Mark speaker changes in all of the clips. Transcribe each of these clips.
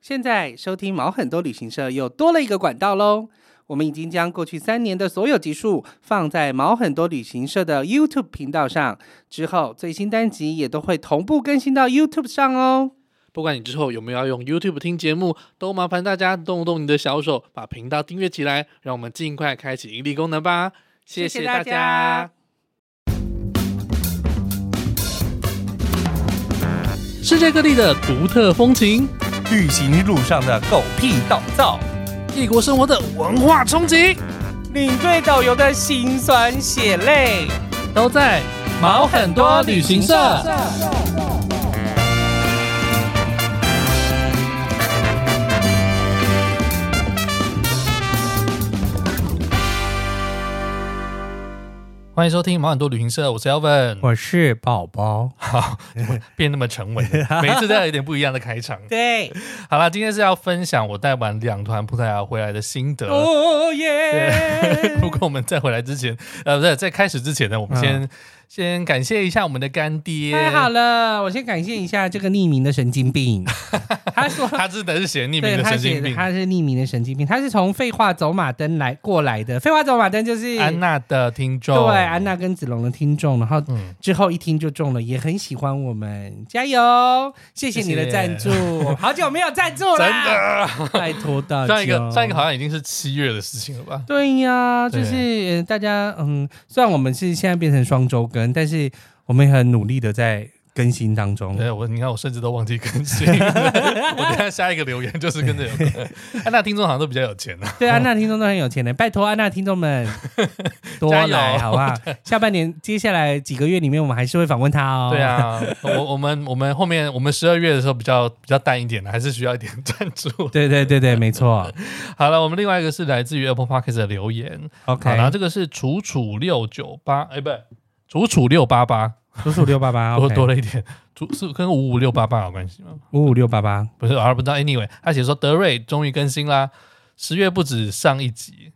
Speaker 1: 现在收听毛很多旅行社又多了一个管道喽。我们已经将过去三年的所有集数放在毛很多旅行社的 YouTube 频道上，之后最新单集也都会同步更新到 YouTube 上哦。
Speaker 2: 不管你之后有没有要用 YouTube 听节目，都麻烦大家动动你的小手，把频道订阅起来，让我们尽快开启盈利功能吧。谢
Speaker 1: 谢
Speaker 2: 大
Speaker 1: 大
Speaker 2: 家
Speaker 1: 家。
Speaker 2: 世界各地的独特风情，
Speaker 3: 旅行路上的狗屁倒灶，
Speaker 2: 异国生活的文化冲击，
Speaker 3: 领队导游的辛酸血泪，
Speaker 2: 都在
Speaker 3: 毛很多旅行社。
Speaker 2: 欢迎收听毛很多旅行社，我是 Elvin，
Speaker 3: 我是宝宝。
Speaker 2: 好，变那么沉稳了，每一次都要有点不一样的开场。
Speaker 3: 对，
Speaker 2: 好啦，今天是要分享我带完两团葡萄牙回来的心得。
Speaker 3: 哦耶！
Speaker 2: 对，不过我们在回来之前，呃，不是在开始之
Speaker 1: 嗯
Speaker 2: 前呢，我们先、先感谢一下我们的干爹。
Speaker 1: 太哎好了，我先感谢一下这个匿名的神 经病，他说。
Speaker 2: 他真的是写匿名
Speaker 1: 对
Speaker 2: 的
Speaker 1: 他
Speaker 2: 神
Speaker 1: 写
Speaker 2: 经
Speaker 1: 的，
Speaker 2: 病。
Speaker 1: 他是匿名的神经病，他是从废话走马灯来过来的。废话走马灯就是
Speaker 2: 安娜的听众，
Speaker 1: 对安，娜跟子龙的听众，然后
Speaker 2: 嗯，
Speaker 1: 之后一听就中了，也很喜欢我们，加油！谢谢你的赞助， 好久没有赞助
Speaker 2: 真
Speaker 1: 了，
Speaker 2: 的，
Speaker 1: 拜托大家。
Speaker 2: 上一个上一个好像已经是七月的事情了吧？
Speaker 1: 对呀，
Speaker 2: 对
Speaker 1: 就是呃大家嗯，虽然我们是现在变成双周更，但是我们也很努力的在更新当中。
Speaker 2: 对，我你看，我甚至都忘记 更新了。我等一下下一个留言就是跟着有关。安娜听众好像都比较有钱啊。
Speaker 1: 对，安娜听众都很有钱的，拜托安娜听众 们多
Speaker 2: 加油
Speaker 1: 来好不 好？下半年接下来几个月里面，我们还是会访问他哦。
Speaker 2: 对，啊，我我们我们后面我们十二月的时候比较比较淡一点的，还是需要一点赞助。
Speaker 1: 对对对对，没错。
Speaker 2: 好了，我们另外一个是来自于 Apple Podcast 的留言，好，
Speaker 1: OK，
Speaker 2: 然后这个是楚楚六九八，哎，不对，楚楚六八八，
Speaker 1: 叔叔六八八，
Speaker 2: 多多
Speaker 1: 了
Speaker 2: 了一点，楚是跟五五六八八有关系吗？
Speaker 1: 五五六八八，
Speaker 2: 不是，而不知道。Anyway，他写说德瑞终于更新啦，十月不止上一集，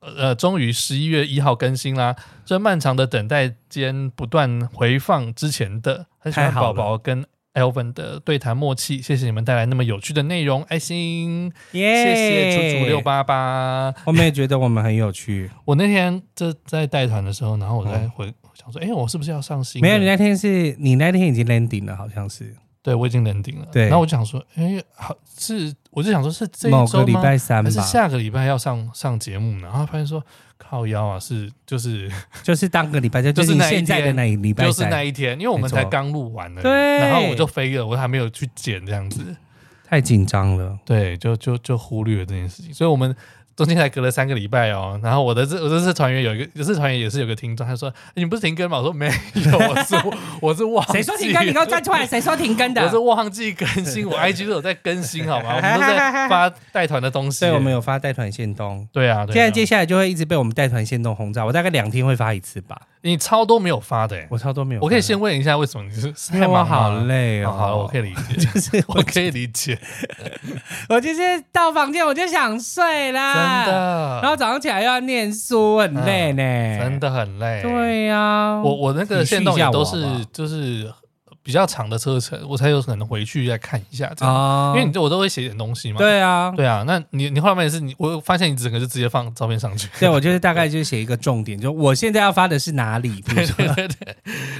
Speaker 2: 呃，终于十一月一号更新啦。这漫长的等待间，不断回放之前的，很喜欢
Speaker 1: 太好
Speaker 2: 宝
Speaker 1: 了
Speaker 2: 宝跟 Elvin 的对谈默契，谢谢你们带来那么有趣的内容，爱心，谢
Speaker 1: 耶！
Speaker 2: 谢楚楚六。八八。
Speaker 1: 我们也觉得我们很有趣。
Speaker 2: 我那天这在带团的时候，然后我在回、想说，哎、我是不是要上新
Speaker 1: 嗯
Speaker 2: 的？
Speaker 1: 没有，你那天是你那天已经 landing 了，好像是
Speaker 2: 对我已经冷顶了。
Speaker 1: 对
Speaker 2: 然后我就想说，哎，好是，我就想说是这一
Speaker 1: 某
Speaker 2: 周
Speaker 1: 个礼
Speaker 2: 吗？
Speaker 1: 拜三
Speaker 2: 还
Speaker 1: 吧
Speaker 2: 是，下个礼拜要上上节目呢，然后发现说靠腰啊，是就是
Speaker 1: 就是当个礼拜三，
Speaker 2: 就是
Speaker 1: 你
Speaker 2: 那一
Speaker 1: 现在的
Speaker 2: 天
Speaker 1: 那一礼拜
Speaker 2: 就是那
Speaker 1: 三，
Speaker 2: 一天，因为我们
Speaker 1: 没错
Speaker 2: 才刚录完了，
Speaker 1: 对
Speaker 2: 然后我就飞了，我还没有去剪这样子，
Speaker 1: 太紧张了。
Speaker 2: 对，就就就忽略了这件事情，所以我们。中间才隔了三个礼拜哦，然后我的这我这次团员有一个，有次团员也是有个听众，他说哎你不是停更吗？我说没有，我是我 是忘记
Speaker 1: 谁说停更？你给我站出来！谁说停更
Speaker 2: 我
Speaker 1: 的
Speaker 2: 是？忘记更新，我 IG 都有在更新，好 吗？我们都在发带团的东西。
Speaker 1: 对，我们有发带团限动，
Speaker 2: 对啊，对啊
Speaker 1: 现在接下来就会一直被我们带团限动轰炸。我大概两天会发一次吧，
Speaker 2: 你超多没有发的、欸，
Speaker 1: 我超多没有发。
Speaker 2: 我可以先问一下为什么你是是
Speaker 1: 因为
Speaker 2: 太
Speaker 1: 我
Speaker 2: 忙吗
Speaker 1: 好累哦。
Speaker 2: 好了，我可以理解，
Speaker 1: 就是
Speaker 2: 我可以理解，
Speaker 1: 我就是到房间我就想睡
Speaker 2: 真
Speaker 1: 啦，。然
Speaker 2: 的，嗯
Speaker 1: 后早上起来又要念书，很累呢。
Speaker 2: 真。的很累。，
Speaker 1: 对啊呀，
Speaker 2: 我我那
Speaker 1: 体
Speaker 2: 个
Speaker 1: 恤
Speaker 2: 线
Speaker 1: 一
Speaker 2: 动也
Speaker 1: 下
Speaker 2: 都
Speaker 1: 我
Speaker 2: 是
Speaker 1: 好不好
Speaker 2: 就是比较长的车程，我才有可能回去再看一下这样，
Speaker 1: 啊
Speaker 2: 因为你我都会写点东西嘛。
Speaker 1: 对啊，
Speaker 2: 对啊，那你你后面也是你，我发现你整个就直接放照片上去。
Speaker 1: 对，我就是大概就写一个重点，就我现在要发的是哪里，比如说
Speaker 2: 对对，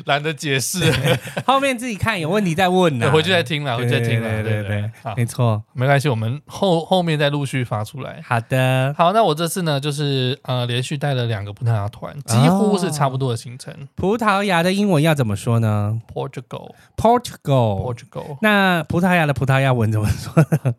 Speaker 2: 懒得解释，
Speaker 1: 后面自己看有问题再问
Speaker 2: 对
Speaker 1: 呢。
Speaker 2: 回去再听啦，回
Speaker 1: 对
Speaker 2: 去再听啦。
Speaker 1: 对
Speaker 2: 对
Speaker 1: 对对
Speaker 2: 好，
Speaker 1: 没错。
Speaker 2: 没关系，我们后后面再陆续发出来。
Speaker 1: 好的，
Speaker 2: 好，那我这次呢，就是呃，连续带了两个葡萄牙
Speaker 1: 啊
Speaker 2: 团，几乎是差不多的行程。
Speaker 1: 葡萄牙的英文要怎么说呢
Speaker 2: Portugal、
Speaker 1: ？Portugal。
Speaker 2: Portugal、
Speaker 1: 那葡萄牙的葡萄牙文怎么说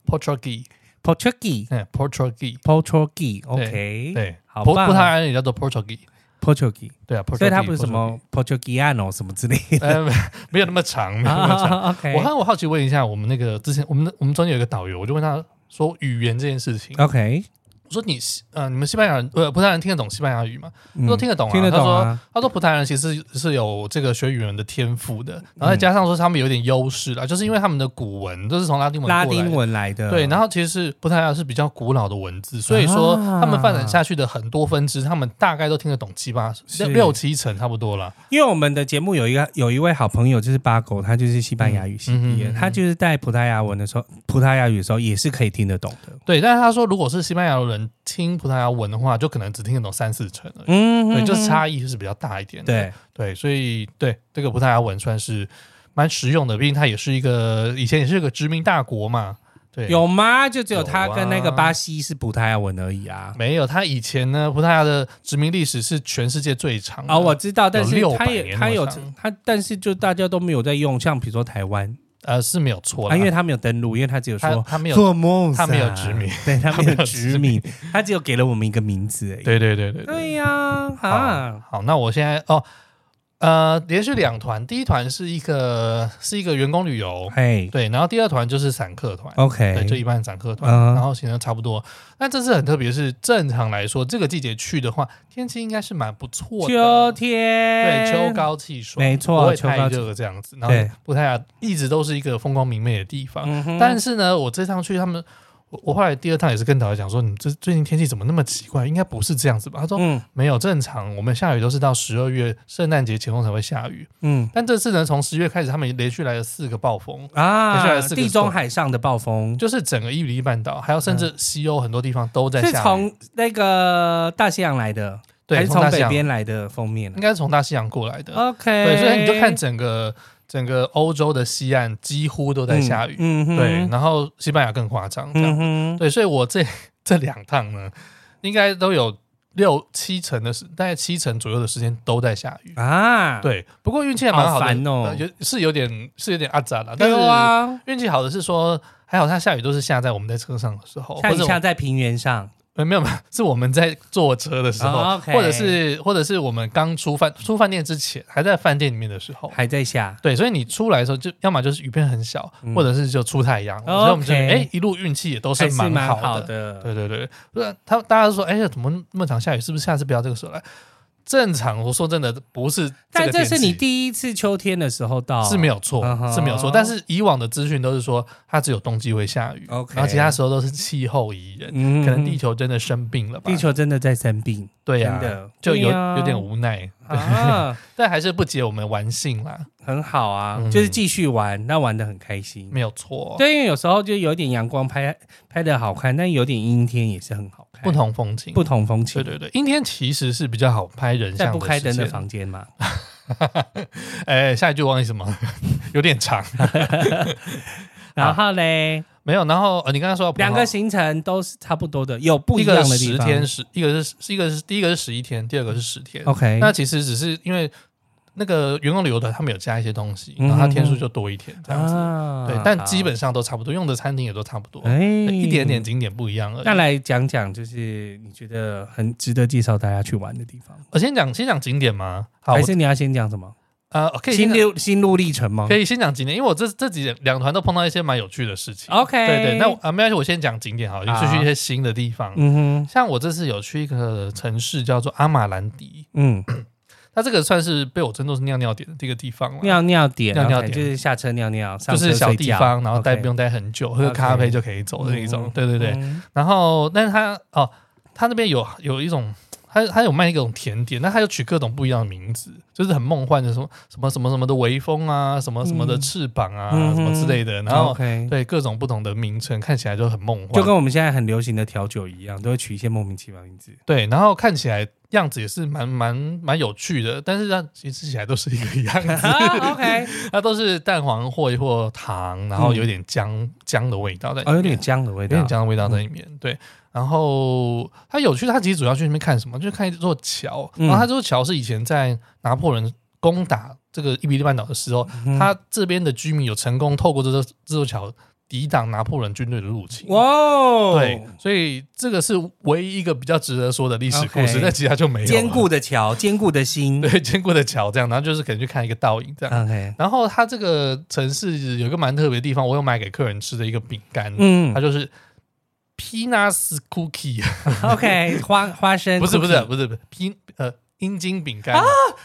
Speaker 2: Portuguese、
Speaker 1: ？Portuguese。
Speaker 2: 嗯 Portuguese，
Speaker 1: Portuguese。OK。
Speaker 2: 对，
Speaker 1: 好
Speaker 2: 葡
Speaker 1: 棒啊
Speaker 2: 葡萄牙人也叫做 Portuguese，
Speaker 1: Portuguese。
Speaker 2: 对啊，Portuguese，
Speaker 1: 所以它不是什
Speaker 2: Portuguese，
Speaker 1: 么 Portugiano 什么之类 的。
Speaker 2: 呃，没有那么长，没有那么长。
Speaker 1: 啊 OK。
Speaker 2: 我好我好奇问一下，我们那个之前我们的我们中间有一个导游，我就问他说语言这件事情，
Speaker 1: OK，
Speaker 2: 我说你西呃，你们西班牙人呃葡萄牙人听得懂西班牙语吗？他说
Speaker 1: 嗯
Speaker 2: 听得懂啊，
Speaker 1: 听得懂啊
Speaker 2: 他说他说葡萄牙人其实是有这个学语言的天赋
Speaker 1: 嗯
Speaker 2: 的，然后再加上说他们有点优势啦，就是因为他们的古文都是从拉丁文过来
Speaker 1: 拉
Speaker 2: 的
Speaker 1: 丁。文来的，
Speaker 2: 对，然后其实葡萄牙是比较古老的文字，所以说
Speaker 1: 啊
Speaker 2: 他们发展下去的很多分支，他们大概都听得懂七八
Speaker 1: 是
Speaker 2: 六六七成差不多啦。
Speaker 1: 因为我们的节目有一个有一位好朋友就是八狗，他就是西班牙语系毕业，
Speaker 2: 嗯嗯嗯嗯
Speaker 1: 他就是带葡萄牙文的时候，葡萄牙语的时候也是可以听得懂的。
Speaker 2: 对，但是他说，如果是西班牙人听葡萄牙文的话，就可能只听得懂三四成而已。
Speaker 1: 嗯
Speaker 2: 对，就是差异是比较大一点的。
Speaker 1: 对
Speaker 2: 对，所以对这个葡萄牙文算是蛮实用的，毕竟它也是一个以前也是个殖民大国嘛。对，
Speaker 1: 有吗？就只有
Speaker 2: 有
Speaker 1: 他跟那个巴西是葡萄牙文而已啊。
Speaker 2: 没有？它以前呢，葡萄牙的殖民历史是全世界最长的
Speaker 1: 啊、我知道，但是
Speaker 2: 600
Speaker 1: 他也
Speaker 2: 年
Speaker 1: 他
Speaker 2: 以
Speaker 1: 有
Speaker 2: 上
Speaker 1: 他，但是就大家都没有在用，像比如说台湾，
Speaker 2: 呃是没有错啦，
Speaker 1: 啊，因为他没有登录，因为他只有
Speaker 2: 它
Speaker 1: 说
Speaker 2: 它没有。
Speaker 1: 做梦，
Speaker 2: 他没有殖民，
Speaker 1: 对他
Speaker 2: 他
Speaker 1: 没
Speaker 2: 没
Speaker 1: 有
Speaker 2: 有
Speaker 1: 殖
Speaker 2: 殖民
Speaker 1: 民，他只有给了我们一个名字而已。
Speaker 2: 对对对对
Speaker 1: 对呀，啊，
Speaker 2: 好，那我现在哦，呃，连续两团，第一团是一个是一个员工旅游，
Speaker 1: 嘿
Speaker 2: 对，然后第二团就是散客团。对，就
Speaker 1: ，OK，
Speaker 2: 一般散客团，
Speaker 1: 嗯
Speaker 2: 然后行程差不多。那这次很特别，是正常来说，这个季节去的话，天气应该是蛮不错的。
Speaker 1: 秋天，
Speaker 2: 对，秋，高气爽，
Speaker 1: 没
Speaker 2: 不
Speaker 1: 错，
Speaker 2: 会
Speaker 1: 秋
Speaker 2: 太
Speaker 1: 高，
Speaker 2: 热这样子。然
Speaker 1: 对
Speaker 2: 后葡萄牙一直都是一个风光明媚的地方，
Speaker 1: 嗯哼
Speaker 2: 但是呢，我这趟去他们，我我后来第二趟也是跟导游讲说，你这最近天气怎么那么奇怪？应该不是这样子吧？他说、
Speaker 1: 嗯
Speaker 2: 没有正常，我们下雨都是到十二月圣诞节前后才会下雨，
Speaker 1: 嗯
Speaker 2: 但这次呢，从十月开始，他们连续来了四个暴风。接下
Speaker 1: 啊
Speaker 2: 来，四个
Speaker 1: 地中海上的暴风，
Speaker 2: 就是整个伊比利半岛，还有甚至西欧很多地方都在
Speaker 1: 嗯是
Speaker 2: 下雨，
Speaker 1: 从那个大西洋来的，还
Speaker 2: 对，
Speaker 1: 是
Speaker 2: 从
Speaker 1: 从
Speaker 2: 大西
Speaker 1: 北
Speaker 2: 洋，
Speaker 1: 边哎来的封面啊
Speaker 2: 应该是从大西洋过来的。
Speaker 1: ？OK，
Speaker 2: 对，所以你就看整个整个欧洲的西岸几乎都在下雨，
Speaker 1: 嗯哼
Speaker 2: 对，，然后西班牙更夸张，这样，
Speaker 1: 嗯哼，
Speaker 2: 对，所以我这 这两趟呢，应该都有六七成的时，大概七成左右的时间都在下雨。
Speaker 1: 啊，
Speaker 2: 对，不过运气还蛮好
Speaker 1: 好
Speaker 2: 的，
Speaker 1: 烦哦
Speaker 2: 呃有是有点是有点阿杂啦，
Speaker 1: 对
Speaker 2: 但是
Speaker 1: 啊，
Speaker 2: 运气好的是说，还好它下雨都是下在我们在车上的时候，
Speaker 1: 像
Speaker 2: 哦或
Speaker 1: 你
Speaker 2: 者我
Speaker 1: 像在平原上，
Speaker 2: 呃，没有没有，是我们在坐车的时候，
Speaker 1: 哦，OK
Speaker 2: 或者是或者是我们刚出饭出饭店之前，还在饭店里面的时候。
Speaker 1: 还在下，
Speaker 2: 对，所以你出来的时候就，要么就是雨变很小，
Speaker 1: 嗯
Speaker 2: 或者是就出太阳，
Speaker 1: OK
Speaker 2: 所以我们就哎、一路运气也都
Speaker 1: 还
Speaker 2: 是
Speaker 1: 是
Speaker 2: 蛮
Speaker 1: 蛮
Speaker 2: 好
Speaker 1: 好
Speaker 2: 的。
Speaker 1: 的，
Speaker 2: 对对对，不然他大家都说哎、呀，怎么那么常下雨？是不是下次不要这个时候来？正常，我说真的不是个
Speaker 1: 但
Speaker 2: 天气，
Speaker 1: 这是你第一次秋天的时候到，
Speaker 2: 是没有错
Speaker 1: 嗯哼
Speaker 2: 是没有错。但是以往的资讯都是说它只有冬季会下雨
Speaker 1: OK
Speaker 2: 然后其他时候都是气候宜人，
Speaker 1: 嗯
Speaker 2: 可能地球真的生病了吧？
Speaker 1: 地球真的在生病，
Speaker 2: 对呀、
Speaker 1: 真的
Speaker 2: 就有、
Speaker 1: 对啊
Speaker 2: 有点无奈，
Speaker 1: 啊，
Speaker 2: 但还是不解我们玩性啦，
Speaker 1: 很好啊，
Speaker 2: 嗯
Speaker 1: 就是继续玩，那玩的很开心。
Speaker 2: 没有啊错，，
Speaker 1: 对，因为有时候就有点阳光拍拍的好看，但有点阴天也是很好看，
Speaker 2: 不同风情，
Speaker 1: 不同风情。
Speaker 2: 对对对，阴天其实是比啊较好拍人
Speaker 1: 在
Speaker 2: 像
Speaker 1: 不开灯的
Speaker 2: 时间，
Speaker 1: 房间嘛，
Speaker 2: 哎，下一句忘记什么， 有点长，
Speaker 1: 然后嘞，
Speaker 2: 没有，然后呃，你刚刚说到葡萄
Speaker 1: 两个行程都是差不多的，有不
Speaker 2: 一
Speaker 1: 样
Speaker 2: 个
Speaker 1: 的地
Speaker 2: 十
Speaker 1: 方。
Speaker 2: 天十，一个是一个是第一个是十一天，第二个是十天。
Speaker 1: OK，
Speaker 2: 那其实只是因为那个员工旅游团他们有加一些东西，
Speaker 1: 嗯
Speaker 2: 然后它天数就多一天这样子。
Speaker 1: 啊
Speaker 2: 对，但基本上都差不多，用的餐厅也都差不多
Speaker 1: 好，哎
Speaker 2: 一点点。景点不一样而已。
Speaker 1: 那来讲讲，就是你觉得很值得介绍大家去玩的地方，
Speaker 2: 我呃先讲先讲景点吗？好，
Speaker 1: 还
Speaker 2: 我
Speaker 1: 是你要先讲什么？
Speaker 2: 呃，可以先
Speaker 1: 心
Speaker 2: 讲
Speaker 1: 路心路历程吗
Speaker 2: 可以先讲景点，因为我这这几点两团都碰到一些蛮有趣的事情。
Speaker 1: ？OK，
Speaker 2: 对对，那我啊没关系，我先讲景点好了，
Speaker 1: 哦哎好
Speaker 2: 就是去一些新的地方。
Speaker 1: 嗯哼，
Speaker 2: 像我这次有去一个城市叫做阿马兰迪，
Speaker 1: 嗯，
Speaker 2: 它这个算是被我称作是尿尿点的这个地方了。
Speaker 1: 尿尿点，
Speaker 2: 尿尿
Speaker 1: OK，
Speaker 2: 点
Speaker 1: 就是下车尿尿，上
Speaker 2: 就
Speaker 1: 车
Speaker 2: 是小
Speaker 1: 睡
Speaker 2: 地
Speaker 1: 觉
Speaker 2: 方，然后待
Speaker 1: OK
Speaker 2: 不用待很久，喝个咖
Speaker 1: OK
Speaker 2: 啡就可以走的那
Speaker 1: 嗯
Speaker 2: 种
Speaker 1: 嗯。
Speaker 2: 对对对，
Speaker 1: 嗯
Speaker 2: 然后但是它哦，它那边有有一种，它它有卖一种甜点，那它又取各种不一样的名字，就是很梦幻的什么什么什么什么的微风啊，什么什么的
Speaker 1: 嗯
Speaker 2: 翅膀啊，
Speaker 1: 嗯哼
Speaker 2: 什么之类的，然后
Speaker 1: OK，
Speaker 2: 对各种不同的名称看起来就很梦
Speaker 1: 就跟
Speaker 2: 幻，
Speaker 1: 我们现在很流行的调酒一样，都会取一些莫名其妙的名 字。
Speaker 2: 对，然后看起来样子也是蛮蛮蛮有趣的，但是它其实吃起来都是一个样子，
Speaker 1: 啊，OK，
Speaker 2: 它都是蛋黄或一或糖，然后有点姜姜的味道在里
Speaker 1: 哦，
Speaker 2: 面，
Speaker 1: 有点姜的味
Speaker 2: 有
Speaker 1: 道，嗯
Speaker 2: 点姜的味道在里面，对。然后它有趣，它其实主要去那边看什么？就是看一座桥，
Speaker 1: 嗯
Speaker 2: 然后它这座桥是以前在拿破仑攻打这个伊比利半岛的时候，
Speaker 1: 嗯
Speaker 2: 它这边的居民有成功透过这座这座桥抵挡拿破仑军队的入侵。
Speaker 1: 哇哦，
Speaker 2: 对，所以这个是唯一一个比较值得说的历史故
Speaker 1: OK
Speaker 2: 事，但其他就没有了啊
Speaker 1: 坚固的桥，坚固的心。
Speaker 2: 对坚固的桥这样，然后就是可能去看一个倒影这样。
Speaker 1: OK，
Speaker 2: 然后它这 个城市有一个蛮特别的地方，我有买给客人吃的一个饼干，
Speaker 1: 嗯
Speaker 2: 它，就是 Peanuts Cookie，
Speaker 1: OK，花花生
Speaker 2: 不是不是
Speaker 1: cookie 啊
Speaker 2: 不是不是 P 呃阴茎饼干，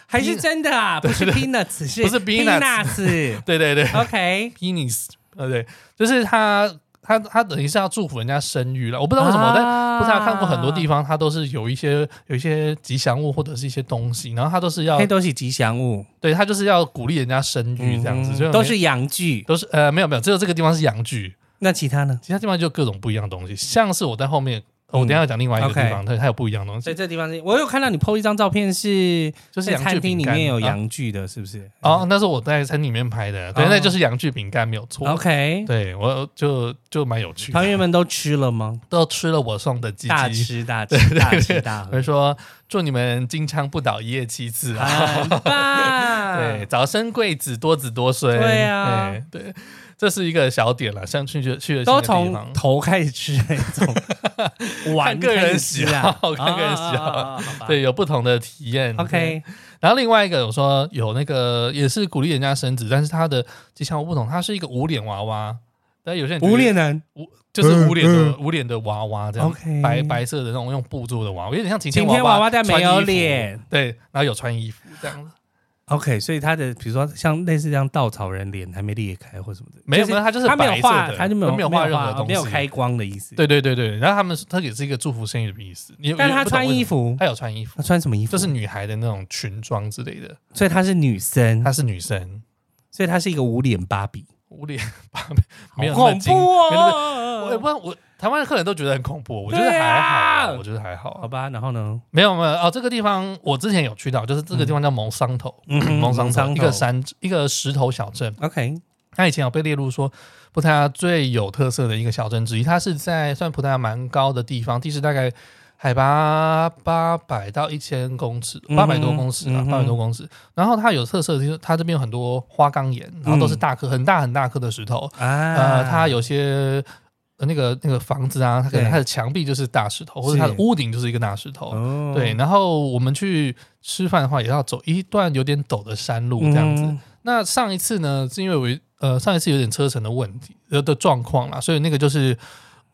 Speaker 1: 还是真的 啊，不是 peanuts，是
Speaker 2: 不是
Speaker 1: peanuts
Speaker 2: 对对对
Speaker 1: OK，
Speaker 2: ，Penis，呃对，就是他他他等于是要祝福人家生育了。我不知道
Speaker 1: 啊
Speaker 2: 为什么，但不是他看过很多地方，他都是有一些有一些吉祥物或者是一些东西，然后他都是要
Speaker 1: 那哎都是吉祥物，
Speaker 2: 对他就是要鼓励人家生育这样子，
Speaker 1: 嗯
Speaker 2: 所以
Speaker 1: 都是洋剧。
Speaker 2: 都是呃没有没有，只有这个地方是洋剧，
Speaker 1: 那其他呢？
Speaker 2: 其他地方就各种不一样的东西，像是我在后面。
Speaker 1: 嗯
Speaker 2: 哦我等一下要讲另外一个地方，它它有不一样的东
Speaker 1: 所以
Speaker 2: 西，
Speaker 1: 这地方是，我有看到你 PO 一张照片是，
Speaker 2: 就是
Speaker 1: 在
Speaker 2: 洋
Speaker 1: 餐
Speaker 2: 剧
Speaker 1: 厅
Speaker 2: 饼
Speaker 1: 里
Speaker 2: 干
Speaker 1: 面有
Speaker 2: 啊
Speaker 1: 洋剧的，是不是？
Speaker 2: 哦，那是我在餐厅里面拍的，对，
Speaker 1: 哦
Speaker 2: 那就是洋剧饼干没有错。
Speaker 1: ，OK，
Speaker 2: 对我就就蛮有趣的，
Speaker 1: 团员们都吃了吗？
Speaker 2: 都吃了我送的鸡
Speaker 1: 大
Speaker 2: 鸡，
Speaker 1: 吃大吃大吃大
Speaker 2: 我
Speaker 1: 喝
Speaker 2: 就，说祝你们金枪不倒一夜七次啊！
Speaker 1: 很棒。
Speaker 2: 对，，早生贵子，多子多孙。
Speaker 1: 对啊
Speaker 2: 对，对这是一个小点了，像去去去了新
Speaker 1: 都
Speaker 2: 的地
Speaker 1: 从
Speaker 2: 方，
Speaker 1: 头开始吃那种，
Speaker 2: 看
Speaker 1: 玩
Speaker 2: 个
Speaker 1: 开
Speaker 2: 人
Speaker 1: 始
Speaker 2: 喜
Speaker 1: 吃啊
Speaker 2: 好，看个人喜好。
Speaker 1: 啊好吧
Speaker 2: 对，有不同的体验。
Speaker 1: ，OK，
Speaker 2: 然后另外一个我说有那个也是鼓励人家生子，但是他的吉祥物不同，他是一个无脸娃娃。但有些人觉得
Speaker 1: 无脸男
Speaker 2: 无就是无脸的、无脸的娃娃这样
Speaker 1: OK
Speaker 2: 白白色的那种用布做的娃娃，有点像晴
Speaker 1: 晴
Speaker 2: 娃
Speaker 1: 天娃娃但没
Speaker 2: 穿
Speaker 1: 有
Speaker 2: 衣服
Speaker 1: 脸，
Speaker 2: 对，然后有穿衣服这样子，
Speaker 1: ，OK，所以他的比如说像类似这样稻草人脸还没裂开或什么的，
Speaker 2: 没有
Speaker 1: 就是
Speaker 2: 没有，它就是
Speaker 1: 他没有
Speaker 2: 白色
Speaker 1: 画，
Speaker 2: 的
Speaker 1: 他就没有
Speaker 2: 没有画任何
Speaker 1: 哦
Speaker 2: 东西，
Speaker 1: 没有开光的意思。，
Speaker 2: 对对对对，然后他们是它也是一个祝福生育的意思，你
Speaker 1: 但是他穿衣
Speaker 2: 服，
Speaker 1: 服，
Speaker 2: 他有穿衣服
Speaker 1: 他，穿什么衣服？
Speaker 2: 就是，女孩的那种裙装之类的，
Speaker 1: 所以她是女生
Speaker 2: 她，是女生，
Speaker 1: 所以她是一个无脸芭比，
Speaker 2: 无脸 芭比，没有
Speaker 1: 好
Speaker 2: 那么
Speaker 1: 恐
Speaker 2: 精
Speaker 1: 怖
Speaker 2: 没有那么我也
Speaker 1: 哦
Speaker 2: 不。知道，我台湾的客人都觉得很恐怖，我觉得
Speaker 1: 对
Speaker 2: 还好
Speaker 1: 啊
Speaker 2: 啊，我觉得还好啊
Speaker 1: 好，吧，然后呢？
Speaker 2: 没有没有哦，这个地方我之前有去到，就是这个地方叫蒙桑头，
Speaker 1: 嗯哼
Speaker 2: 蒙桑
Speaker 1: 蒙
Speaker 2: 头嗯
Speaker 1: 桑头
Speaker 2: 一个山一个石头小镇，
Speaker 1: OK，
Speaker 2: 它以前有被列入说葡萄牙最有特色的一个小镇之一，它是在算葡萄牙蛮高的地方，地势大概海拔八百到一千公尺，
Speaker 1: 嗯哼
Speaker 2: 八百多公尺啊
Speaker 1: 嗯，哼
Speaker 2: 八百多公尺。然后它有特色的就是它这边有很多花岗岩，然后都是
Speaker 1: 嗯
Speaker 2: 大颗、很大很大颗的石头，
Speaker 1: 啊，
Speaker 2: 呃，它有些。呃那个那个房子啊，它可能
Speaker 1: 对
Speaker 2: 它的墙壁就是大石头，或者
Speaker 1: 是
Speaker 2: 它的屋顶就是一个大石头。
Speaker 1: 哦
Speaker 2: 对，然后我们去吃饭的话，也要走一段有点陡的山路这样子。
Speaker 1: 嗯
Speaker 2: 那上一次呢，是因为我呃上一次有点车程的问题呃的状况啦，所以那个就是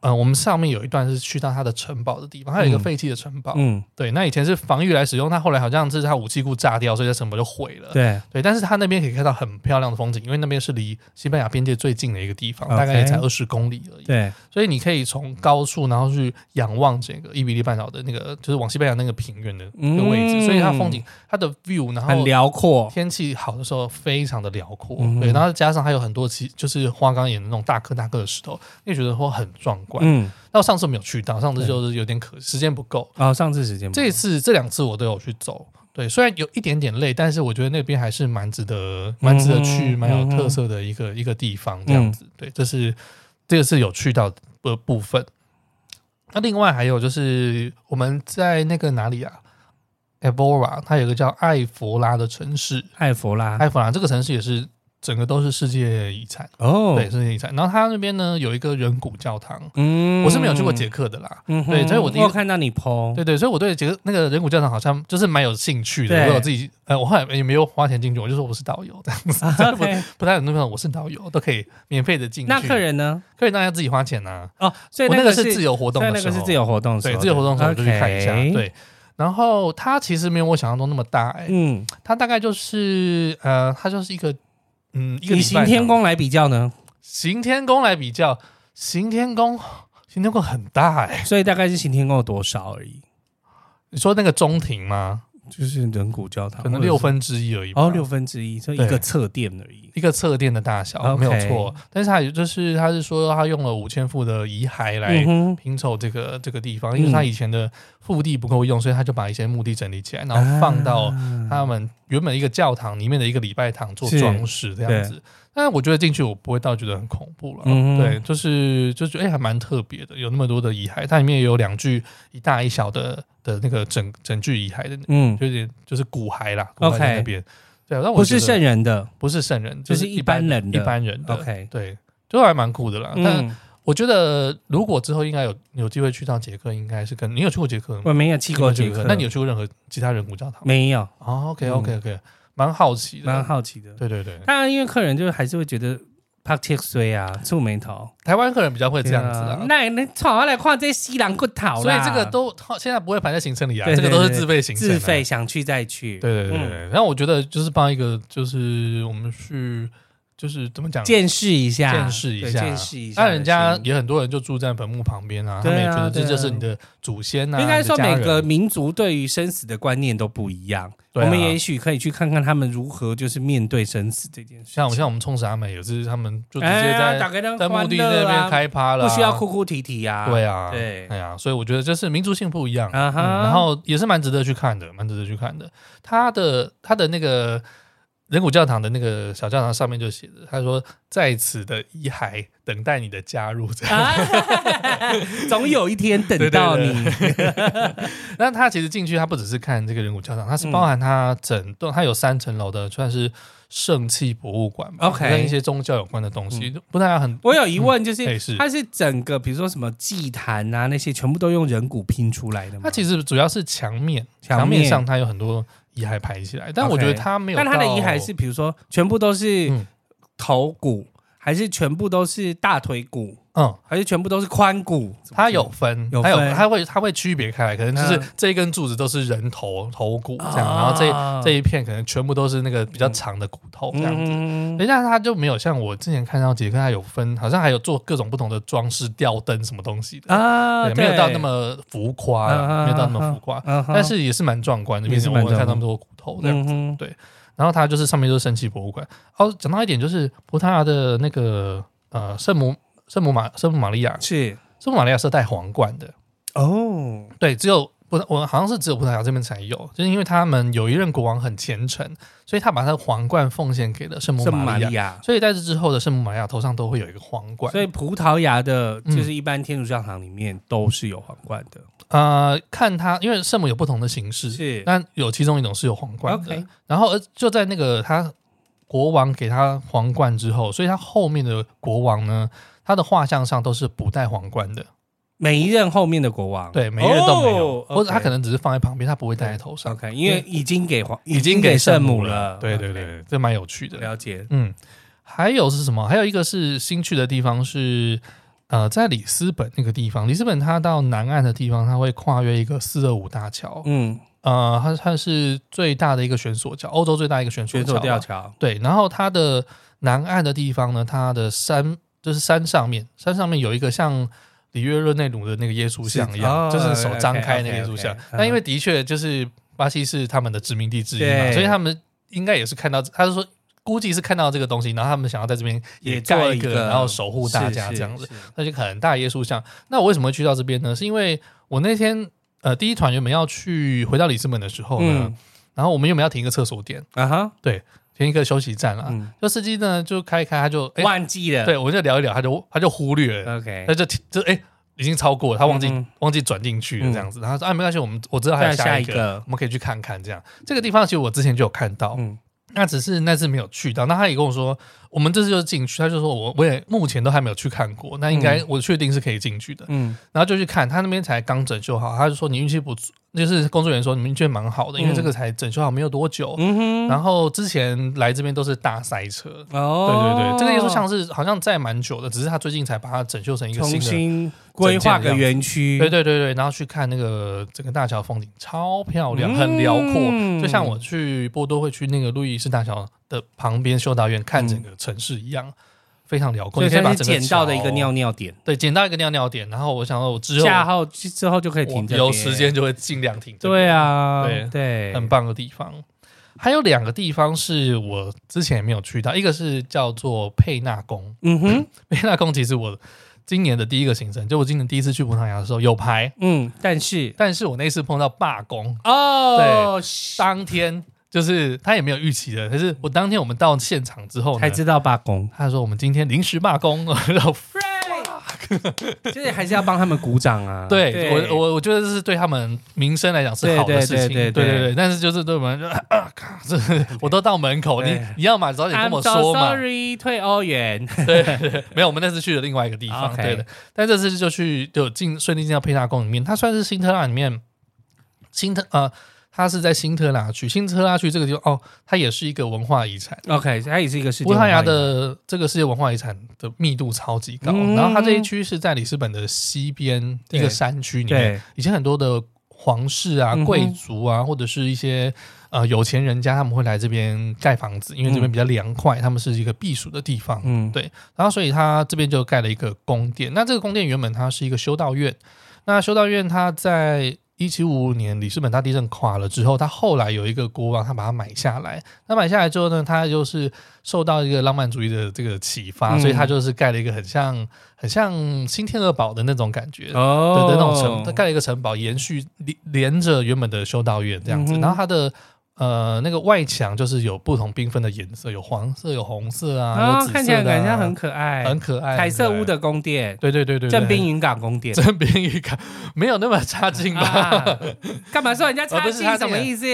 Speaker 2: 呃我们上面有一段是去到它的城堡的地方，它有一个
Speaker 1: 嗯
Speaker 2: 废弃的城堡，
Speaker 1: 嗯，
Speaker 2: 对，那以前是防御来使用，它后来好像是它武器库炸掉，所以它城堡就毁了。
Speaker 1: 对，
Speaker 2: 对，但是它那边可以看到很漂亮的风景，因为那边是离西班牙边界最近的一个地方，
Speaker 1: OK
Speaker 2: 大概也才二十公里而已。
Speaker 1: 对，
Speaker 2: 所以你可以从高处，然后去仰望整个伊比利半岛的那个，就是往西班牙那个平原的那个位置，
Speaker 1: 嗯
Speaker 2: 所以它风景、它的 view，然
Speaker 1: 很
Speaker 2: 后
Speaker 1: 辽阔，
Speaker 2: 天气好的时候非常的辽阔，
Speaker 1: 嗯
Speaker 2: 对，然后加上还有很多其就是花岗岩的那种大颗大颗的石头，你也觉得说很壮观。
Speaker 1: 嗯，
Speaker 2: 那、我上次没有去到，上次就是有点可惜，时间不够。
Speaker 1: 哦，上次时间不
Speaker 2: 这一次这两次我都有去走，对，虽然有一点点累，但是我觉得那边还是蛮值得、蛮值得去、
Speaker 1: 嗯
Speaker 2: 蛮有特色的一个、一个地方，这样子。对，这是这个是有去到的部分。那另外还有就是我们在那个哪里啊？Evora，它有一个叫艾佛拉的城市，
Speaker 1: 艾佛拉，
Speaker 2: 艾佛拉这个城市也是整个都是世界遗产，
Speaker 1: 哦，
Speaker 2: 对，世界遗产。然后它那边呢有一个人骨教堂，
Speaker 1: 嗯
Speaker 2: 我是没有去过捷，克的啦，
Speaker 1: 嗯哼
Speaker 2: 对所以我第一
Speaker 1: 有看到你 PO，
Speaker 2: 对对，所以我对杰克那个人骨教堂好像就是蛮有兴趣的。
Speaker 1: 对
Speaker 2: 我有自己呃，我后来也没有花钱进去，我就说我是导游 这样子，
Speaker 1: 啊
Speaker 2: 不
Speaker 1: OK
Speaker 2: 不太有那种我是导游都可以免费的进去。
Speaker 1: 那客人呢？
Speaker 2: 客人当然要自己花钱呐、
Speaker 1: 哦，所以
Speaker 2: 我那
Speaker 1: 个
Speaker 2: 是自由活动
Speaker 1: 所以
Speaker 2: 的
Speaker 1: 那
Speaker 2: 时
Speaker 1: 个
Speaker 2: 候，
Speaker 1: 是自由活动的时候
Speaker 2: 对
Speaker 1: 的，
Speaker 2: 自由活动的时候我就去看一下。
Speaker 1: OK，
Speaker 2: 对，然后它其实没有我想象中那么大、哎、
Speaker 1: 嗯，
Speaker 2: 它大概就是呃，它就是一个嗯一个
Speaker 1: 以
Speaker 2: 礼
Speaker 1: 行
Speaker 2: 拜
Speaker 1: 天
Speaker 2: 堂
Speaker 1: 宫来比较呢，
Speaker 2: 行天宫来比较，行天宫行天宫很大哎、
Speaker 1: 所以大概是行天宫有多少而已，
Speaker 2: 你说那个中庭吗？
Speaker 1: 就是人骨教堂
Speaker 2: 可能六分之一而已吧。
Speaker 1: 哦六分之一，就一
Speaker 2: 对
Speaker 1: 个侧殿而已。
Speaker 2: 一个侧殿的大小
Speaker 1: OK
Speaker 2: 没有错。但是它也就是他是说他用了五千副的遗骸来
Speaker 1: 嗯哼，
Speaker 2: 拼凑这个、这个地方，
Speaker 1: 嗯
Speaker 2: 因为他以前的腹地不够用，所以他就把一些墓地整理起来，然后放到
Speaker 1: 啊
Speaker 2: 他们原本一个教堂里面的一个礼拜堂做
Speaker 1: 是
Speaker 2: 装饰这样子。但我觉得进去我不会到觉得很恐怖了，
Speaker 1: 嗯哼
Speaker 2: 对，就是就觉得哎、还蛮特别的，有那么多的遗骸，它里面也有两具一大一小的的那个整整具遗骸的，
Speaker 1: 嗯，
Speaker 2: 有点就是骨骸啦，骨骸在
Speaker 1: OK
Speaker 2: 那边。对，但我
Speaker 1: 不
Speaker 2: 觉
Speaker 1: 是
Speaker 2: 得
Speaker 1: 圣人的
Speaker 2: 不是圣人，
Speaker 1: 就是
Speaker 2: 是
Speaker 1: 一
Speaker 2: 般
Speaker 1: 般人
Speaker 2: 一
Speaker 1: 的
Speaker 2: 般人的。
Speaker 1: ，OK，
Speaker 2: 对，就还蛮酷的啦。但
Speaker 1: 嗯，
Speaker 2: 我觉得，如果之后应该有有机会去到捷克，应该是跟你有去过捷克吗？
Speaker 1: 我没有去过
Speaker 2: 你
Speaker 1: 捷
Speaker 2: 有去
Speaker 1: 克，
Speaker 2: 那你有去过任何其他人骨教堂吗？
Speaker 1: 没有？
Speaker 2: 哦，OK OK OK，蛮好奇的，
Speaker 1: 蛮。好奇的。
Speaker 2: 对对对，
Speaker 1: 当然，因为客人就是还是会觉得拍切碎啊，触眉头
Speaker 2: 台湾客人比较会这样子
Speaker 1: 对啊
Speaker 2: 啊。
Speaker 1: 那那吵来看这西兰骨头
Speaker 2: 所以
Speaker 1: 啦，
Speaker 2: 这个都现在不会排在行程里啊，
Speaker 1: 对
Speaker 2: 这
Speaker 1: 对
Speaker 2: 个都是自费行程、
Speaker 1: 自费，。想去再去。
Speaker 2: 啊对对对对
Speaker 1: 嗯
Speaker 2: 对。然后我觉得就是帮一个，就是我们去，就是怎么讲，
Speaker 1: 见识一下，
Speaker 2: 见识一
Speaker 1: 对
Speaker 2: 下
Speaker 1: 见识一下的
Speaker 2: 那
Speaker 1: 心。
Speaker 2: 人家也很多人就住在坟墓旁边啊，他
Speaker 1: 对啊
Speaker 2: 们也觉得
Speaker 1: 对
Speaker 2: 这
Speaker 1: 啊
Speaker 2: 就是你的祖先啊。
Speaker 1: 应该说
Speaker 2: 你的家
Speaker 1: 每
Speaker 2: 人
Speaker 1: 个民族对于生死的观念都不一样。
Speaker 2: 对啊
Speaker 1: 我们也许可以去看看他们如何就是面对生死这件事情。
Speaker 2: 像像我们冲绳美也是，他们就直
Speaker 1: 哎
Speaker 2: 接
Speaker 1: 呀
Speaker 2: 在
Speaker 1: 打开灯
Speaker 2: 在墓地
Speaker 1: 欢乐
Speaker 2: 那边
Speaker 1: 啊
Speaker 2: 开趴了啊，
Speaker 1: 不需要哭哭啼啼啊。
Speaker 2: 对啊，
Speaker 1: 对
Speaker 2: 哎呀，所以我觉得就是民族性不一样，
Speaker 1: 啊哈
Speaker 2: 嗯然后也是蛮值得去看的，蛮值得去看的。他的他的那个人骨教堂的那个小教堂上面就写着，他说在此的遗骸等待你的加入，这样。
Speaker 1: 啊， 总有一天等到 你。
Speaker 2: 那他其实进去，他不只是看这个人骨教堂，
Speaker 1: 嗯
Speaker 2: 它是包含它整栋，它有三层楼的，算是圣器博物馆吧
Speaker 1: OK 嗯
Speaker 2: 跟一些宗教有关的东西，不太很
Speaker 1: 我有疑问，就
Speaker 2: 哎
Speaker 1: 是
Speaker 2: 是
Speaker 1: 它是整个，比如说什么祭坛啊那些，全部都用人骨拼出来的吗？
Speaker 2: 它其实主要是墙面，
Speaker 1: 墙
Speaker 2: 墙面
Speaker 1: 面
Speaker 2: 上它有很多遗骸排起来，但我觉得
Speaker 1: OK
Speaker 2: 它没有到。哦
Speaker 1: 但它的遗骸是，比如说全部都
Speaker 2: 嗯
Speaker 1: 是头骨，还是全部都是大腿骨，
Speaker 2: 嗯，
Speaker 1: 还是全部都是髋骨？
Speaker 2: 它有分，
Speaker 1: 有
Speaker 2: 它有，
Speaker 1: 分
Speaker 2: 它会它会区别开来，可能就是
Speaker 1: 嗯
Speaker 2: 这一根柱子都是人头头骨这样，
Speaker 1: 啊
Speaker 2: 然后这这一片可能全部都是那个比较长的骨头这样子。
Speaker 1: 嗯，
Speaker 2: 等一下，它就没有像我之前看到杰克，它有分，好像还有做各种不同的装饰、吊灯什么东西的，
Speaker 1: 啊，
Speaker 2: 对没有
Speaker 1: 对
Speaker 2: 到那，么浮夸啦，
Speaker 1: 嗯
Speaker 2: 没有到那么浮夸，
Speaker 1: 嗯哼
Speaker 2: 但是也是蛮壮观的，毕
Speaker 1: 也是
Speaker 2: 竟我
Speaker 1: 蛮
Speaker 2: 们看
Speaker 1: 壮观
Speaker 2: 那么多骨头这样
Speaker 1: 嗯哼，
Speaker 2: 然后它就是上面就是神奇博物馆。哦，讲到一点就是葡萄牙的那个呃圣母圣母玛圣母玛利亚，
Speaker 1: 是
Speaker 2: 圣母玛利亚是戴皇冠的，
Speaker 1: 哦，
Speaker 2: 对，只有葡萄我好像是只有葡萄牙这边才有，就是因为他们有一任国王很虔诚，所以他把他的皇冠奉献给了圣母
Speaker 1: 圣母
Speaker 2: 玛
Speaker 1: 玛
Speaker 2: 利
Speaker 1: 利
Speaker 2: 亚。
Speaker 1: 亚。
Speaker 2: 所以在这之后的圣母玛利亚头上都会有一个皇冠，
Speaker 1: 所以葡萄牙的，
Speaker 2: 嗯
Speaker 1: 就是一般天主教堂里面都是有皇冠的，
Speaker 2: 呃，看它，因为圣母有不同的形式，
Speaker 1: 是
Speaker 2: 嗯那有其中一种是有皇冠的
Speaker 1: OK
Speaker 2: 然后呃就在那个他国王给他皇冠之后，所以他后面的国王呢，他的画像上都是不戴皇冠的，
Speaker 1: 每一任后面的国王，
Speaker 2: 对，每一个都没有，
Speaker 1: 哦，OK
Speaker 2: 或者他可能只是放在旁边，他不会戴在头上，
Speaker 1: OK，因为已经给皇，
Speaker 2: 已
Speaker 1: 已经给圣母了，
Speaker 2: 对对
Speaker 1: OK，
Speaker 2: 对，这蛮有趣的，
Speaker 1: 了解。
Speaker 2: 嗯，还有是什么？还有一个是新去的地方是，呃，在里斯本那个地方，里斯本它到南岸的地方，它会跨越一个四二五大桥，
Speaker 1: 嗯，
Speaker 2: 呃，它它是最大的一个悬索桥，欧洲最大一个悬索
Speaker 1: 选
Speaker 2: 桥
Speaker 1: 手
Speaker 2: 吧。
Speaker 1: 吊桥，
Speaker 2: 对，然后它的南岸的地方呢，它的山就是山上面，山上面有一个像里约热内卢的那个耶稣像一样，
Speaker 1: 哦
Speaker 2: 就是手张
Speaker 1: OK，OK，OK，
Speaker 2: 开那个耶稣像
Speaker 1: 嗯。
Speaker 2: 那因为的确就是巴西是他们的殖民地之一嘛，
Speaker 1: 对
Speaker 2: 所以他们应该也是看到，他是说。估计是看到这个东西，然后他们想要在这边也
Speaker 1: 也做
Speaker 2: 盖
Speaker 1: 一
Speaker 2: 个，
Speaker 1: 个
Speaker 2: 然后守护大家
Speaker 1: 是
Speaker 2: 这样子。，
Speaker 1: 是是
Speaker 2: 那就很大耶稣像。那我为什么会去到这边呢？是因为我那天呃第一团原本要去回到里斯本的时候呢，
Speaker 1: 嗯
Speaker 2: 然后我们原本要停一个厕所点，
Speaker 1: 啊哈，
Speaker 2: 停一个休息站啦。
Speaker 1: 嗯
Speaker 2: 就司机呢就开一开，他就啊哎、
Speaker 1: 忘记了，
Speaker 2: 对我就聊一聊，他就他就忽略了，
Speaker 1: ，OK，
Speaker 2: 他就停就哎、已经超过了，他忘记、
Speaker 1: 嗯嗯
Speaker 2: 忘记转进去了
Speaker 1: 嗯
Speaker 2: 这样子。然后他说啊没关系，我们我知道还有
Speaker 1: 再下
Speaker 2: 下一
Speaker 1: 一
Speaker 2: 个，
Speaker 1: 个
Speaker 2: 我们可以去看看这样。这个地方其实我之前就有看到，
Speaker 1: 嗯
Speaker 2: 那只是那次没有去到，那他也跟我说，我们这次就进去，他就说我我也目前都还没有去看过，那应该我确定是可以进去的，
Speaker 1: 嗯
Speaker 2: 然后就去看，他那边才刚整修好，他就说你运气不错，就是工作人员说你们运气蛮好的，因为
Speaker 1: 嗯
Speaker 2: 这个才整修好没有多久，
Speaker 1: 嗯
Speaker 2: 然后之前来这边都是大塞车，
Speaker 1: 哼，
Speaker 2: 对
Speaker 1: 哦，
Speaker 2: 对对，这个耶稣像是好像在蛮久的，只是他最近才把它整修成一个
Speaker 1: 重
Speaker 2: 新的。
Speaker 1: 新规划个园区，
Speaker 2: 对对对对，然后去看那个整个大桥风景超漂
Speaker 1: 嗯
Speaker 2: 亮，很辽阔，就像我去波多会去那个路易士大桥的旁边修道院看整个城市一样，非常辽阔。
Speaker 1: 所以
Speaker 2: 你可以把
Speaker 1: 算
Speaker 2: 整
Speaker 1: 是
Speaker 2: 个
Speaker 1: 捡到的一
Speaker 2: 桥
Speaker 1: 个尿，尿点，
Speaker 2: 对，捡到一个尿尿点。然后我想到我之后
Speaker 1: 下后之后就可以停
Speaker 2: 我
Speaker 1: 这
Speaker 2: 有
Speaker 1: 边
Speaker 2: 时间，就会尽量停这边。
Speaker 1: 对啊，
Speaker 2: 对
Speaker 1: 对，
Speaker 2: 很棒的地方。还有两个地方是我之前也没有去到，一个是叫做佩纳宫。
Speaker 1: 嗯哼，
Speaker 2: 佩纳宫其实我今年的第一个行程，就我今年第一次去葡萄牙的时候有排，
Speaker 1: 嗯，但是
Speaker 2: 但是我那次碰到罢工，
Speaker 1: 哦，
Speaker 2: 当天就是他也没有预期的，可是我当天我们到现场之后呢
Speaker 1: 才知啊道罢工，
Speaker 2: 他说我们今天临时罢工， 然后
Speaker 1: 就是还是要帮他们鼓掌啊，
Speaker 2: 对我我我觉得这是对他们民生来讲是好的
Speaker 1: 对对
Speaker 2: 事情，
Speaker 1: 对对
Speaker 2: 对
Speaker 1: 对
Speaker 2: 但是就是对我们，啊 啊靠这我都到门口，你
Speaker 1: 对
Speaker 2: 你要嘛早点跟
Speaker 1: I'm
Speaker 2: 我
Speaker 1: so
Speaker 2: 说嘛。
Speaker 1: sorry，退欧元。
Speaker 2: 没有，我们那次去了另外一个地方
Speaker 1: OK
Speaker 2: 对的。但这次就去就进顺利进到佩纳宫里面，它算是新特拉里面新特呃，它是在新特拉区，新特拉区这个地方哦，它也是一个文化遗产。
Speaker 1: OK，它也是一个世界
Speaker 2: 葡萄牙
Speaker 1: 文化遗产
Speaker 2: 的这个世界文化遗产的密度超级高，
Speaker 1: 嗯
Speaker 2: 然后它这一区是在里斯本的西边一
Speaker 1: 对
Speaker 2: 个山区里面，
Speaker 1: 对
Speaker 2: 以前很多的皇室啊、
Speaker 1: 嗯哼
Speaker 2: 贵族啊，或者是一些呃有钱人家，他们会来这边盖房子，因为这边比较凉快，他们是一个避暑的地方。
Speaker 1: 嗯
Speaker 2: 对然后所以他这边就盖了一个宫殿。那这个宫殿原本它是一个修道院，那修道院它在一七五五年里斯本大地震垮了之后，它后来有一个国王，他把它买下来。那买下来之后呢，他就是受到一个浪漫主义的这个启发，
Speaker 1: 嗯
Speaker 2: 所以他就是盖了一个很像很像新天鹅堡的那种感觉。对
Speaker 1: 哦
Speaker 2: 的那种城，它盖了一个城堡，延续连连着原本的修道院这样子。
Speaker 1: 嗯哼
Speaker 2: 然后它的呃那个外墙就是有不同缤纷的颜色，有黄色、有红色啊，有
Speaker 1: 啊，
Speaker 2: 紫色的啊、
Speaker 1: 看起来感觉很可爱，
Speaker 2: 很可爱。
Speaker 1: 哎彩色屋
Speaker 2: 对
Speaker 1: 的宫殿，
Speaker 2: 不对，对对对对，
Speaker 1: 正 滨云港宫殿。
Speaker 2: 正兵一看没有那么差劲吧？
Speaker 1: 啊干嘛说人家
Speaker 2: 哦
Speaker 1: 差
Speaker 2: 不
Speaker 1: 劲
Speaker 2: 是差？
Speaker 1: 什
Speaker 2: 劲
Speaker 1: 么意思？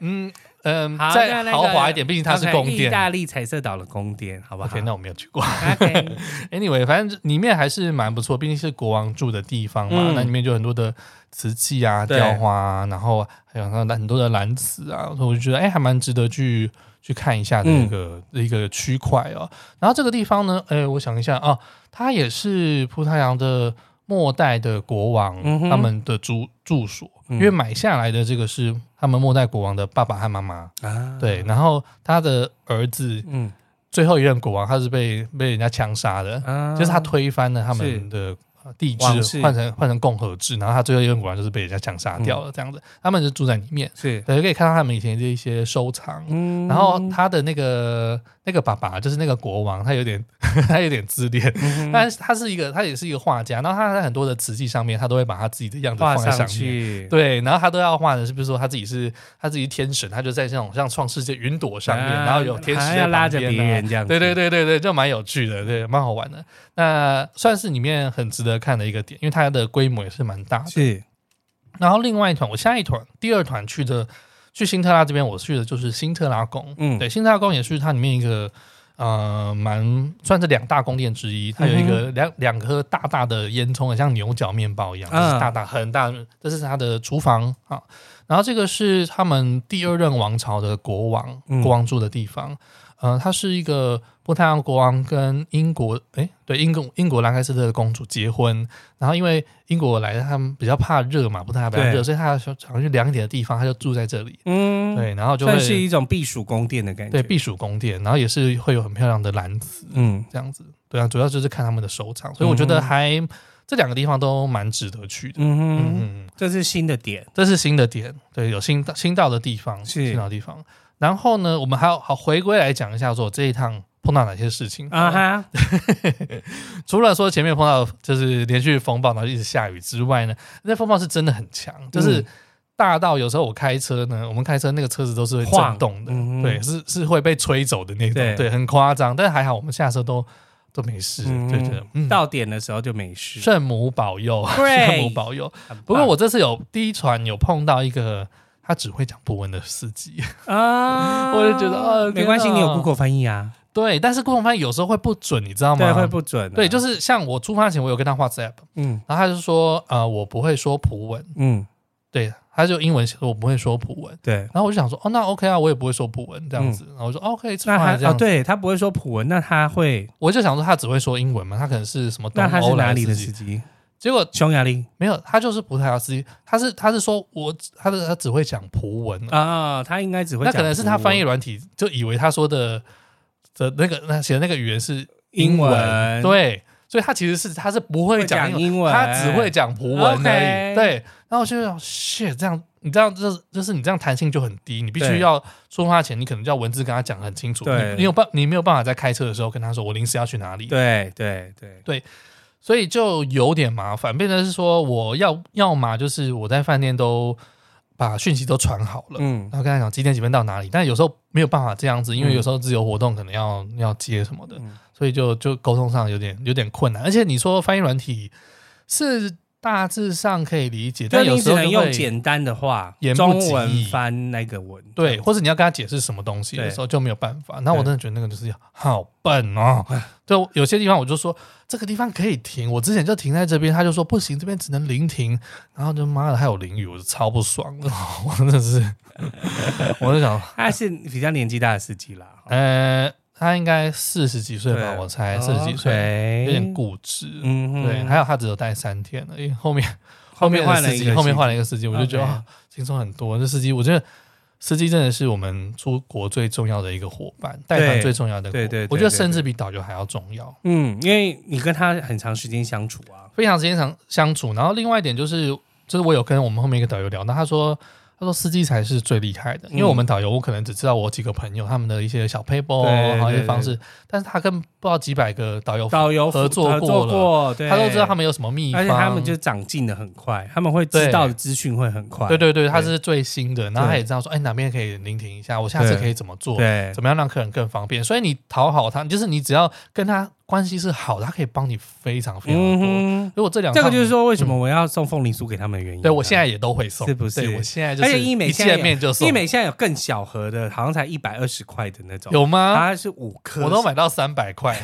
Speaker 2: 嗯嗯，
Speaker 1: 好
Speaker 2: 再
Speaker 1: 那那个
Speaker 2: 豪华一点，毕竟它是
Speaker 1: OK，
Speaker 2: 宫
Speaker 1: 意
Speaker 2: 殿。
Speaker 1: 大利彩色岛的宫殿，好不好哎
Speaker 2: OK，那 我没有去过。
Speaker 1: OK，
Speaker 2: Anyway，反正里面还是蛮不错，毕竟是国王住的地方嘛，
Speaker 1: 嗯
Speaker 2: 那里面就很多的瓷器啊、
Speaker 1: 对
Speaker 2: 雕花啊，然后还有很多的蓝瓷啊，所以我就觉得哎、还蛮值得去去看一下的
Speaker 1: 嗯
Speaker 2: 一个、一个区块哦。然后这个地方呢，哎、我想一下啊，它也是葡萄牙的末代的国王、
Speaker 1: 嗯哼
Speaker 2: 他们的住住所，
Speaker 1: 嗯
Speaker 2: 因为买下来的这个是他们末代国王的爸爸和妈妈，
Speaker 1: 啊，
Speaker 2: 对，然后他的儿子
Speaker 1: 嗯
Speaker 2: 最后一任国王他是被被人家枪杀的。
Speaker 1: 啊
Speaker 2: 就是他推翻了他
Speaker 1: 是
Speaker 2: 们的呃帝
Speaker 1: 王
Speaker 2: 制，
Speaker 1: 室
Speaker 2: 换成换成共和制，然后他最后一任国王就是被人家枪杀掉了，
Speaker 1: 嗯
Speaker 2: 这样子，他们就住在里面，
Speaker 1: 是，
Speaker 2: 对，可以看到他们以前的一些收藏。
Speaker 1: 嗯
Speaker 2: 然后他的那个那个爸爸就是那个国王，他有点 他有点自恋，
Speaker 1: 嗯
Speaker 2: 但是他是一个他也是一个画家，然后他在很多的瓷器上面，他都会把他自己的样子
Speaker 1: 画
Speaker 2: 放在
Speaker 1: 上
Speaker 2: 上面。
Speaker 1: 去，
Speaker 2: 对，然后他都要画的是，比如说他自己是他自己天神，他就在那种像创世界云朵上面，
Speaker 1: 啊
Speaker 2: 然后有天使
Speaker 1: 还
Speaker 2: 在
Speaker 1: 要拉
Speaker 2: 旁
Speaker 1: 着别
Speaker 2: 边啊
Speaker 1: 人这样子，
Speaker 2: 对对对对对，就蛮有趣的，对，蛮好玩的。那算是里面很值得看的一个点，因为它的规模也是蛮大的。
Speaker 1: 是，
Speaker 2: 然后另外一团，我下一团第二团去的去新特拉这边，我去的就是新特拉宫。
Speaker 1: 嗯
Speaker 2: 对，新特拉宫也是它里面一个呃蛮算是两大宫殿之一，它有一
Speaker 1: 嗯
Speaker 2: 个两两颗大大的烟囱，很像牛角面包一样，就
Speaker 1: 啊
Speaker 2: 是大大很大，这是它的厨房啊。然后这个是他们第二任王朝的国王
Speaker 1: 嗯
Speaker 2: 国王住的地方。呃，它是一个波太阳国王跟英国，诶，对，英国英国兰开斯特的公主结婚，然后因为英国来，他们比较怕热嘛，波太阳比较
Speaker 1: 对
Speaker 2: 热，所以他想想去凉一点的地方，他就住在这里，
Speaker 1: 嗯，
Speaker 2: 对，然后就会
Speaker 1: 算是一种避暑宫殿的感觉，
Speaker 2: 对，避暑宫殿，然后也是会有很漂亮的蓝瓷
Speaker 1: 嗯
Speaker 2: 这样子，对啊，主要就是看他们的收藏，所以我觉
Speaker 1: 嗯
Speaker 2: 得还、这两个地方都蛮值得去的。
Speaker 1: 嗯
Speaker 2: 嗯
Speaker 1: 哼，
Speaker 2: 嗯，嗯
Speaker 1: 这是新的点，
Speaker 2: 这是新的点，对，有新到新到的地方，
Speaker 1: 是
Speaker 2: 新到的地方。然后呢，我们还要好回归来讲一下，说我这一趟碰到哪些事情
Speaker 1: 啊哈，
Speaker 2: 除了说前面碰到就是连续风暴，然后一直下雨之外呢，那风暴是真的很强，就是
Speaker 1: 嗯
Speaker 2: 大到有时候我开车呢，我们开车那个车子都是会
Speaker 1: 晃
Speaker 2: 震动的，
Speaker 1: 嗯哼
Speaker 2: 对，是是会被吹走的那种，
Speaker 1: 对
Speaker 2: 对，很夸张。但是还好我们下车都都没事，
Speaker 1: 嗯
Speaker 2: 对对，嗯，
Speaker 1: 到点的时候就没事，
Speaker 2: 圣母保佑，
Speaker 1: Great
Speaker 2: 圣母保佑。
Speaker 1: 很棒
Speaker 2: 不过我这次有第一船有碰到一个他只会讲葡文的司机，
Speaker 1: 啊，
Speaker 2: 我就觉得呃
Speaker 1: 没关系，
Speaker 2: 天哪
Speaker 1: 你有 Google 翻译啊，
Speaker 2: 对，但是顾同翻译有时候会不准，你知道吗？
Speaker 1: 对，会不准啊，
Speaker 2: 对，就是像我出发前我有跟他 WhatsApp。
Speaker 1: 嗯
Speaker 2: 然后他就说，呃，我不会说葡文，
Speaker 1: 嗯，
Speaker 2: 对，他就英文写说我不会说葡文，
Speaker 1: 对。
Speaker 2: 然后我就想说，哦，那 OK 啊，我也不会说葡文这样子，然后我说 OK，
Speaker 1: 嗯那
Speaker 2: 这
Speaker 1: 他
Speaker 2: 样
Speaker 1: 哦，
Speaker 2: 子，
Speaker 1: 对他不会说普文，那他会，
Speaker 2: 我就想说他只会说英文嘛，他可能是什么东
Speaker 1: 那他是
Speaker 2: 欧来
Speaker 1: 哪里的
Speaker 2: 司
Speaker 1: 司
Speaker 2: 机
Speaker 1: 机？
Speaker 2: 结果
Speaker 1: 匈牙利
Speaker 2: 没有，他就是葡萄牙司机，他是他是说我他的他只会讲葡文，
Speaker 1: 啊，他应该只会
Speaker 2: 嗯那
Speaker 1: 讲
Speaker 2: 可能是他翻译
Speaker 1: 葡
Speaker 2: 软体就以为他说的的那个那写的那个语言是
Speaker 1: 英
Speaker 2: 英文，
Speaker 1: 文
Speaker 2: 对，所以他其实是他是不会
Speaker 1: 文
Speaker 2: 讲英文
Speaker 1: 讲。英文，
Speaker 2: 他只会讲葡文而已。
Speaker 1: OK
Speaker 2: 对，然后我就想，shit，这样你这样就是就是你这样弹性就很低，你必须
Speaker 1: 对
Speaker 2: 要出发前，你可能就要文字跟他讲很清楚。
Speaker 1: 对
Speaker 2: 你你有办你没有办法在开车的时候跟他说我临时要去哪里，
Speaker 1: 对对对，
Speaker 2: 所以就有点麻烦。变成是说我要要么就是我在饭店都把讯息都传好了。
Speaker 1: 嗯
Speaker 2: 然后跟他讲几点几分到哪里，但有时候没有办法这样子，因为
Speaker 1: 嗯
Speaker 2: 有时候自由活动可能要要接什么的，
Speaker 1: 嗯
Speaker 2: 所以就就沟通上有点有点困难。而且你说翻译软体是大致上可以理解，
Speaker 1: 就
Speaker 2: 但
Speaker 1: 你
Speaker 2: 有
Speaker 1: 只
Speaker 2: 时候
Speaker 1: 能
Speaker 2: 就
Speaker 1: 用
Speaker 2: 会
Speaker 1: 简单的话
Speaker 2: 言，不
Speaker 1: 中
Speaker 2: 及
Speaker 1: 文
Speaker 2: 义
Speaker 1: 翻那个文，
Speaker 2: 对，或者你要跟他解释什么东西的
Speaker 1: 对
Speaker 2: 时候就没有办法。那我
Speaker 1: 对
Speaker 2: 真的觉得那个就是好笨哦。就有些地方我就说这个地方可以停，我之前就停在这边，他就说不行，这边只能临停。然后就妈的还有淋雨，我就超不爽的， 我真的是， 我就想，
Speaker 1: 他是比较年纪大的司机啦，
Speaker 2: 呃，他应该四十几岁吧，
Speaker 1: 对
Speaker 2: 我猜四十几岁，
Speaker 1: 岁
Speaker 2: 有点，固执。
Speaker 1: 哦嗯哼
Speaker 2: 对，还有他只有待三天而已，后面
Speaker 1: 后
Speaker 2: 面
Speaker 1: 面换了
Speaker 2: 司
Speaker 1: 一
Speaker 2: 机，
Speaker 1: 个，
Speaker 2: 后面换了一个司机，我就觉得
Speaker 1: OK
Speaker 2: 啊轻松很多。这司机，我觉得司机真的是我们出国最重要的一个伙伴，带团最重要的伙伴。
Speaker 1: 对对对
Speaker 2: 我觉得
Speaker 1: 对
Speaker 2: 甚至比导游还要重要。
Speaker 1: 嗯，因为你跟他很长时间相处啊，
Speaker 2: 非常时间长相处，然后另外一点就是，就是我有跟我们后面一个导游聊，那他说。他说：“司机才是最厉害的，因为我们导游，我可能只知道我几个朋友他们的一些小 paper
Speaker 1: 嗯对对
Speaker 2: 然后一些
Speaker 1: 对
Speaker 2: 方式，但是他跟不知道几百个导游，
Speaker 1: 导游
Speaker 2: 合作
Speaker 1: 合
Speaker 2: 过
Speaker 1: 作
Speaker 2: 了
Speaker 1: 过，对，
Speaker 2: 他都知道他们有什么秘方，
Speaker 1: 而且他们就长进的很快，他们会知道的资讯会很快。
Speaker 2: 对对对，
Speaker 1: 对
Speaker 2: 他是最新的，然后他也知道说，哎，哪边可以聆听一下，我下次
Speaker 1: 对
Speaker 2: 可以怎么做，
Speaker 1: 对
Speaker 2: 怎么样让客人更方便。所以你讨好他，就是你只要跟他关系是好，他可以帮你非常非常多。
Speaker 1: 嗯
Speaker 2: 如果这两
Speaker 1: 哼，这
Speaker 2: 趟
Speaker 1: 个就是，说为什么我要送凤梨酥给他们的原因啊。
Speaker 2: 嗯对我现在也都会送，
Speaker 1: 是不是
Speaker 2: 对我现在就
Speaker 1: 而
Speaker 2: 是
Speaker 1: 且医美
Speaker 2: 一
Speaker 1: 现在
Speaker 2: 见面就送，
Speaker 1: 医美现在有更小盒的，好像才一百二十块的那种，
Speaker 2: 有吗？
Speaker 1: 它是五颗，
Speaker 2: 啊我都买到三百 块，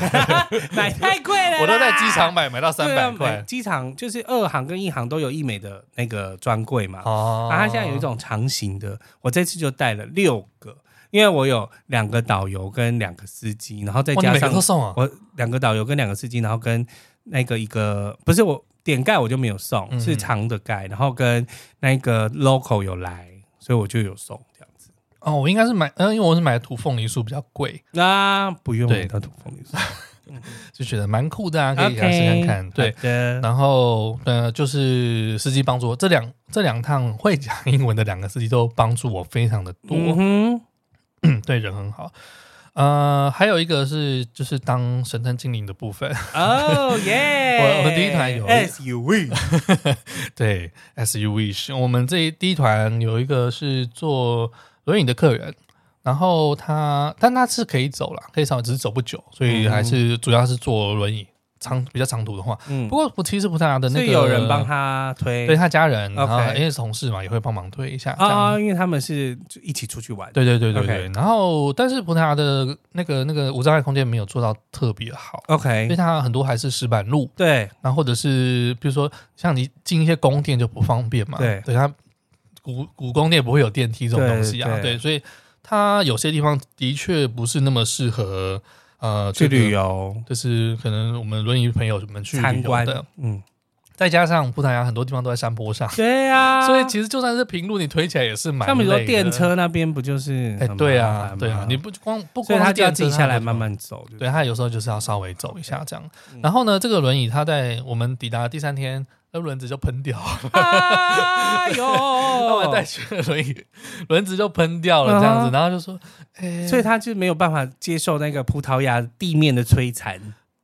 Speaker 1: 买太贵了啦，
Speaker 2: 我都在机场买，买到三
Speaker 1: 对啊
Speaker 2: 百
Speaker 1: 买
Speaker 2: 块。
Speaker 1: 机场就是二行跟一行都有医美的那个专柜嘛，
Speaker 2: 哦，
Speaker 1: 啊，它现在有一种长型的，我这次就带了六个，因为我有两个导游跟两个司机，然后再
Speaker 2: 哇，你
Speaker 1: 加
Speaker 2: 每个
Speaker 1: 上
Speaker 2: 都送啊？
Speaker 1: 我两个导游跟两个司机，然后跟那个一个不是我点盖我就没有送，
Speaker 2: 嗯
Speaker 1: 是长的盖，然后跟那个 local 有来，所以我就有送这样子。
Speaker 2: 哦，我应该是买，嗯，因为我是买土凤梨酥比较贵，
Speaker 1: 那、不用
Speaker 2: 对
Speaker 1: 到土风里送，
Speaker 2: 就觉得蛮酷的啊，可以来试看看。对，
Speaker 1: 好的，
Speaker 2: 然后呃，就是司机帮助我，这两这两趟会讲英文的两个司机都帮助我非常的多，
Speaker 1: 嗯哼，
Speaker 2: 对人很好。呃，还有一个是就是当神探精灵的部分，
Speaker 1: 哦耶
Speaker 2: 我我第一团有
Speaker 1: SUV，
Speaker 2: 对 SUV 是我们这一第一团有一个是坐轮椅的客人，然后他但他是可以走了，可以稍微只是走不久，所以还是主要是坐轮椅长比较长途的话，
Speaker 1: 嗯
Speaker 2: 不，过我其实不太拿的那个
Speaker 1: 是有人帮他推
Speaker 2: 对他家人，然
Speaker 1: OK
Speaker 2: 后因为是同事嘛也会帮忙推一下这样
Speaker 1: 啊，因为他们是就一起出去玩，
Speaker 2: 对对对对
Speaker 1: OK
Speaker 2: 对。然后，但是葡萄牙的那个那个无障碍空间没有做到特别好，因为
Speaker 1: ，OK，
Speaker 2: 它很多还是石板路，
Speaker 1: 对，
Speaker 2: 然后或者是比如说像你进一些宫殿就不方便嘛，
Speaker 1: 对
Speaker 2: 对，它古古宫殿不会有电梯这种东西啊，
Speaker 1: 对对
Speaker 2: 对，所以它有些地方的确不是那么适合呃
Speaker 1: 去旅
Speaker 2: 游。
Speaker 1: 游
Speaker 2: 就是可能我们轮椅朋友们去
Speaker 1: 参
Speaker 2: 旅游
Speaker 1: 观
Speaker 2: 的，，
Speaker 1: 嗯，
Speaker 2: 再加上葡萄牙很多地方都在山坡上，
Speaker 1: 对啊，
Speaker 2: 所以其实就算是平路，你推起来也是蛮
Speaker 1: 像比如说
Speaker 2: 累的
Speaker 1: 电车那边不就是？
Speaker 2: 哎、对啊，对啊，你不光不
Speaker 1: 所以
Speaker 2: 光
Speaker 1: 他
Speaker 2: 是
Speaker 1: 就要
Speaker 2: 电
Speaker 1: 自
Speaker 2: 车
Speaker 1: 己下来
Speaker 2: 它
Speaker 1: 慢慢走，对不对嗯
Speaker 2: 对他有时候就是要稍微走一下这样。然后呢，这个轮椅它在我们抵达第三天，那轮子就喷掉了，
Speaker 1: 哎
Speaker 2: 那我们带
Speaker 1: 呦，
Speaker 2: 去的轮椅轮子就喷掉了这样
Speaker 1: 啊哈
Speaker 2: 子，然后就说，哎，
Speaker 1: 所以他就没有办法接受那个葡萄牙地面的摧残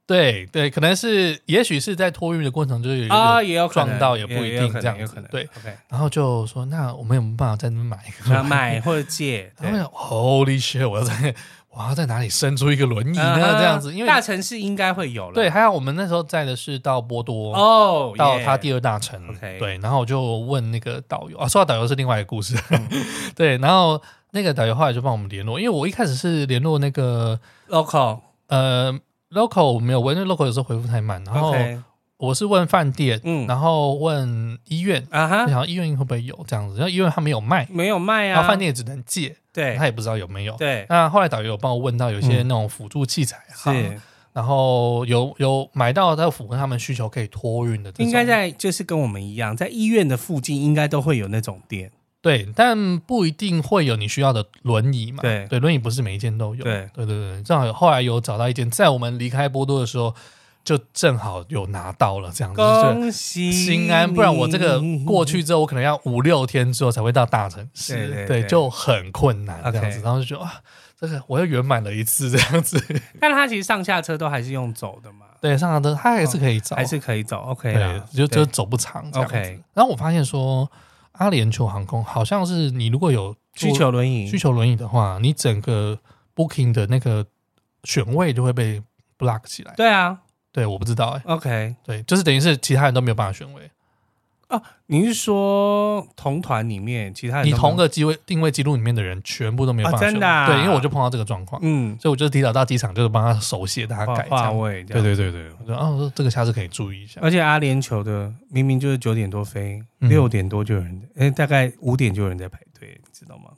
Speaker 2: 对对，可能是也许是在托运的过程就有
Speaker 1: 啊，
Speaker 2: 有
Speaker 1: 也有可能
Speaker 2: 撞到也不一
Speaker 1: 有
Speaker 2: 定
Speaker 1: 可能
Speaker 2: 这样
Speaker 1: 有
Speaker 2: 子
Speaker 1: 可能
Speaker 2: 对
Speaker 1: ，OK，
Speaker 2: 然后就说，那我们有没有办法在那边买一个？
Speaker 1: 那买或者 借，
Speaker 2: 然
Speaker 1: 对
Speaker 2: 后我想，Holy shit！我要在我要在哪里生出一个轮椅呢？这样子，因为
Speaker 1: 嗯大城市应该会有了，
Speaker 2: 对，还好我们那时候在的是到波多
Speaker 1: 哦，
Speaker 2: 到他
Speaker 1: 耶
Speaker 2: 第二大城
Speaker 1: OK
Speaker 2: 对，然后我就问那个导游啊，说到导游是另外一个故事，
Speaker 1: 嗯
Speaker 2: 对，然后那个导游后来就帮我们联络，因为我一开始是联络那个
Speaker 1: local，
Speaker 2: 呃 local 我没有问，因为 local 有时候回复太慢，然后
Speaker 1: OK，
Speaker 2: 我是问饭店，
Speaker 1: 嗯
Speaker 2: 然后问医院，
Speaker 1: 啊哈
Speaker 2: 然，后医院会不会有这样子，然后医院他没有卖，
Speaker 1: 没有卖
Speaker 2: 哎然
Speaker 1: 啊，
Speaker 2: 后饭店也只能借，
Speaker 1: 对
Speaker 2: 他也不知道有没有。
Speaker 1: 对嗯
Speaker 2: 那后来导游有帮我问到有一些那种辅助器材行，
Speaker 1: 是
Speaker 2: 然后有有买到它符合他们需求可以托运的这种，
Speaker 1: 应该在就是跟我们一样，在医院的附近应该都会有那种店，
Speaker 2: 对，但不一定会有你需要的轮椅嘛。
Speaker 1: 对
Speaker 2: 对，轮椅不是每一间都有。
Speaker 1: 对
Speaker 2: 对对对，正好有后来有找到一间，在我们离开波多的时候，就正好有拿到了这样子，就是
Speaker 1: 恭喜
Speaker 2: 嗯心安。不然我这个
Speaker 1: 你
Speaker 2: 过去之后，我可能要五六天之后才会到大城市，
Speaker 1: 对对对
Speaker 2: 就很困难这样子。
Speaker 1: OK
Speaker 2: 然后就觉得啊，这个我又圆满了一次这 样子。
Speaker 1: 但他其实上下车都还是用走的嘛，
Speaker 2: 对，上上车他还是可以找，
Speaker 1: 哦还是可以走。OK
Speaker 2: 对啊
Speaker 1: 啦，，
Speaker 2: 就
Speaker 1: 对
Speaker 2: 就走不长这样子。
Speaker 1: OK
Speaker 2: 然后我发现说，阿联酋航空好像是你如果有
Speaker 1: 需
Speaker 2: 做
Speaker 1: 求轮椅，
Speaker 2: 需求轮椅的话，你整个 booking 的那个选位就会被 block 起来。
Speaker 1: 对啊
Speaker 2: 对，我不知道哎、
Speaker 1: ，OK，
Speaker 2: 对，就是等于是其他人都没有办法选位，
Speaker 1: 哦，您是说同团里面其他人
Speaker 2: 你
Speaker 1: 都没有
Speaker 2: 同个机位定位记录里面的人全部都没有办法
Speaker 1: 啊
Speaker 2: 选，
Speaker 1: 真的啊
Speaker 2: 对，因为我就碰到这个状况，
Speaker 1: 嗯
Speaker 2: 所以我就提早到机场，就是帮他手写，大家
Speaker 1: 化
Speaker 2: 改这
Speaker 1: 化
Speaker 2: 样。
Speaker 1: 位这
Speaker 2: 对
Speaker 1: 样？
Speaker 2: 对对对，我说哦，我说这个下次可以注意一下。
Speaker 1: 而且阿联酋的明明就是九点多飞，
Speaker 2: 嗯
Speaker 1: 六点多就有人，哎、大概五点就有人在排队，你知道吗？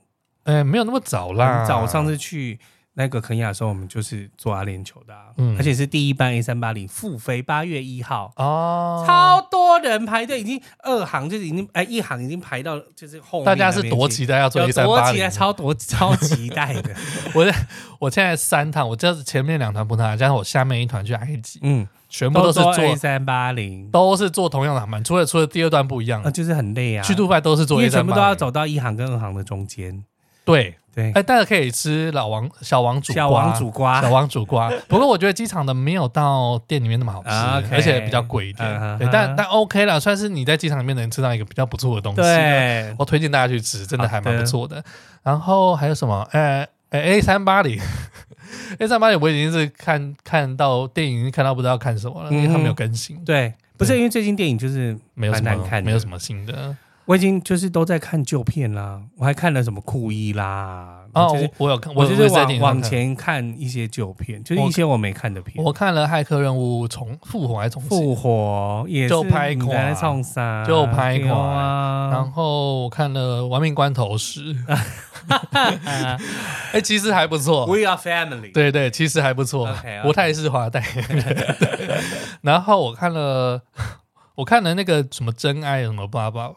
Speaker 2: 哎，没有那么早
Speaker 1: 我
Speaker 2: 啦，
Speaker 1: 们早上次去那个肯雅的时候，我们就是坐阿联酋的、啊，
Speaker 2: 嗯
Speaker 1: 而且是第一班 A 三八零复飞，八月一号，
Speaker 2: 哦，
Speaker 1: 超多人排队，已经二行就是已经哎、一行已经排到就是后面
Speaker 2: 大
Speaker 1: 那边去，
Speaker 2: 家是多期待要做一
Speaker 1: 啊有
Speaker 2: 三
Speaker 1: 多
Speaker 2: 八
Speaker 1: 期
Speaker 2: 零啊
Speaker 1: 待，。超多超期待的，
Speaker 2: 我在我现在三趟，我这前面两团葡萄牙，加上我下面一团去埃及，
Speaker 1: 嗯，
Speaker 2: 全部都是
Speaker 1: 做 A
Speaker 2: 做
Speaker 1: 三八零，
Speaker 2: 都是做同样的航班，除了除了第二段不一样
Speaker 1: 那、，就是很累啊，
Speaker 2: 去杜拜都是
Speaker 1: 因
Speaker 2: 做
Speaker 1: 为
Speaker 2: A
Speaker 1: 全
Speaker 2: 三
Speaker 1: 部
Speaker 2: 八，
Speaker 1: 都要走到一行跟二行的中间，
Speaker 2: 对。
Speaker 1: 对，
Speaker 2: 哎，大家可以吃老王小王煮瓜
Speaker 1: 小王煮瓜
Speaker 2: 小，王 煮瓜。不过我觉得机场的没有到店里面那么好吃
Speaker 1: 啊，OK
Speaker 2: 而且比较贵一
Speaker 1: 嗯
Speaker 2: 点。
Speaker 1: 哼
Speaker 2: 对，但但 OK 啦，算是你在机场里面能吃到一个比较不错的东西。，啊
Speaker 1: 对，
Speaker 2: 我推荐大家去吃，真的还
Speaker 1: 好
Speaker 2: 蛮
Speaker 1: 的
Speaker 2: 不错的。然后还有什么？呃呃，A 三八零，A 三八零，我已经是看看到电影已经看到不知道看什么了，因为它没有更新，
Speaker 1: 对，不是
Speaker 2: 对
Speaker 1: 因为最近电影就是
Speaker 2: 没有什
Speaker 1: 嗯蛮难
Speaker 2: 么
Speaker 1: 看的
Speaker 2: 没有什么新的。
Speaker 1: 我已经就是都在看旧片啦，我还看了什么酷一啦，
Speaker 2: 哦，
Speaker 1: 就是
Speaker 2: 我我有看，
Speaker 1: 我
Speaker 2: 我
Speaker 1: 就
Speaker 2: 也
Speaker 1: 是
Speaker 2: 在
Speaker 1: 往
Speaker 2: 电影上
Speaker 1: 往
Speaker 2: 看。
Speaker 1: 前看一些旧片，就是一些我没看的片。
Speaker 2: 我看了《骇客任务》重复活还是重
Speaker 1: 复
Speaker 2: 启，
Speaker 1: 活也是
Speaker 2: 就拍垮
Speaker 1: 你在冲啥？
Speaker 2: 就拍垮
Speaker 1: 对啊
Speaker 2: 然！后我看了《亡命关头十》，哎，其实还不错。
Speaker 1: We are family。
Speaker 2: 对对，其实还不错
Speaker 1: OK，OK
Speaker 2: 国泰世华带。 对然后我看了，我看了那个什么《真爱》什么爸爸吧，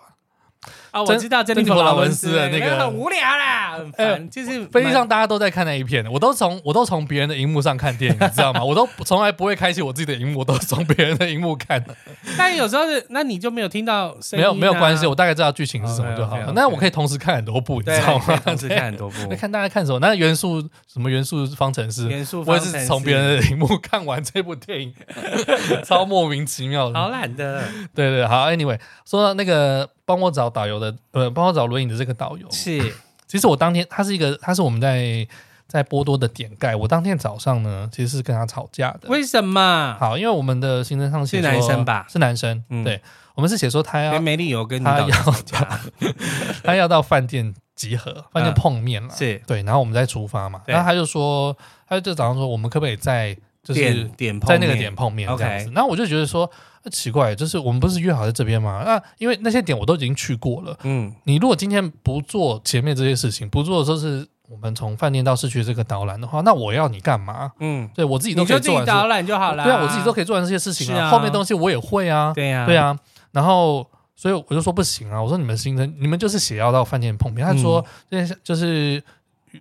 Speaker 1: 啊，我
Speaker 2: 珍
Speaker 1: 知道珍妮
Speaker 2: 珍妮
Speaker 1: 佛
Speaker 2: 佛劳
Speaker 1: 劳伦
Speaker 2: 伦
Speaker 1: 斯
Speaker 2: 斯的
Speaker 1: 那
Speaker 2: 那个
Speaker 1: 很无聊啦，很
Speaker 2: 哎
Speaker 1: 烦，就是
Speaker 2: 飞机上大家都在看那一片，我都从我都从别人的荧幕上看电影，你知道吗？我都从来不会开启我自己的荧幕，我都从别人的荧幕看。
Speaker 1: 蛮。但有时候是，那你就没有听到声
Speaker 2: 没
Speaker 1: 音啊，
Speaker 2: 有没有关系，我大概知道剧情是什么就好了。
Speaker 1: OK，OK，OK
Speaker 2: 那我可以同时看很多部，你
Speaker 1: 对
Speaker 2: 知道吗？
Speaker 1: 同时看很多部
Speaker 2: 那哎看大家看什么？那元素什么元素方程式？
Speaker 1: 哦元素
Speaker 2: 我
Speaker 1: 方
Speaker 2: 也
Speaker 1: 程式
Speaker 2: 是从别人的荧幕看完这部电影， 超莫名其妙的。
Speaker 1: 好懒的，
Speaker 2: 对对，好。Anyway，说到那个帮我找导游的，呃，帮我找轮椅的这个
Speaker 1: 哦
Speaker 2: 导游，
Speaker 1: 是
Speaker 2: 其实我当天他是一个，他是我们在在波多的点盖。我当天早上呢，其实是跟他吵架 的。
Speaker 1: 为什么？
Speaker 2: 好，因为我们的行程上写
Speaker 1: 是
Speaker 2: 说
Speaker 1: 男生吧
Speaker 2: 是男生，
Speaker 1: 嗯
Speaker 2: 对，我们是写说他要
Speaker 1: 连没理由跟你
Speaker 2: 他
Speaker 1: 导
Speaker 2: 要
Speaker 1: 游吵 架，
Speaker 2: 他要到饭店集合，饭店碰面了，
Speaker 1: 嗯是
Speaker 2: 对，然后我们再出发嘛。
Speaker 1: 对
Speaker 2: 然后他就说，他就早上说，我们可不可以在就是
Speaker 1: 点点
Speaker 2: 在
Speaker 1: 碰
Speaker 2: 那个
Speaker 1: 面
Speaker 2: 点碰面
Speaker 1: OK
Speaker 2: 这样子。那我就觉得说呃奇怪，就是我们不是约好在这边吗？那因为那些点我都已经去过了，
Speaker 1: 嗯
Speaker 2: 你如果今天不做前面这些事情，不做说是我们从饭店到市区这个导览的话，那我要你干嘛？
Speaker 1: 嗯，
Speaker 2: 对我自己
Speaker 1: 你
Speaker 2: 都可
Speaker 1: 就
Speaker 2: 以
Speaker 1: 自
Speaker 2: 做
Speaker 1: 己
Speaker 2: 完
Speaker 1: 导
Speaker 2: 事，
Speaker 1: 览就好啦。
Speaker 2: 对啊，我自己都可以做完这些事情
Speaker 1: 是
Speaker 2: 啊，
Speaker 1: 啊
Speaker 2: 后面东西我也会啊，
Speaker 1: 对呀，
Speaker 2: 对，啊，然后所以我就说不行啊，我说你们行程你们就是写要到饭店碰面，他说
Speaker 1: 嗯
Speaker 2: 这件就是。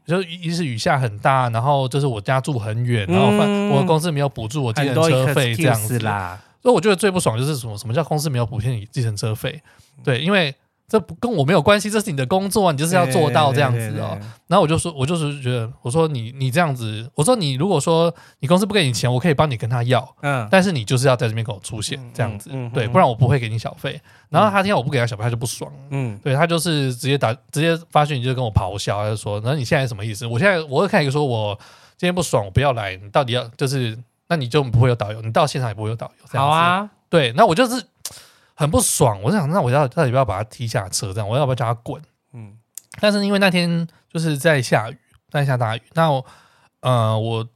Speaker 2: 就是一是雨下很大，然后就是我家住很远，然后饭、
Speaker 1: 嗯
Speaker 2: 我公司没有补助我计
Speaker 1: 很
Speaker 2: 程
Speaker 1: 多
Speaker 2: 车费这样子
Speaker 1: excuse，啦。
Speaker 2: 所以我觉得最不爽就是什么什么叫公司没有补贴你计程车费？
Speaker 1: 嗯
Speaker 2: 对，因为这不跟我没有关系，这是你的工作啊，你就是要做到这样子哦。然后我就说，我就是觉得，我说你你这样子，我说你如果说你公司不给你钱，我可以帮你跟他要，
Speaker 1: 嗯，
Speaker 2: 但是你就是要在这边给我出现这样子
Speaker 1: 嗯嗯嗯，
Speaker 2: 对，
Speaker 1: 嗯
Speaker 2: 不然我不会给你小费。然后他听到我不给他小费，他就不爽。
Speaker 1: 嗯
Speaker 2: 对他就是直接打，直接发讯息就跟我咆哮，他就说：“那你现在什么意思？我现在我会看一个说，我今天不爽，我不要来，你到底要就是，那你就不会有导游，你到现场也不会有导游。”
Speaker 1: 好，啊，
Speaker 2: 对，那我就是很不爽，我就想，那我要到底要不要把他踢下车？这样，我要不要叫他滚？
Speaker 1: 嗯
Speaker 2: 但是因为那天就是在下雨，在下大雨，那我呃，我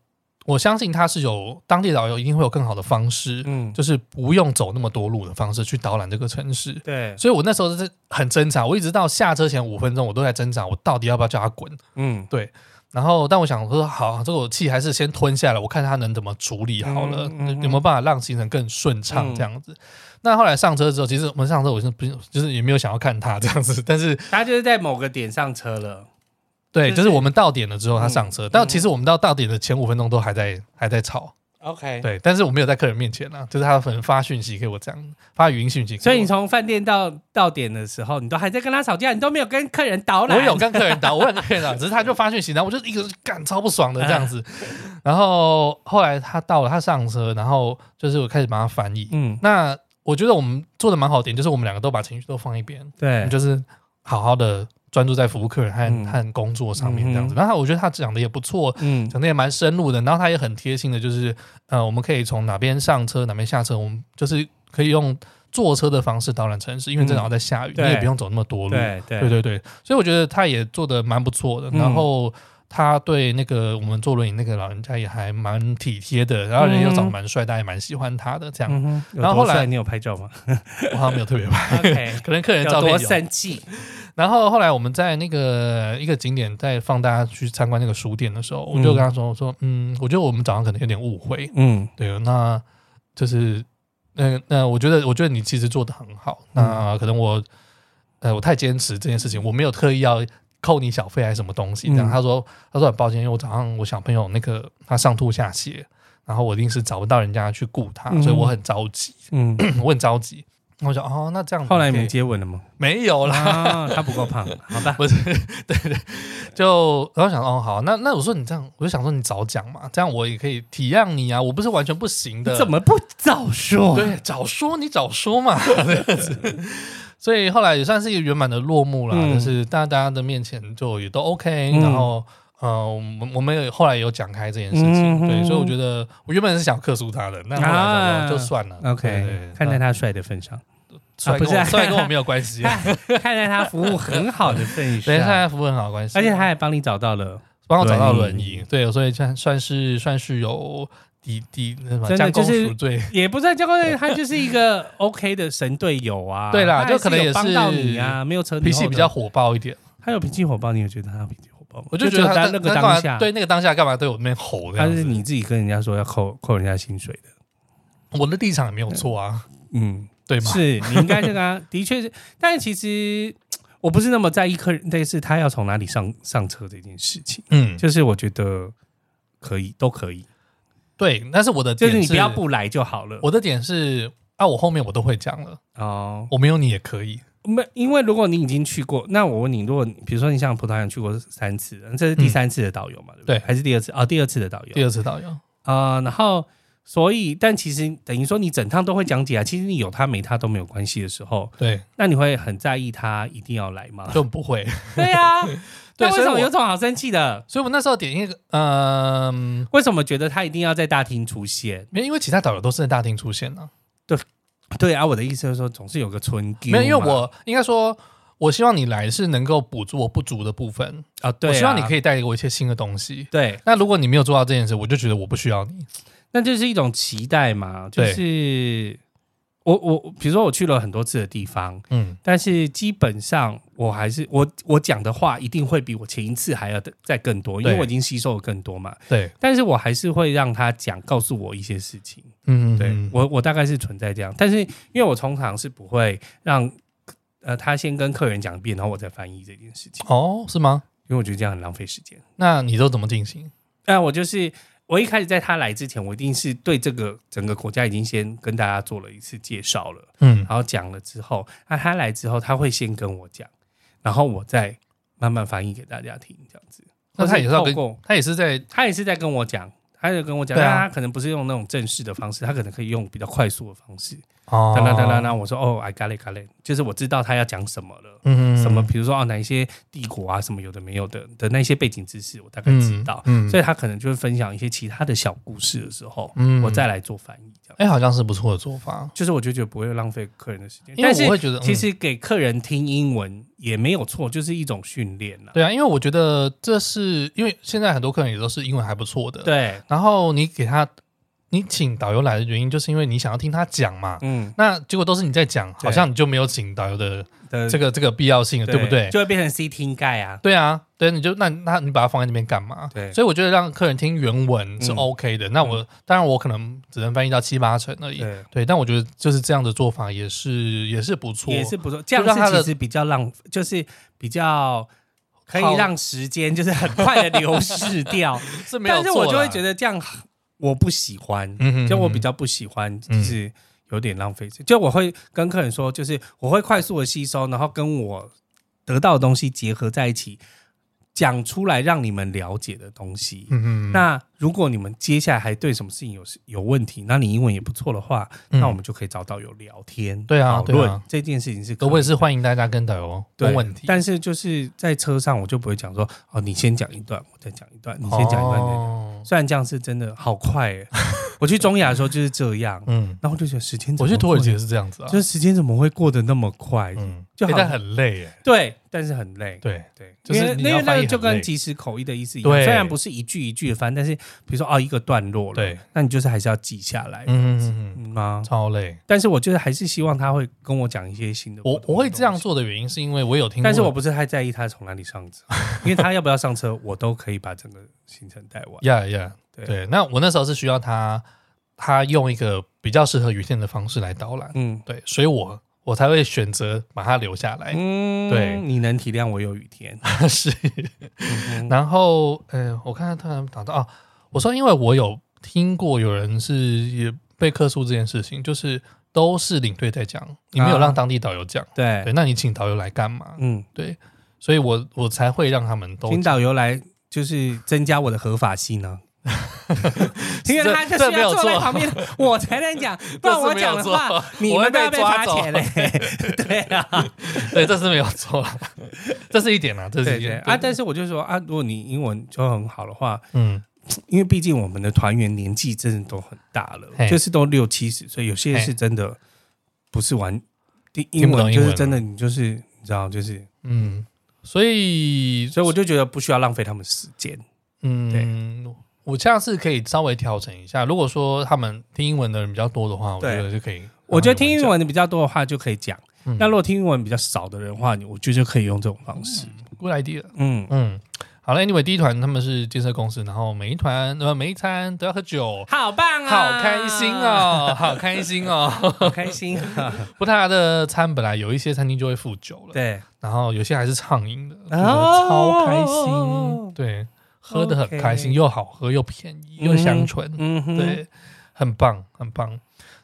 Speaker 2: 我相信他是有当地导游一定会有更好的方式，
Speaker 1: 嗯，
Speaker 2: 就是不用走那么多路的方式去导览这个城市。
Speaker 1: 对，
Speaker 2: 所以我那时候是很挣扎，我一直到下车前五分钟，我都在挣扎，我到底要不要叫他滚？
Speaker 1: 嗯，
Speaker 2: 然后，但我想说，好，这口气还是先吞下来，我看他能怎么处理好了，
Speaker 1: 嗯嗯嗯
Speaker 2: 有没有办法让行程更顺畅这样子。那后来上车之后，其实我们上车，我是不是就是也没有想要看他这样
Speaker 1: 嗯
Speaker 2: 子，但是
Speaker 1: 他就是在某个点上车了，
Speaker 2: 对，
Speaker 1: 就是
Speaker 2: 就是我们到点了之后他上车，但其实我们到到点的前五分钟都还在还在吵，
Speaker 1: OK，
Speaker 2: 对，但是我没有在客人面前啊，就是他可能发讯息给我这样，发语音讯息给我，
Speaker 1: 所以你从饭店到到点的时候，你都还在跟他吵架，你都没有跟客人导览。
Speaker 2: 我有跟客人打，我有跟客人打，只是他就发讯息，然后我就一个人干超不爽的这样子。
Speaker 1: 嗯
Speaker 2: 然后后来他到了，他上车，然后就是我开始帮他翻译。
Speaker 1: 嗯，
Speaker 2: 那我觉得我们做的蛮好的点，就是我们两个都把情绪都放一边，我
Speaker 1: 对
Speaker 2: 们，就是好好的专注在服务客人和、
Speaker 1: 嗯
Speaker 2: 和工作上面这样子。然后我觉得他讲的也不错，
Speaker 1: 嗯
Speaker 2: 讲的也蛮深入的，然后他也很贴心的，就是呃，我们可以从哪边上车，哪边下车，我们就是可以用坐车的方式导览城市，因为正好在下雨，
Speaker 1: 对
Speaker 2: 你也不用走那么多路。
Speaker 1: 对对
Speaker 2: 对对对，所以我觉得他也做的蛮不错的，
Speaker 1: 嗯
Speaker 2: 然后。他对那个我们坐轮椅那个老人家也还蛮体贴的，然后人又长得蛮帅，大家也蛮喜欢他的这样。
Speaker 1: 嗯哼，有
Speaker 2: 然后
Speaker 1: 多
Speaker 2: 后来
Speaker 1: 帅你有拍照 吗
Speaker 2: 我好像没有特 别拍，
Speaker 1: ？OK，
Speaker 2: 可能客人
Speaker 1: 有
Speaker 2: 照片
Speaker 1: 多
Speaker 2: 有。
Speaker 1: 生气？
Speaker 2: 然后后来我们在那个一个景点，在放大家去参观那个书店的时候，我就跟他说：“我说嗯，我觉得我们早上可能有点误会，
Speaker 1: 嗯
Speaker 2: 对，啊那就是那那我觉得，我觉得你其实做的很好。
Speaker 1: 嗯
Speaker 2: 那可能我呃，我太坚持这件事情，我没有特意要扣你小费还是什么东西。这样、
Speaker 1: 嗯
Speaker 2: 他说，他说很抱歉，因为我早上我小朋友那个他上吐下泻，然后我一定是找不到人家去顾他，所以我很着急，
Speaker 1: 嗯。
Speaker 2: 我很着急。我想哦，那这样
Speaker 1: 后来你
Speaker 2: 可以
Speaker 1: 们接吻了吗？
Speaker 2: 没有啦，
Speaker 1: 啊，他不够胖，好 吧。
Speaker 2: 不是，对对，
Speaker 1: 嗯
Speaker 2: 就然后想哦好，那那我说你这样，我就想说你早讲嘛，这样我也可以体谅你啊，我不是完全不行的。
Speaker 1: 怎么不早说？
Speaker 2: 对，早说你早说嘛， 这样子。所以后来也算是一个圆满的落幕啦，
Speaker 1: 嗯
Speaker 2: 就是大大家的面前就也都 OK，、
Speaker 1: 嗯
Speaker 2: 然后呃，我们我们也后来有讲开这件事情，
Speaker 1: 嗯哼
Speaker 2: 对，所以我觉得我原本是想克诉他的，那后来想
Speaker 1: 啊
Speaker 2: 说就算了
Speaker 1: OK，
Speaker 2: 对对
Speaker 1: 看在
Speaker 2: 那
Speaker 1: 他帅的份上，
Speaker 2: 帅
Speaker 1: 啊不
Speaker 2: 跟我、
Speaker 1: 是啊
Speaker 2: 帅跟我没有关 系，啊
Speaker 1: 看 看在他服务很好的份
Speaker 2: 对，看
Speaker 1: 上，
Speaker 2: 他服务很好的关系，
Speaker 1: 而且他还帮你找到了，
Speaker 2: 帮我找到轮
Speaker 1: 轮
Speaker 2: 椅，对，所以算算是算是有抵抵那什么
Speaker 1: 真的
Speaker 2: 将功
Speaker 1: 就是
Speaker 2: 赎罪，
Speaker 1: 也不算教官，他就是一 个 OK 的神队友啊。
Speaker 2: 对啦
Speaker 1: 他还
Speaker 2: 就可能
Speaker 1: 是
Speaker 2: 也
Speaker 1: 有帮
Speaker 2: 是
Speaker 1: 到你啊，没有扯你
Speaker 2: 脾
Speaker 1: 后
Speaker 2: 气
Speaker 1: 腿
Speaker 2: 比较，火爆一点。
Speaker 1: 他有脾气火爆，你有觉得他脾气火爆吗？
Speaker 2: 我就觉得
Speaker 1: 只有
Speaker 2: 他
Speaker 1: 在
Speaker 2: 那
Speaker 1: 那个
Speaker 2: 干嘛
Speaker 1: 当下，
Speaker 2: 对，那个当下干嘛对我那边吼这
Speaker 1: 他
Speaker 2: 样
Speaker 1: 是
Speaker 2: 子？
Speaker 1: 你自己跟人家说要扣扣人家薪水的，
Speaker 2: 我的立场也没有错啊，
Speaker 1: 嗯，
Speaker 2: 对吗？
Speaker 1: 是你应该这个 啊，的确是，但其实我不是那么在意客人，但是他要从哪里上上车这件事情，
Speaker 2: 嗯，
Speaker 1: 就是我觉得可以，都可以，
Speaker 2: 对。但是我的
Speaker 1: 就
Speaker 2: 点
Speaker 1: 是你不要，不来就好了。
Speaker 2: 我的点是啊，我后面我都会讲了，
Speaker 1: 哦，
Speaker 2: 我没有你也可以。
Speaker 1: 没，因为如果你已经去过，那我问你，如果你比如说你像葡萄牙去过三次，这是第三次的导游嘛？对不对？
Speaker 2: 嗯对
Speaker 1: 还是第二次？哦，第二次的导
Speaker 2: 第
Speaker 1: 游
Speaker 2: 二次导游，
Speaker 1: 啊、然后。所以，但其实等于说你整趟都会讲解啊。其实你有他没他都没有关系的时候，
Speaker 2: 对，
Speaker 1: 那你会很在意他一定要来吗？
Speaker 2: 就不会。
Speaker 1: 对啊呀、那
Speaker 2: 对
Speaker 1: 为
Speaker 2: 所以
Speaker 1: 什么
Speaker 2: 我
Speaker 1: 有种好生气的？
Speaker 2: 所以我那时候点一个，嗯，
Speaker 1: 为什么觉得他一定要在大厅出现？
Speaker 2: 没有因为其他导游都是在大厅出现啊的、
Speaker 1: 对啊，我的意思是说，总是有个春丢
Speaker 2: 没
Speaker 1: 嘛。
Speaker 2: 有，因为我应该说。我希望你来是能够补足我不足的部分，
Speaker 1: 啊，对
Speaker 2: 我希望你可
Speaker 1: 以
Speaker 2: 以带给我一些新的东西。
Speaker 1: 对，
Speaker 2: 那如果你没有做到这件事，我就觉得我不需要你。
Speaker 1: 那就是一种期待嘛。就
Speaker 2: 对
Speaker 1: 是我我比如说我去了很多次的地方，
Speaker 2: 嗯，
Speaker 1: 但是基本上我还是我我讲的话一定会比我前一次还要的再更多，因为
Speaker 2: 对
Speaker 1: 我已经吸收了更多嘛。
Speaker 2: 对，
Speaker 1: 但是我还是会让他讲，告诉我一些事情。
Speaker 2: 嗯，
Speaker 1: 对、
Speaker 2: 嗯
Speaker 1: 我，我大概是存在这样，但是因为我通常是不会让呃他先跟客人讲一遍，然后我再翻译这件事情，
Speaker 2: 哦，是吗？
Speaker 1: 因为我觉得这样很浪费时间。
Speaker 2: 那你都怎么进行？
Speaker 1: 但我就是我一开始在他来之前，我一定是对这个整个国家已经先跟大家做了一次介绍了，
Speaker 2: 嗯
Speaker 1: 然后讲了之后，那他来之后他会先跟我讲，然后我再慢慢翻译给大家听，这样子。
Speaker 2: 那他也是要
Speaker 1: 透
Speaker 2: 跟
Speaker 1: 过
Speaker 2: 他也是在
Speaker 1: 他也是在跟我讲。他就跟我讲，
Speaker 2: 对
Speaker 1: 但
Speaker 2: 啊
Speaker 1: 他可能不是用那种正式的方式，他可能可以用比较快速的方式。
Speaker 2: 哦
Speaker 1: 哒啦哒啦哒，我说哦，I got it, got it，就是我知道他要讲什么了，
Speaker 2: 嗯
Speaker 1: 什么比如说哦哪一些帝国啊，什么有的没有的的那些背景知识，我大概知道，
Speaker 2: 嗯
Speaker 1: 所
Speaker 2: 以
Speaker 1: 以他可能就会分享一些其他的小故事的时候，
Speaker 2: 嗯
Speaker 1: 我再来做翻译，这样，
Speaker 2: 哎，好像是不错的做法，
Speaker 1: 就是我就觉得不会浪费客人的时间，
Speaker 2: 因为
Speaker 1: 但是
Speaker 2: 我会觉得
Speaker 1: 其。
Speaker 2: 嗯
Speaker 1: 实给客人听英文也没有错，就是一种训练啦。
Speaker 2: 对啊，因为我觉得这是因为现在很多客人也都是英文还不错的。，
Speaker 1: 对，
Speaker 2: 然后你给他，你请导游来的原因，就是因为你想要听他讲嘛。
Speaker 1: 嗯，
Speaker 2: 那结果都是你在讲，
Speaker 1: 对
Speaker 2: 好像你就没有请导游的
Speaker 1: 的
Speaker 2: 这个这个必要性了，对不对？
Speaker 1: 就会变成 C 听盖啊，
Speaker 2: 对啊，对，你就那那你把它放在那边干嘛？
Speaker 1: 对
Speaker 2: 所以我觉得让客人听原文是
Speaker 1: 嗯
Speaker 2: OK 的。那我当然我可能只能翻译到七八成而已。
Speaker 1: 对，
Speaker 2: 对，但我觉得就是这样的做法也是也是不错，
Speaker 1: 也是不错，这
Speaker 2: 就让
Speaker 1: 样
Speaker 2: 他
Speaker 1: 是
Speaker 2: 的
Speaker 1: 其实比较浪，就是比较可
Speaker 2: 耗
Speaker 1: 以让时间就是很快的流逝 掉。
Speaker 2: 是没有
Speaker 1: 但
Speaker 2: 错啦。
Speaker 1: 是我就会觉
Speaker 2: 得，
Speaker 1: 得这样我不喜欢，
Speaker 2: 嗯哼
Speaker 1: 就我比较不喜欢，
Speaker 2: 嗯
Speaker 1: 就是有点浪费时间。就我会跟客人说，就是我会快速的吸收，然后跟我得到的东西结合在一起，讲出来让你们了解的东西。
Speaker 2: 嗯嗯，
Speaker 1: 那如果你们接下来还对什么事情有有问题，那你英文也不错的话，
Speaker 2: 嗯
Speaker 1: 那我们就可以找导游聊天，
Speaker 2: 对啊
Speaker 1: 讨
Speaker 2: 对啊
Speaker 1: 论这件事情是可
Speaker 2: 我
Speaker 1: 以
Speaker 2: 也是欢迎大家跟导游
Speaker 1: 对
Speaker 2: 问问题。
Speaker 1: 但是就是在车上，我就不会讲说哦，你先讲一段，我再讲一段，你先讲一段，你再讲。
Speaker 2: 哦
Speaker 1: 虽然这样是真的好快、欸，我去中亚的时候就是这样，
Speaker 2: 嗯，
Speaker 1: 然后我就觉得时间怎
Speaker 2: 我
Speaker 1: 么会，
Speaker 2: 去土耳其也是这样子啊，
Speaker 1: 就是时间怎么会过得那么快？
Speaker 2: 嗯，
Speaker 1: 就
Speaker 2: 欸
Speaker 1: 好
Speaker 2: 但很累耶，
Speaker 1: 对，但是很累。
Speaker 2: 对，
Speaker 1: 对，
Speaker 2: 就是
Speaker 1: 因为
Speaker 2: 你
Speaker 1: 因
Speaker 2: 要
Speaker 1: 为那
Speaker 2: 翻
Speaker 1: 个
Speaker 2: 译
Speaker 1: 就
Speaker 2: 很
Speaker 1: 跟
Speaker 2: 累
Speaker 1: 即时口译的意思一样，
Speaker 2: 对
Speaker 1: 虽然不是一句一句的翻，但是比如说哦一个段落了，
Speaker 2: 对，
Speaker 1: 那你就是还是要记下来，
Speaker 2: 嗯嗯嗯
Speaker 1: 嗯
Speaker 2: 嗯，
Speaker 1: 啊。
Speaker 2: 超累。
Speaker 1: 但是我就是还是希望他会跟我讲一些新的不
Speaker 2: 我
Speaker 1: 同的
Speaker 2: 我会这样
Speaker 1: 东西，
Speaker 2: 做的原因是因为我有听过，
Speaker 1: 但是我不是太在意他从哪里上车，因为他要不要上车，我都可以把整个行程带 完。
Speaker 2: 呀呀，
Speaker 1: 对
Speaker 2: 对，那我那时候是需要他，他用一个比较适合雨天的方式来导览，
Speaker 1: 嗯
Speaker 2: 对，所以我我才会选择把他留下来。
Speaker 1: 嗯，
Speaker 2: 对
Speaker 1: 你能体谅我有雨 天，
Speaker 2: 是，
Speaker 1: 嗯
Speaker 2: 然后嗯、呃我看他突然打到哦，我说因为我有听过有人是也被客诉这件事情，就是都是领队在讲，你没有
Speaker 1: 啊
Speaker 2: 让当地导游讲，
Speaker 1: 对
Speaker 2: 对，，那你请导游来干嘛？
Speaker 1: 嗯，
Speaker 2: 对，所以我我才会让他们都
Speaker 1: 请导游来就是增加我的合法性 呢、因为他就
Speaker 2: 这
Speaker 1: 是
Speaker 2: 没
Speaker 1: 要
Speaker 2: 有做
Speaker 1: 坐在旁 边，我才能讲，不然我讲的话，
Speaker 2: 这是没有
Speaker 1: 你
Speaker 2: 做
Speaker 1: 们都要被罚
Speaker 2: 我
Speaker 1: 钱
Speaker 2: 会
Speaker 1: 嘞
Speaker 2: 被。
Speaker 1: 对 啊，
Speaker 2: 对，这是没有错啦，这是一点啦，这是
Speaker 1: 对
Speaker 2: 一
Speaker 1: 对
Speaker 2: 点
Speaker 1: 啊！但是我就说啊，如果你英文就很好的话，
Speaker 2: 嗯，
Speaker 1: 因为毕竟我们的团员年纪真的都很大
Speaker 2: 嘿
Speaker 1: 了，就是都六七十岁，有些
Speaker 2: 嘿
Speaker 1: 是真的不是玩英
Speaker 2: 听不懂
Speaker 1: 文，
Speaker 2: 英
Speaker 1: 就
Speaker 2: 文
Speaker 1: 是真的你就是你知道就是，
Speaker 2: 嗯，所以
Speaker 1: 所以我就觉得不需要浪费他们时间。
Speaker 2: 嗯，我下次可以稍微调整一下。如果说他们听英文的人比较多的话，我觉
Speaker 1: 对
Speaker 2: 得就可以。
Speaker 1: 我觉得听英，文的比较多的话就可以讲，
Speaker 2: 嗯
Speaker 1: 那如果听英文比较少的人的话，你我觉得就可以用这种方式。
Speaker 2: good idea。
Speaker 1: 嗯，
Speaker 2: 嗯，好了，Anyway，第一团他们是建设公司，然后每一团呃每一餐都要喝酒，
Speaker 1: 好棒
Speaker 2: 好啊开心！哦， 好开心哦。
Speaker 1: 好开心啊！
Speaker 2: 不他的餐本来有一些餐厅就会附酒了，
Speaker 1: 对，
Speaker 2: 然后有些还是畅饮的，就觉得
Speaker 1: 哦
Speaker 2: 超开心，对，喝的很开心，
Speaker 1: OK
Speaker 2: 又好喝又便宜又香醇，
Speaker 1: 嗯哼，
Speaker 2: 对，很棒，很棒。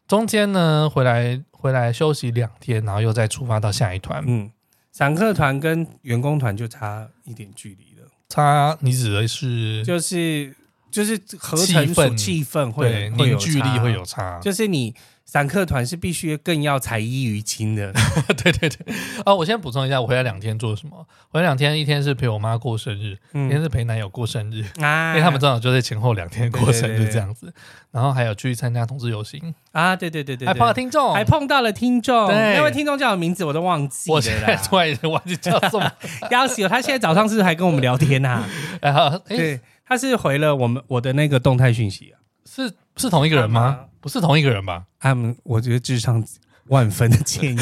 Speaker 2: 中间呢，回来回来休息两天，然后又再出发到下一团。
Speaker 1: 嗯，散客团跟员工团就差一点距离了，
Speaker 2: 他，你指的是
Speaker 1: 就是就是合成
Speaker 2: 气
Speaker 1: 所
Speaker 2: 氛
Speaker 1: 气氛
Speaker 2: 对
Speaker 1: 会会
Speaker 2: 凝
Speaker 1: 有
Speaker 2: 聚力
Speaker 1: 差
Speaker 2: 会有，差，
Speaker 1: 就是你散客团是必须更要才艺于亲 的，
Speaker 2: 对对对。哦，我先补充一下，我回来两天做什么？回来两天，一天是陪我妈过生日，一天
Speaker 1: 嗯
Speaker 2: 是陪男友过生日，因
Speaker 1: 啊
Speaker 2: 为他们正好就在前后两天过
Speaker 1: 对对
Speaker 2: 生
Speaker 1: 对
Speaker 2: 日
Speaker 1: 对
Speaker 2: 这样子。然后还有去参加同志游行，
Speaker 1: 啊，对对对对，
Speaker 2: 还
Speaker 1: 对
Speaker 2: 碰到听众，
Speaker 1: 还碰到了听众，
Speaker 2: 对
Speaker 1: 那位听众叫什么名字我都忘记
Speaker 2: 我
Speaker 1: 了
Speaker 2: 现在
Speaker 1: 啦。
Speaker 2: 突然忘记叫 什么。
Speaker 1: 要死！他现在早上是不是还跟我们聊天 呐、啊？
Speaker 2: 然后哎，
Speaker 1: 对，他是回了我们我的那个动态讯息啊。
Speaker 2: 是是同一个人
Speaker 1: 干
Speaker 2: 吗
Speaker 1: 嘛？
Speaker 2: 不是同一个人吧？
Speaker 1: 他们我觉得智商万分的建 议，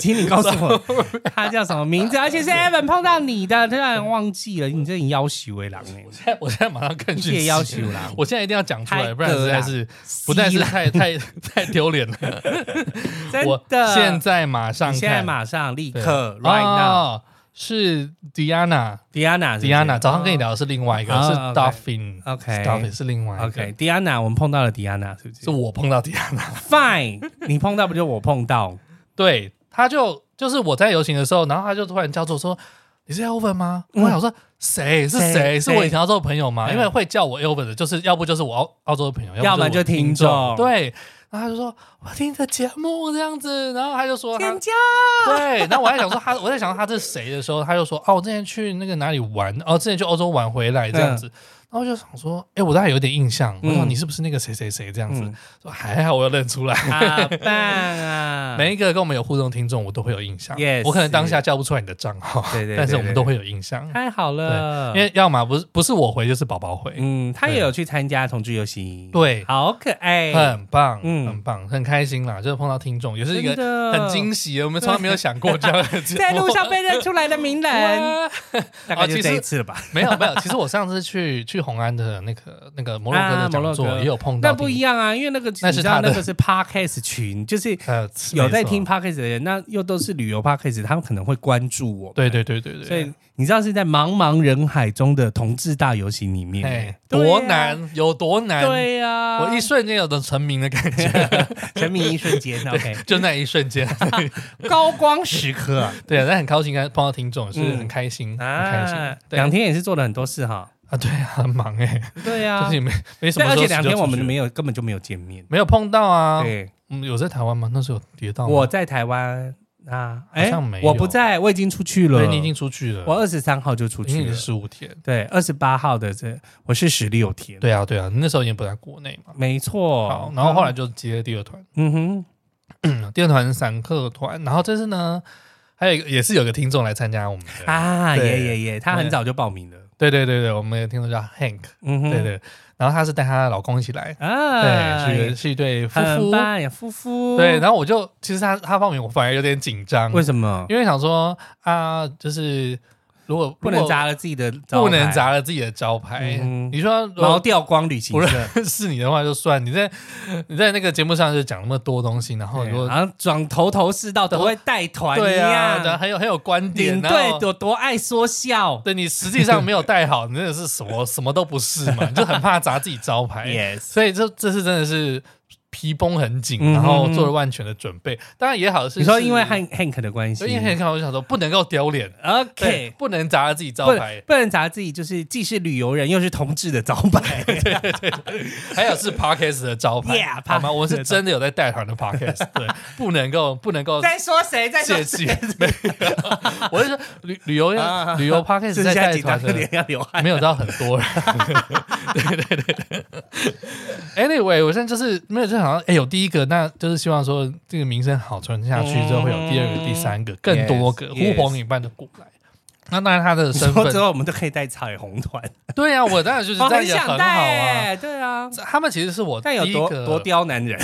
Speaker 1: 请你告诉我他叫什么名 字，而且是 Evan 碰到你的，突然忘记了，你这你要许为狼哎，
Speaker 2: 我现在马上更
Speaker 1: 你
Speaker 2: 讯
Speaker 1: 也
Speaker 2: 息
Speaker 1: 要许狼，
Speaker 2: 我现在一定要讲出来，
Speaker 1: 太
Speaker 2: 不然实在
Speaker 1: 得啦
Speaker 2: 是 不但是
Speaker 1: 西啦
Speaker 2: 太太太丢脸了。
Speaker 1: 真
Speaker 2: 我
Speaker 1: 的，
Speaker 2: 现在马上
Speaker 1: 你
Speaker 2: 看，
Speaker 1: 现在马上立
Speaker 2: 对
Speaker 1: 刻 right now，
Speaker 2: 哦是
Speaker 1: Diana 是
Speaker 2: Diana，Diana
Speaker 1: 不是
Speaker 2: 早上跟你聊的是另外一个，
Speaker 1: 哦
Speaker 2: 是
Speaker 1: 哦
Speaker 2: Duffin，Duffin
Speaker 1: OK
Speaker 2: 是另外一个
Speaker 1: OK Diana，我们碰到了 Diana 是不
Speaker 2: 是
Speaker 1: 是
Speaker 2: 我碰到 Diana，
Speaker 1: ？Fine，你碰到不就我碰到？
Speaker 2: 对，他就就是我在游行的时候，然后他就突然叫住我说。你是 Elvin 吗？我想说谁是
Speaker 1: 嗯谁
Speaker 2: 谁？是我
Speaker 1: 谁
Speaker 2: 以前澳洲的朋友吗？
Speaker 1: 嗯
Speaker 2: 因为会叫我 Elvin 的，就是要不就是我澳澳洲的朋友，
Speaker 1: 要
Speaker 2: 不
Speaker 1: 么
Speaker 2: 就
Speaker 1: 就听
Speaker 2: 听
Speaker 1: 众
Speaker 2: 对，然后他就说我听你的节目这样子，然后他就说他
Speaker 1: 尖叫！
Speaker 2: 对，然后我在想说他，我在想他是谁的时候，他就说哦，我之前去那个哪里玩，哦，之前去欧洲玩回来这样子。然后我就想说，哎，我大概有点印象，我想
Speaker 1: 嗯
Speaker 2: 你是不是那个谁谁谁这样子？
Speaker 1: 嗯
Speaker 2: 说还好我有认出来，
Speaker 1: 好棒啊！
Speaker 2: 每一个跟我们有互动听众，我都会有印象。
Speaker 1: Yes
Speaker 2: 我可能当下叫不出来你的账号，
Speaker 1: 对对
Speaker 2: 但是
Speaker 1: 对
Speaker 2: 我们
Speaker 1: 对
Speaker 2: 都会有印象，
Speaker 1: 太好了，
Speaker 2: 因为要么不是不是我回，就是宝宝回，
Speaker 1: 嗯，他也有去参加同志游行，
Speaker 2: 对
Speaker 1: 好可爱，
Speaker 2: 很棒，
Speaker 1: 嗯
Speaker 2: 很棒，很开心啦，就是碰到听众，也是一个
Speaker 1: 真的
Speaker 2: 很惊喜，我们从来没有想过这样的 节目，
Speaker 3: 在路上被认出来的名人，
Speaker 2: 哇
Speaker 1: 大
Speaker 2: 啊
Speaker 1: 概就
Speaker 2: 其
Speaker 1: 这
Speaker 2: 实
Speaker 1: 一次了吧？
Speaker 2: 没有没有，其实我上次去去红安的那个那个摩洛哥的
Speaker 1: 啊摩
Speaker 2: 讲
Speaker 1: 洛
Speaker 2: 座
Speaker 1: 哥
Speaker 2: 也有碰到，
Speaker 1: 那不一
Speaker 2: 样，
Speaker 1: 样啊，因为那个
Speaker 2: 那是
Speaker 1: 你知道
Speaker 2: 他的
Speaker 1: 那个是 podcast 群，就是
Speaker 2: 呃，
Speaker 1: 有在
Speaker 2: 没错
Speaker 1: 听，podcast 的人，那又都是旅游 podcast，他们可能会关注我，
Speaker 2: 对对对对对，
Speaker 1: 所以你知道是在茫茫人海中的同志大游行里
Speaker 2: 哎
Speaker 1: 面，，啊
Speaker 2: 多难有多难，
Speaker 1: 对啊呀，
Speaker 2: 我一瞬间有种成名的感 觉，
Speaker 1: 沉迷一瞬间，OK，
Speaker 2: 就那一瞬间，
Speaker 1: 高光时刻啊
Speaker 2: 对，但很高兴刚才碰到听众，是
Speaker 1: 嗯
Speaker 2: 很开心， 很开心
Speaker 1: 啊，，
Speaker 2: 对
Speaker 1: 两天也是做了很多事哈，
Speaker 2: 啊，对啊，很忙哎，
Speaker 1: 对呀
Speaker 2: 就是也没没什
Speaker 1: 啊对，
Speaker 2: 么
Speaker 1: 而
Speaker 2: 时候出去，
Speaker 1: 且两天我们没有根本就没有见面，
Speaker 2: 没有碰到啊，
Speaker 1: 对。
Speaker 2: 嗯有在台湾吗？那时候有跌到吗，
Speaker 1: 我在台湾，那
Speaker 2: 好
Speaker 1: 哎
Speaker 2: 像没，有
Speaker 1: 我不在，我已经出去了
Speaker 2: 对，。你已经出去了，
Speaker 1: 我二十三号就出
Speaker 2: 已经
Speaker 1: 去
Speaker 2: 是
Speaker 1: 了，
Speaker 2: 十五天。
Speaker 1: 对，二十八号的这我是十六天，，
Speaker 2: 对啊，对啊，你那时候已经不在国内嘛。
Speaker 1: 没错。
Speaker 2: 好，然后后来，就接第二团，
Speaker 1: 嗯哼，
Speaker 2: 第二团是散客团，然后这次呢，还有一个也是有个听众来参加我们的，
Speaker 1: 啊，
Speaker 2: 对
Speaker 1: 耶耶耶，他很早就报名了，
Speaker 2: 对对对对，我们有听众叫 Hank，
Speaker 1: 嗯哼，
Speaker 2: 对对，然后她是带她老公一起来，
Speaker 1: 啊，
Speaker 2: 对，
Speaker 1: 也
Speaker 2: 是是一对夫
Speaker 1: 很
Speaker 2: 妇，
Speaker 1: 棒呀，夫妇，
Speaker 2: 对，然后我就其实她她报名我反而有点紧张，
Speaker 1: 为什么？
Speaker 2: 因为想说啊，就是如果
Speaker 1: 不能，砸
Speaker 2: 如
Speaker 1: 了自己的招牌，
Speaker 2: 果不能砸了自己的招牌，
Speaker 1: 嗯
Speaker 2: 你说如
Speaker 1: 毛
Speaker 2: 果
Speaker 1: 掉光旅行
Speaker 2: 不
Speaker 1: 社，
Speaker 2: 认识你的话就算，你在你在那个节目上就讲那么多东西，然后
Speaker 1: 对
Speaker 2: 如果
Speaker 1: 然后转头头是道，都会带团一
Speaker 2: 对啊，对啊
Speaker 1: 样，
Speaker 2: 很有很有观点，
Speaker 1: 领
Speaker 2: 然后
Speaker 1: 队有多爱说笑
Speaker 2: 对你实际上没有带好，你真的是什么什么都不是嘛，你就很怕砸自己招牌。
Speaker 1: ，yes，
Speaker 2: 所以这这次真的是皮绷很紧，
Speaker 1: 嗯哼
Speaker 2: 然后做了万全的准备。当然也好是
Speaker 1: 你说因为
Speaker 2: 汉，
Speaker 1: Hank Hank 的关系
Speaker 2: 因为汉看我就想说不能够丢脸，对，
Speaker 1: ，OK。
Speaker 2: 不能砸了自己招
Speaker 1: 不
Speaker 2: 牌，
Speaker 1: 不能砸自己，就是既是旅游人又是同志的招 牌。
Speaker 2: 还有是 Parkes 的招牌
Speaker 1: Yeah，
Speaker 2: 好吗？我是真的有在带团的 Parkes，对，不能够不能够
Speaker 1: 在说谁？在说
Speaker 2: 泄
Speaker 1: 谁？
Speaker 2: 气。 没有，我是说旅旅游
Speaker 1: 啊
Speaker 2: 旅游 Parkes
Speaker 1: 是
Speaker 2: 在
Speaker 1: 现在
Speaker 2: 带
Speaker 1: 紧张
Speaker 2: 团
Speaker 1: 有
Speaker 2: 的
Speaker 1: 点要流 汗。
Speaker 2: 没有到很 多人。对对对对。Anyway，我现在就是没有就想到，哎、有第一个，那就是希望说这个名声好传下去之后，会有第二个、第三个、更多个
Speaker 1: yes
Speaker 2: 呼朋引伴的过来。那当然，他的
Speaker 1: 你
Speaker 2: 身
Speaker 1: 说之
Speaker 2: 份，
Speaker 1: 后我们都可以带彩虹团，
Speaker 2: 对啊，我当然 就是
Speaker 1: 我
Speaker 2: 这样
Speaker 1: 很
Speaker 2: 也
Speaker 1: 想
Speaker 2: 很好啊。
Speaker 1: 带，对啊，
Speaker 2: 他们其实是我第
Speaker 1: 但有
Speaker 2: 一
Speaker 1: 多
Speaker 2: 个，
Speaker 1: 多刁难人。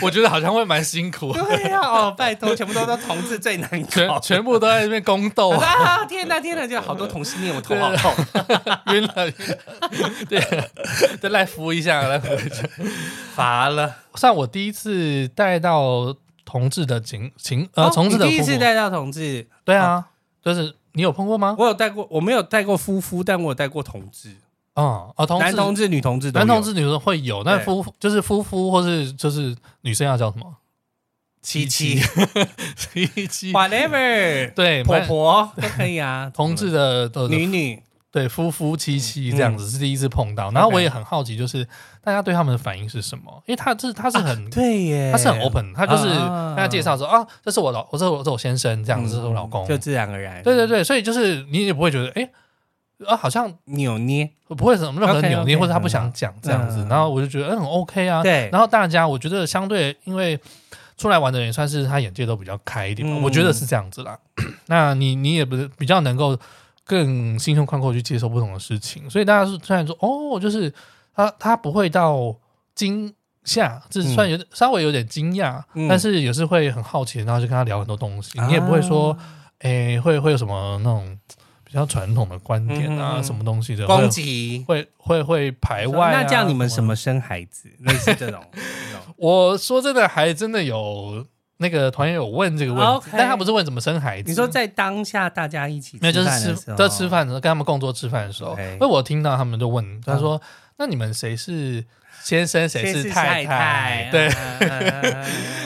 Speaker 2: 我觉得好像会蛮辛苦，
Speaker 1: 对啊， 哦，拜托，全部都都同志最难
Speaker 2: 全
Speaker 1: 搞。
Speaker 2: 全部都在那边宫斗，
Speaker 1: 啊！天哪，天哪，就好多同性恋，我头好 痛。
Speaker 2: 晕了，晕了 对，再来扶一下，来扶一下。
Speaker 1: 乏了。
Speaker 2: 算我第一次带到同志的情情呃，同志的
Speaker 1: 哦你第一
Speaker 2: 夫妇
Speaker 1: 次带到同志，
Speaker 2: 对啊，就是你有碰过吗？
Speaker 1: 我有带过，我没有带过夫妇，但我有带过同志，
Speaker 2: 嗯，哦，同
Speaker 1: 男
Speaker 2: 志
Speaker 1: 同志、女同志都有，
Speaker 2: 男同志女生会有，但
Speaker 1: 对
Speaker 2: 夫妇就是夫妇或是就是女生要叫什么？
Speaker 1: 七七
Speaker 2: 七七
Speaker 1: whatever，
Speaker 2: 对，
Speaker 1: 婆
Speaker 2: 蛮
Speaker 1: 婆都可以啊，
Speaker 2: 同志的呃
Speaker 1: 女女，
Speaker 2: 对夫夫妻妻这样子是第一次碰到，然后
Speaker 1: OK
Speaker 2: 我也很好奇，就是大家对他们的反应是什么？因为他这他是很
Speaker 1: 啊对耶，
Speaker 2: 他是很 open，他就是
Speaker 1: 啊嗯
Speaker 2: 跟他介绍说啊，这是我老，我这是我这是我先生，这样子这是我老公，
Speaker 1: 就自然而然，
Speaker 2: 对对对，所以就是你也不会觉得，哎、啊，好像
Speaker 1: 扭捏，
Speaker 2: 不会什么任何
Speaker 1: OK，OK，
Speaker 2: 扭捏或者他不
Speaker 1: 很
Speaker 2: 想
Speaker 1: 好
Speaker 2: 讲这样子，
Speaker 1: 嗯
Speaker 2: 然后我就觉得，嗯，很 OK 啊。
Speaker 1: 对
Speaker 2: 然后大家我觉得相对，因为出来玩的人也算是他眼界都比较开一点吧，
Speaker 1: 嗯
Speaker 2: 我觉得是这样子啦。 那你你也不是比较能够更心胸宽阔去接受不同的事情，所以大家是虽然说，哦，就是他他不会到惊吓，这算有点、稍微有点惊讶，
Speaker 1: 嗯
Speaker 2: 但是也是会很好奇，然后就跟他聊很多东西，你也不会说。
Speaker 1: 啊
Speaker 2: 诶、会会有什么呃那种比较传统的观点啊，
Speaker 1: 嗯嗯嗯
Speaker 2: 什么东西的
Speaker 1: 攻，击。
Speaker 2: 会会会会排外、啊。
Speaker 1: 那这样你们什
Speaker 2: 么？
Speaker 1: 么生孩 子？类似这种，这种
Speaker 2: 我说真的，还真的有那个团员有问这个问题
Speaker 1: 啊 OK
Speaker 2: 但他不是问怎么生孩子。
Speaker 1: 你说在当下大家一起
Speaker 2: 没有，就是
Speaker 1: 饭
Speaker 2: 吃
Speaker 1: 的时候啊
Speaker 2: 在吃饭的时候，跟他们共桌吃饭的时候，
Speaker 1: OK 嗯
Speaker 2: 那我听到他们就问，他说：“那你们谁是先生，谁
Speaker 1: 先
Speaker 2: 是
Speaker 1: 太啊嗯
Speaker 2: 太太？”对，
Speaker 1: 对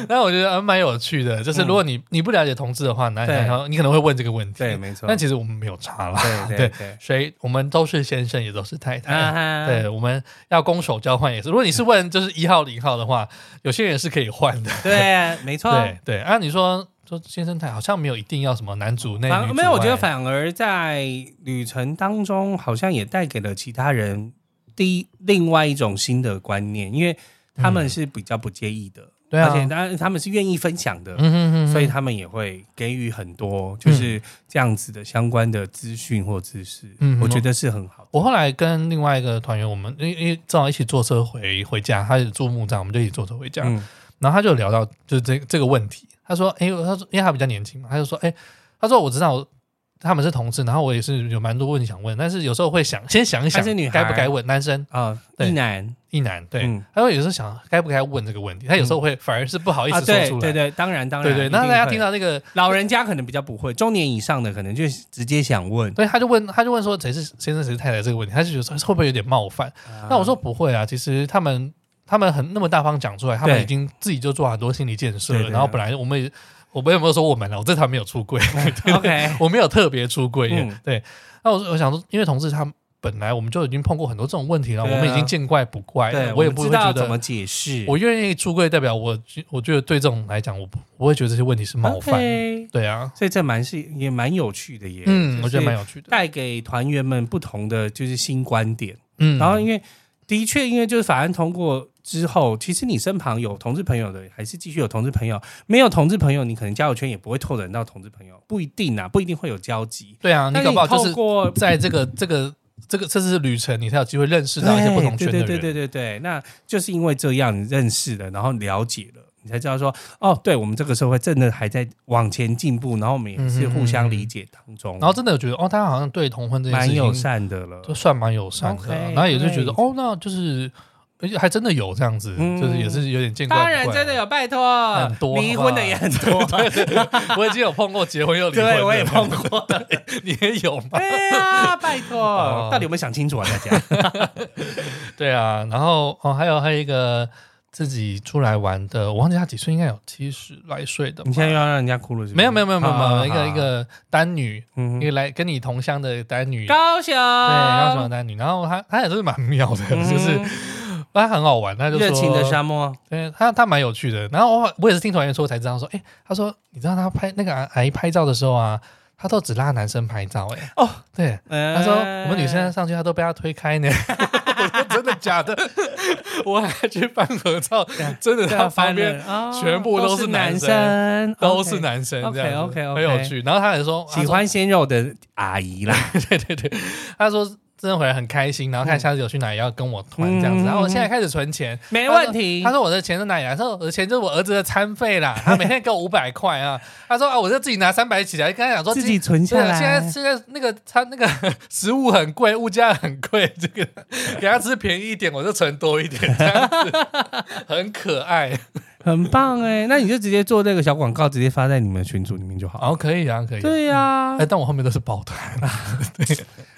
Speaker 2: 那我觉得呃蛮有趣的，就是如果你你不了解同志的话，那然后你可能会问这个问
Speaker 1: 嗯
Speaker 2: 题。
Speaker 1: 对，没错。
Speaker 2: 但其实我们没有差啦。
Speaker 1: 对
Speaker 2: 对
Speaker 1: 对对，
Speaker 2: 谁我们都是先生，也都是太太。
Speaker 1: 啊
Speaker 2: 对，我们要攻守交换也是。如果你是问就是一号零号的话，有些人是可以换的。
Speaker 1: 对，没错。
Speaker 2: 对对，啊，你说说先生太好像没有一定要什么男主内女
Speaker 1: 反
Speaker 2: 主
Speaker 1: 没有，我觉得
Speaker 2: 外
Speaker 1: 反而在旅程当中，好像也带给了其他人第一另外一种新的观念，因为他们是比较不介意的，
Speaker 2: 对啊，
Speaker 1: 而且当然他们是愿意分享的，
Speaker 2: 嗯哼哼，
Speaker 1: 所以他们也会给予很多就是这样子的相关的资讯或知识，
Speaker 2: 嗯
Speaker 1: 我觉得是很好的。
Speaker 2: 我后来跟另外一个团员，我们因因为正好一起坐车回回家，他也住木栅，我们就一起坐车回家。
Speaker 1: 嗯
Speaker 2: 然后他就聊到就是这这个问题，他说：“哎、他说因为他比较年轻嘛，他就说：哎、他说我知道他们是同志，然后我也是有蛮多问题想问，但是有时候会想先想一想，
Speaker 1: 他是女孩
Speaker 2: 该不该问男生
Speaker 1: 啊，
Speaker 2: 对
Speaker 1: 一男
Speaker 2: 一男对，
Speaker 1: 嗯
Speaker 2: 他说有时候想该不该问这个问题，他有时候会反而是不好意
Speaker 1: 啊，
Speaker 2: 思说出
Speaker 1: 对
Speaker 2: 来，
Speaker 1: 对对，当然当然，
Speaker 2: 对对
Speaker 1: 一定
Speaker 2: 那大家
Speaker 1: 会
Speaker 2: 听到那个，
Speaker 1: 老人家可能比较不会，中年以上的可能就直接想问。
Speaker 2: 对他就问他就问说谁是先生谁是太太这个问题，他就觉得哎说会不会有点冒犯？那 我说不会啊，其实他们他们很那么大方讲出来，他们
Speaker 1: 对
Speaker 2: 已经自己就做很多心理建设了。
Speaker 1: 对对对
Speaker 2: 然后本来我们也我们有没有说我们了？我 这团没有出柜，
Speaker 1: 啊 OK，
Speaker 2: 我没有特别出柜耶、
Speaker 1: 嗯
Speaker 2: 对，那我我想说，因为同志他们本来我们就已经碰过很多这种问题了，
Speaker 1: 对啊
Speaker 2: 我们已经见怪不怪了
Speaker 1: 对，
Speaker 2: 我也
Speaker 1: 们
Speaker 2: 不
Speaker 1: 知
Speaker 2: 会
Speaker 1: 道
Speaker 2: 觉
Speaker 1: 怎么
Speaker 2: 得。
Speaker 1: 解释。
Speaker 2: 我愿意出柜，代表我觉，我觉得对这种来讲，我不我会觉得这些问题是冒犯。
Speaker 1: OK
Speaker 2: 对啊，
Speaker 1: 所以这蛮是也蛮有趣的耶，
Speaker 2: 嗯，
Speaker 1: 就是
Speaker 2: 我觉得蛮有趣的。
Speaker 1: 带给团员们不同的就是新观点。
Speaker 2: 嗯，
Speaker 1: 然后因为的确，因为就是法案通过之后，其实你身旁有同志朋友的，还是继续有同志朋友；没有同志朋友，你可能交友圈也不会拓展到同志朋友，不一定啊，不一定会有交集。
Speaker 2: 对啊，你
Speaker 1: 但
Speaker 2: 搞不好就
Speaker 1: 透
Speaker 2: 是
Speaker 1: 过
Speaker 2: 在这个这个这个这次旅程，你才有机会认识到一些不同圈的人。
Speaker 1: 对对对对对对，那就是因为这样你认识了，然后了解了。你才知道说哦，对我们这个社会真的还在往前进步，然后我们也是互相理解当中，
Speaker 2: 然后真的有觉得哦，他好像对同婚这件事
Speaker 1: 蛮
Speaker 2: 情
Speaker 1: 友善的了。
Speaker 2: 就算蛮友善的啊。
Speaker 1: OK，
Speaker 2: 然后也就觉得
Speaker 1: great
Speaker 2: 哦，那就是而且还真的有这样子，
Speaker 1: 嗯
Speaker 2: 就是也是有点见怪不
Speaker 1: 当
Speaker 2: 怪啊。
Speaker 1: 然真的有，拜托，
Speaker 2: 很多
Speaker 1: 离婚的也很多，
Speaker 2: 有， 我已经有碰过结婚又离婚的，
Speaker 1: 对我也碰 过。
Speaker 2: 你也有吗？
Speaker 1: 对啊，拜托
Speaker 2: 哦，
Speaker 1: 到底有没有想清楚啊？大家
Speaker 2: 对啊，然后哦，还有还有一个自己出来玩的，我忘记他几岁，应该有七十来岁的吧。
Speaker 1: 你现在又要让人家哭了是不是？
Speaker 2: 没有没有没有没有没
Speaker 1: 好
Speaker 2: 有一个一，个单女，
Speaker 1: 嗯
Speaker 2: 一个来跟你同乡的单女，
Speaker 1: 高雄，
Speaker 2: 对，高雄的单女，然后她她也是蛮妙的，就是她很好玩，她就说
Speaker 1: 嗯热情的沙漠，
Speaker 2: 对他，他蛮有趣的。然后我我也是听团员说才知道说，哎、他说你知道他拍那个阿阿姨拍照的时候啊，他都只拉男生拍照、哎
Speaker 1: 哦，呃
Speaker 2: 对，
Speaker 1: 他
Speaker 2: 他说我们女生上去，他都被他推开 呢。 我说真的假的？ 我还去翻合照，
Speaker 1: 啊
Speaker 2: 真的他旁边全部都
Speaker 1: 都
Speaker 2: 是男
Speaker 1: 男
Speaker 2: 生
Speaker 1: 生，
Speaker 2: 都是
Speaker 1: OK
Speaker 2: 男生，这样子
Speaker 1: OK，OK，OK
Speaker 2: 很有趣。然后他还说
Speaker 1: 喜，欢鲜肉的阿姨啦。
Speaker 2: 他说对对对，他说真的回来很开心，然后看下次有去哪里要跟我团这样
Speaker 1: 嗯
Speaker 2: 子。然后我现在开始存钱，
Speaker 1: 没问题
Speaker 2: 他说他说我的钱是哪里来？他说我的钱就是我儿子的餐费啦， 他每天给我五百块啊。他说啊，我就自己拿三百起来，跟他讲说
Speaker 1: 自己存下来
Speaker 2: 对现在现在那个餐那个 食物很贵，物价很贵，这个给他吃便宜一点，我就存多一点，这样子很可
Speaker 1: 啊
Speaker 2: 爱。
Speaker 1: 很棒哎，那你就直接做那个小广告，直接发在你们群组里面就好。
Speaker 2: 哦，可以啊，可以。
Speaker 1: 对呀
Speaker 2: 哎，，但我后面都是抱团，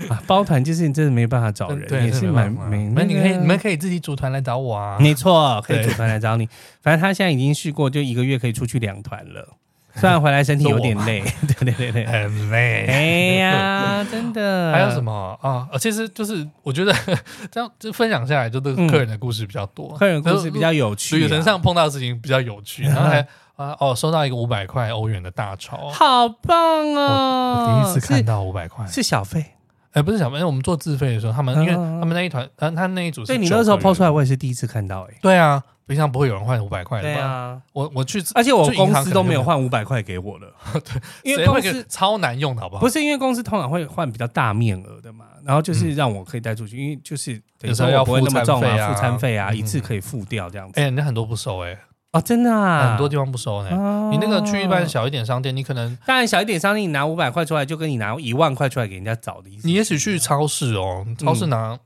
Speaker 1: 啊包团这件事情真的没办法找人，
Speaker 2: 对，
Speaker 1: 也是
Speaker 2: 没
Speaker 1: 蛮
Speaker 2: 办法
Speaker 1: 没
Speaker 2: 你们你可以
Speaker 1: 那个
Speaker 2: 你们可以自己组团来找我啊。
Speaker 1: 没错，可以
Speaker 2: 对
Speaker 1: 组团来找你。反正他现在已经试过，就一个月可以出去两团了，虽然回来身体有点 累。 对对对对，
Speaker 2: 很累。
Speaker 1: 哎呀，真的。
Speaker 2: 还有什？么啊？呃其实就是我觉得 这样就分享下来，就是
Speaker 1: 嗯
Speaker 2: 个人的故事比较多，
Speaker 1: 客人故事比较有趣、啊，
Speaker 2: 旅程上碰到的事情比较有 趣，然后还啊哦，收到一个五百块欧元的大钞，
Speaker 1: 好棒哦！
Speaker 2: 哦我第一次看到五百块，
Speaker 1: 是是小费，
Speaker 2: 哎，不是小朋友，我们做自费的时候，他们
Speaker 1: 嗯
Speaker 2: 因为他们那一团，呃他他那一组是
Speaker 1: 对你那时候抛
Speaker 2: 抛
Speaker 1: 出来，，我也是第一次看到哎、
Speaker 2: 对啊，平常不会有人换五百块的
Speaker 1: 对
Speaker 2: 吧？
Speaker 1: 啊，
Speaker 2: 我我去，
Speaker 1: 而且我
Speaker 2: 就银行
Speaker 1: 公
Speaker 2: 可
Speaker 1: 司
Speaker 2: 能
Speaker 1: 都没
Speaker 2: 就
Speaker 1: 有
Speaker 2: 没
Speaker 1: 换五百块给 我了，对因为
Speaker 2: 谁
Speaker 1: 公
Speaker 2: 会给
Speaker 1: 司
Speaker 2: 超难用的好不好？
Speaker 1: 不
Speaker 2: 是，
Speaker 1: 是因为公司通常会换比较大面额的嘛，然后就是让我可以带出去，因为就是等于
Speaker 2: 嗯有时
Speaker 1: 说
Speaker 2: 候
Speaker 1: 我
Speaker 2: 要
Speaker 1: 不会那么重
Speaker 2: 付餐费啊
Speaker 1: 付餐费啊，
Speaker 2: 嗯
Speaker 1: 一次可以付掉这样子。
Speaker 2: 哎，人家很多不收哎，
Speaker 1: 哦，真的啊，
Speaker 2: 很多地方不收呢。
Speaker 1: 哦
Speaker 2: 你那个去一般，小一点商店，你可能
Speaker 1: 当然小一点商店，你拿五百块出来，就跟你拿一万块出来给人家找的意思。
Speaker 2: 你也许去超市哦，超市拿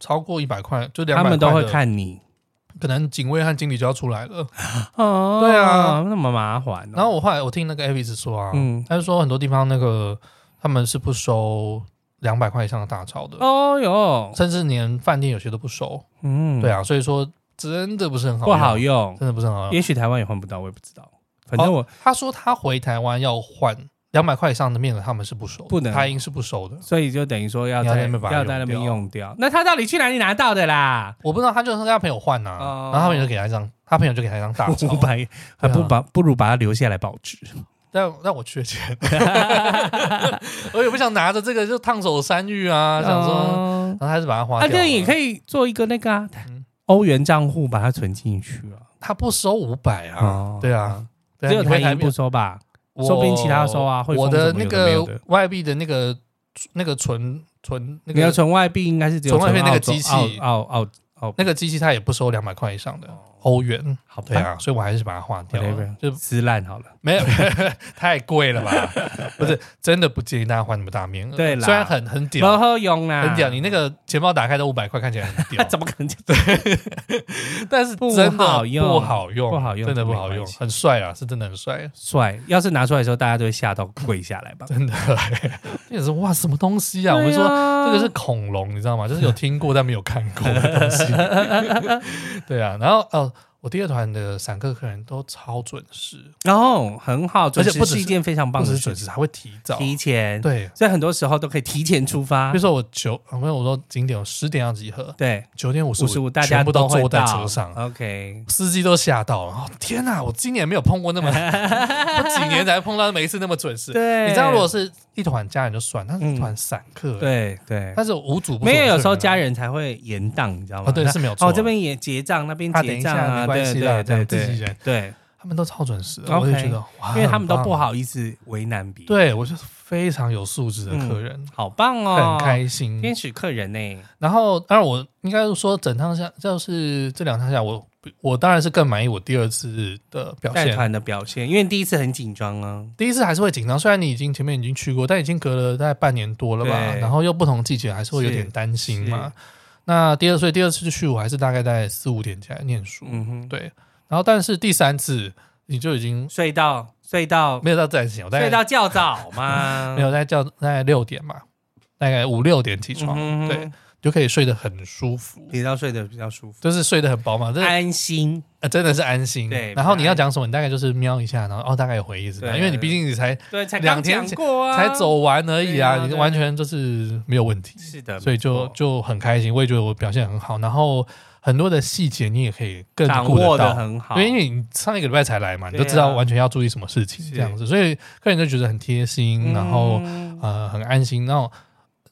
Speaker 2: 超过一百块，就
Speaker 1: 嗯
Speaker 2: 两
Speaker 1: 他
Speaker 2: 百
Speaker 1: 们都会，看你，
Speaker 2: 可能警卫和经理就要出来了。
Speaker 1: 哦
Speaker 2: 对啊，
Speaker 1: 那么麻烦哦。
Speaker 2: 然后我后来我听那个 Avis 说啊，
Speaker 1: 嗯
Speaker 2: 他就说很多地方那个他们是不收两百块以上的大钞的，
Speaker 1: 哦哟，
Speaker 2: 甚至连饭店有些都不收。
Speaker 1: 嗯
Speaker 2: 对，啊，所以说真的不是很好，
Speaker 1: 不好，用，
Speaker 2: 真的不是很好用。
Speaker 1: 也许台湾也换不到，我也不知道。反正我，
Speaker 2: 他说他回台湾要换两百块以上的面额，他们是不收的，
Speaker 1: 不能
Speaker 2: 他应是不收的。
Speaker 1: 所以就等于说要
Speaker 2: 你要
Speaker 1: 在
Speaker 2: 在那边把它
Speaker 1: 要在那
Speaker 2: 用
Speaker 1: 边
Speaker 2: 掉
Speaker 1: 用掉。那他到底去哪里拿到的啦？
Speaker 2: 我不知道，他就是跟他朋友换呐、啊
Speaker 1: 哦
Speaker 2: 然后他朋友就给他一张，他朋友就给他一张大 钞
Speaker 1: 五，百，还不
Speaker 2: 对啊
Speaker 1: 把不如把它留下来保值。
Speaker 2: 但但我缺钱， 我也不想拿着这个就烫手山芋啊，想说，
Speaker 1: 哦
Speaker 2: 然后还是把它花
Speaker 1: 啊，
Speaker 2: 掉了。
Speaker 1: 这也可以做一个那个啊
Speaker 2: 嗯
Speaker 1: 欧元账户，把它存进去啊。
Speaker 2: 他不收五百啊，
Speaker 1: 哦
Speaker 2: 对啊，对啊
Speaker 1: 只有
Speaker 2: 你回
Speaker 1: 台
Speaker 2: 台
Speaker 1: 银
Speaker 2: 币
Speaker 1: 不，收吧？
Speaker 2: 我
Speaker 1: 说不定其他收啊汇丰
Speaker 2: 我
Speaker 1: 什么
Speaker 2: 的那
Speaker 1: 有的没有
Speaker 2: 个
Speaker 1: 的
Speaker 2: 外币的那个那个存存那
Speaker 1: 你要
Speaker 2: 个
Speaker 1: 存外币，应该是只有
Speaker 2: 存外币
Speaker 1: 澳
Speaker 2: 那个
Speaker 1: 洲
Speaker 2: 机器
Speaker 1: 澳澳澳
Speaker 2: 那个机器，它也不收两百块以上的欧元。
Speaker 1: 好吧
Speaker 2: 对啊，所以我还是把它划掉了
Speaker 1: 哦 Whatever，，
Speaker 2: 就
Speaker 1: 撕烂好了。
Speaker 2: 没有 太贵了吧？不是，真的不建议大家换那么大面额。
Speaker 1: 对啦
Speaker 2: 虽然很很
Speaker 1: 不
Speaker 2: 屌，
Speaker 1: 好用啊，
Speaker 2: 很屌，你那个钱包打开都五百块，看起来很
Speaker 1: ，
Speaker 2: 屌
Speaker 1: 怎么可能就
Speaker 2: 但是
Speaker 1: 不
Speaker 2: 真的
Speaker 1: 好用
Speaker 2: 不好用，
Speaker 1: 不好用
Speaker 2: 真的不好
Speaker 1: 没
Speaker 2: 用
Speaker 1: 关系，
Speaker 2: 很帅啊，是真的很帅，
Speaker 1: 帅？要是拿出来的时候，大家都会吓到跪下来吧。
Speaker 2: 真的。这也是哇，什么东西啊？我们
Speaker 1: 对
Speaker 2: 说
Speaker 1: 啊
Speaker 2: 这个是恐 龙，你知道吗？就是有听过但没有看过的东西。对啊，然后哦，我第二团的散客客人都超准时，
Speaker 1: 然后很好，准
Speaker 2: 而且
Speaker 1: 时
Speaker 2: 不只
Speaker 1: 是
Speaker 2: 是
Speaker 1: 一件非常
Speaker 2: 不
Speaker 1: 棒
Speaker 2: 只
Speaker 1: 的
Speaker 2: 是
Speaker 1: 事
Speaker 2: 准时，
Speaker 1: 情，
Speaker 2: 还会提早。
Speaker 1: 提前，
Speaker 2: 对，
Speaker 1: 所以很多时候都可以提前出发
Speaker 2: 比如。说我九，啊没有我说景点我十点要集合，
Speaker 1: 对，
Speaker 2: 九点五十
Speaker 1: 五十五大家
Speaker 2: 全部都
Speaker 1: 会
Speaker 2: 坐在
Speaker 1: 到
Speaker 2: 车上，
Speaker 1: OK，
Speaker 2: 司机都吓到了。哦天哪，我今年没有碰 过那么，我几年才碰到每一次那么准时。
Speaker 1: 对
Speaker 2: 你知道，如果是一团家人就算，他是一团散客，，
Speaker 1: 嗯对对，
Speaker 2: 但是无主不
Speaker 1: 没有有时候
Speaker 2: 家
Speaker 1: 家人才会延档，你知道吗？
Speaker 2: 啊哦对
Speaker 1: 那
Speaker 2: 是没有错
Speaker 1: 哦，这边也结账，那边
Speaker 2: 啊等
Speaker 1: 结
Speaker 2: 一
Speaker 1: 账
Speaker 2: 下
Speaker 1: 啊，
Speaker 2: 没关
Speaker 1: 对
Speaker 2: 系啦
Speaker 1: 对
Speaker 2: 这样
Speaker 1: 对
Speaker 2: 自己
Speaker 1: 对
Speaker 2: 人
Speaker 1: 对，
Speaker 2: 他们都超准时的，
Speaker 1: OK
Speaker 2: 我就觉得哇，
Speaker 1: 因为他们都不
Speaker 2: 很棒，
Speaker 1: 好意思为难别人，
Speaker 2: 对我就是非常有素质的客人，
Speaker 1: 好棒嗯哦，
Speaker 2: 很开心。
Speaker 1: 天使客人呢，
Speaker 2: 然后，当然我应该说整趟下，就是这两趟下，我我当然是更满意我第二次的表
Speaker 1: 带
Speaker 2: 现。
Speaker 1: 团的表现，因为第一次很紧张啊，
Speaker 2: 第一次还是会紧张，虽然你已经前面已经去过，但已经隔了大概半年多了吧，
Speaker 1: 对
Speaker 2: 然后又不同季节，还是会有点担心嘛。那第二，所以第二次去我还是大概在四五点起来念书，
Speaker 1: 嗯哼，
Speaker 2: 对。然后，但是第三次你就已经
Speaker 1: 睡到睡到
Speaker 2: 没有到自然醒，我大
Speaker 1: 睡
Speaker 2: 概
Speaker 1: 到较早嘛，
Speaker 2: 没有在叫大概六点嘛，大概五六点起床，
Speaker 1: 嗯哼
Speaker 2: 对，就可以睡得很舒服，
Speaker 1: 比较睡得比较舒服，
Speaker 2: 就是睡得很饱满，这
Speaker 1: 安心，
Speaker 2: 呃，真的是安心。
Speaker 1: 对
Speaker 2: 然后你
Speaker 1: 比较
Speaker 2: 要讲什么，你大概就是瞄一下，然后哦，大概有回忆是吧？
Speaker 1: 对
Speaker 2: 因为你毕竟你才
Speaker 1: 对，才
Speaker 2: 两
Speaker 1: 刚
Speaker 2: 天
Speaker 1: 讲
Speaker 2: 前
Speaker 1: 过啊，
Speaker 2: 才走完而已啊，
Speaker 1: 对啊
Speaker 2: 你
Speaker 1: 对啊
Speaker 2: 完全就是没有问题，
Speaker 1: 是的，
Speaker 2: 所以就
Speaker 1: 没错
Speaker 2: 就很开心。我也觉得我表现很好，然后很多的细节你也可以更
Speaker 1: 掌
Speaker 2: 顾
Speaker 1: 握
Speaker 2: 得
Speaker 1: 的
Speaker 2: 到。
Speaker 1: 很好，
Speaker 2: 因为因为你上一个礼拜才来嘛，你就
Speaker 1: 对啊
Speaker 2: 知道完全要注意什么事情
Speaker 1: 是
Speaker 2: 这样子，所以客人就觉得很贴心，然后
Speaker 1: 嗯
Speaker 2: 呃很安心。然后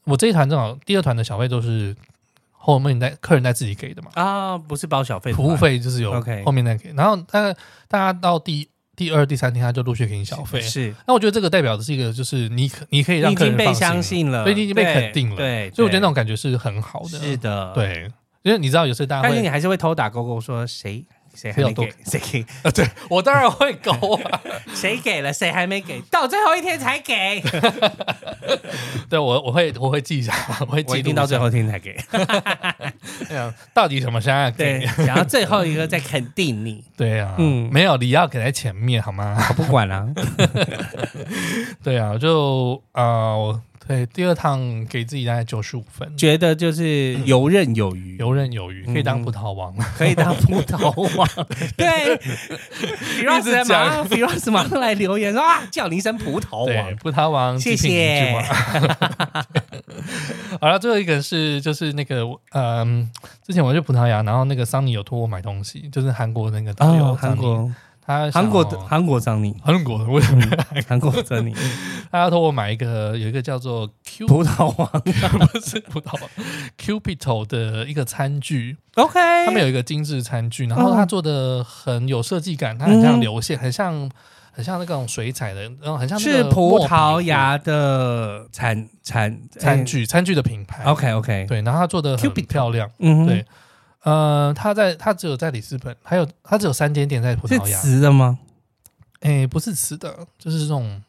Speaker 2: 我这一团正好第二团的小费都是后面在客人在自己给的嘛，
Speaker 1: 啊，不是包小费的吧，
Speaker 2: 服务费就是有
Speaker 1: OK
Speaker 2: 后面再给，然后大概大家到第第二、第三天，他就陆续给你小费。
Speaker 1: 是，
Speaker 2: 那我觉得这个代表的是一个，就是你可你可以
Speaker 1: 你
Speaker 2: 让
Speaker 1: 已
Speaker 2: 客人
Speaker 1: 经被
Speaker 2: 放心
Speaker 1: 相，信了，
Speaker 2: 对你已经被肯定了
Speaker 1: 对，对
Speaker 2: 所以我觉得那种感觉是很好的。
Speaker 1: 是，的，。
Speaker 2: 对，因为你知道有些大家
Speaker 1: 但是你
Speaker 2: 会，
Speaker 1: 还是会偷打勾勾说谁谁还没给谁给
Speaker 2: 我当然会勾啊，
Speaker 1: 谁给了谁还没给，到最后一天才给，
Speaker 2: 对我我会我会记一下，我会
Speaker 1: 我
Speaker 2: 记
Speaker 1: 一
Speaker 2: 录
Speaker 1: 定
Speaker 2: 一
Speaker 1: 到
Speaker 2: 下
Speaker 1: 最后一天才给，
Speaker 2: 哎呀到底什么伤害
Speaker 1: 对
Speaker 2: 给？，
Speaker 1: 然后最后一个再肯定你，
Speaker 2: 对啊，
Speaker 1: 嗯
Speaker 2: 没有你要给在前面 好啊吗？
Speaker 1: 我不管了、
Speaker 2: 对啊，就啊、我对第二趟给自己大概九十五分，
Speaker 1: 觉得 就是游刃有余，
Speaker 2: 游刃有
Speaker 1: 嗯
Speaker 2: 余，可以当葡萄王。
Speaker 1: 可以当葡萄 王。对 f i r
Speaker 2: 一
Speaker 1: o
Speaker 2: 直
Speaker 1: s
Speaker 2: 讲
Speaker 1: 马上 f i r o s 马上来留言说啊，叫你一声葡萄
Speaker 2: 对，
Speaker 1: 王，
Speaker 2: 葡萄王，
Speaker 1: 谢
Speaker 2: 极品凝聚
Speaker 1: 谢
Speaker 2: 王。好了，最后一个是就是那个嗯，之前我去葡萄牙，然后那个桑尼有托我买东西，就是韩国那个导游、
Speaker 1: 哦，韩国
Speaker 2: 桑尼，他想
Speaker 1: 韩国
Speaker 2: 要
Speaker 1: 韩国桑尼，
Speaker 2: 韩国，我哎
Speaker 1: 韩国桑 尼，
Speaker 2: 他要托我买一个有一个叫做 Q
Speaker 1: 葡萄王
Speaker 2: 不是葡萄王 Cupito 的一个餐具，
Speaker 1: ，OK，
Speaker 2: 他们有一个精致餐具，然后它做的很有设计感，它很像流线，很像很像那种水彩的，然后很像
Speaker 1: 嗯
Speaker 2: 那
Speaker 1: 是
Speaker 2: 个
Speaker 1: 葡
Speaker 2: 墨笔
Speaker 1: 萄牙的产产哎
Speaker 2: 餐具餐具的品牌。
Speaker 1: ，OK OK，
Speaker 2: 对，然后它做的很
Speaker 1: Cupito
Speaker 2: 漂亮。
Speaker 1: 嗯哼
Speaker 2: 对，呃，他在他只有在里斯本，还有他只有三间店在葡
Speaker 1: 是
Speaker 2: 萄牙。
Speaker 1: 瓷的吗
Speaker 2: 哎，不是瓷的，就是这种，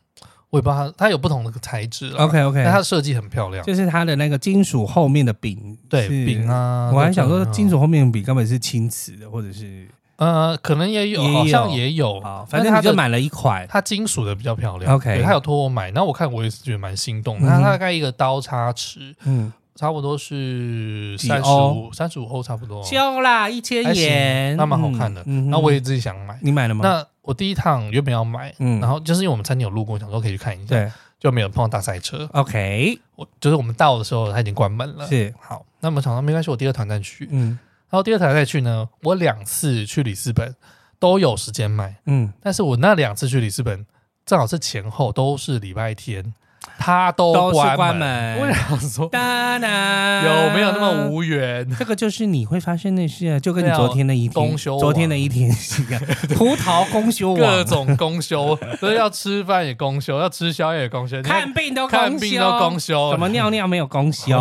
Speaker 2: 我也不知道它，它有不同的材质啦
Speaker 1: ？OK OK，
Speaker 2: 但它设计很漂亮，
Speaker 1: 就是它的那个金属后面的柄，
Speaker 2: 对
Speaker 1: 是
Speaker 2: 饼。啊，
Speaker 1: 我还想说
Speaker 2: 各，种啊
Speaker 1: 金，属后面的柄根本是青瓷的，或者是
Speaker 2: 呃，可能也有，
Speaker 1: 也
Speaker 2: 好像
Speaker 1: 有
Speaker 2: 也有
Speaker 1: 啊，，
Speaker 2: 哦但
Speaker 1: 反正
Speaker 2: 它
Speaker 1: 你就
Speaker 2: 的。
Speaker 1: 买了一款，
Speaker 2: 它金属的比较漂亮
Speaker 1: OK
Speaker 2: 对他有托我买，然后我看我也是觉得蛮心动的。
Speaker 1: 嗯
Speaker 2: 它
Speaker 1: 哼
Speaker 2: 大概一个刀叉尺，
Speaker 1: 嗯，
Speaker 2: 差不多是
Speaker 1: 几
Speaker 2: 三十
Speaker 1: 欧
Speaker 2: 五，三十五欧差不多。
Speaker 1: 就哦啦，一千
Speaker 2: 还行
Speaker 1: 元，
Speaker 2: 那蛮好看的
Speaker 1: 嗯
Speaker 2: 然后我也自己想买，
Speaker 1: 你买了吗？
Speaker 2: 那我第一趟原本要买，
Speaker 1: 嗯
Speaker 2: 然后就是因为我们餐厅有路过，想说可以去看一下，
Speaker 1: 对
Speaker 2: 就没有碰到大赛车。
Speaker 1: ，OK，
Speaker 2: 我就是我们到的时候，它已经关门了。
Speaker 1: 是，
Speaker 2: 好，那么想到没关系，我第二团再去。
Speaker 1: 嗯
Speaker 2: 然后第二团再去呢，我两次去里斯本都有时间买，
Speaker 1: 嗯，
Speaker 2: 但是我那两次去里斯本正好是前后都是礼拜天，它都
Speaker 1: 都
Speaker 2: 关
Speaker 1: 是关。门，
Speaker 2: 我 想说，
Speaker 1: 当然
Speaker 2: 有没有那么无缘？
Speaker 1: 这个就是你会发生的事啊，就跟你
Speaker 2: 对啊
Speaker 1: 昨天的一天，
Speaker 2: 公休网
Speaker 1: 昨天的一天是一 样，葡萄公休
Speaker 2: 各
Speaker 1: 网，
Speaker 2: 种公休， 所以要吃饭也公休，要吃宵夜也公休，你
Speaker 1: 看病都
Speaker 2: 看病都
Speaker 1: 休，
Speaker 2: 公休，
Speaker 1: 怎么尿尿没有公休？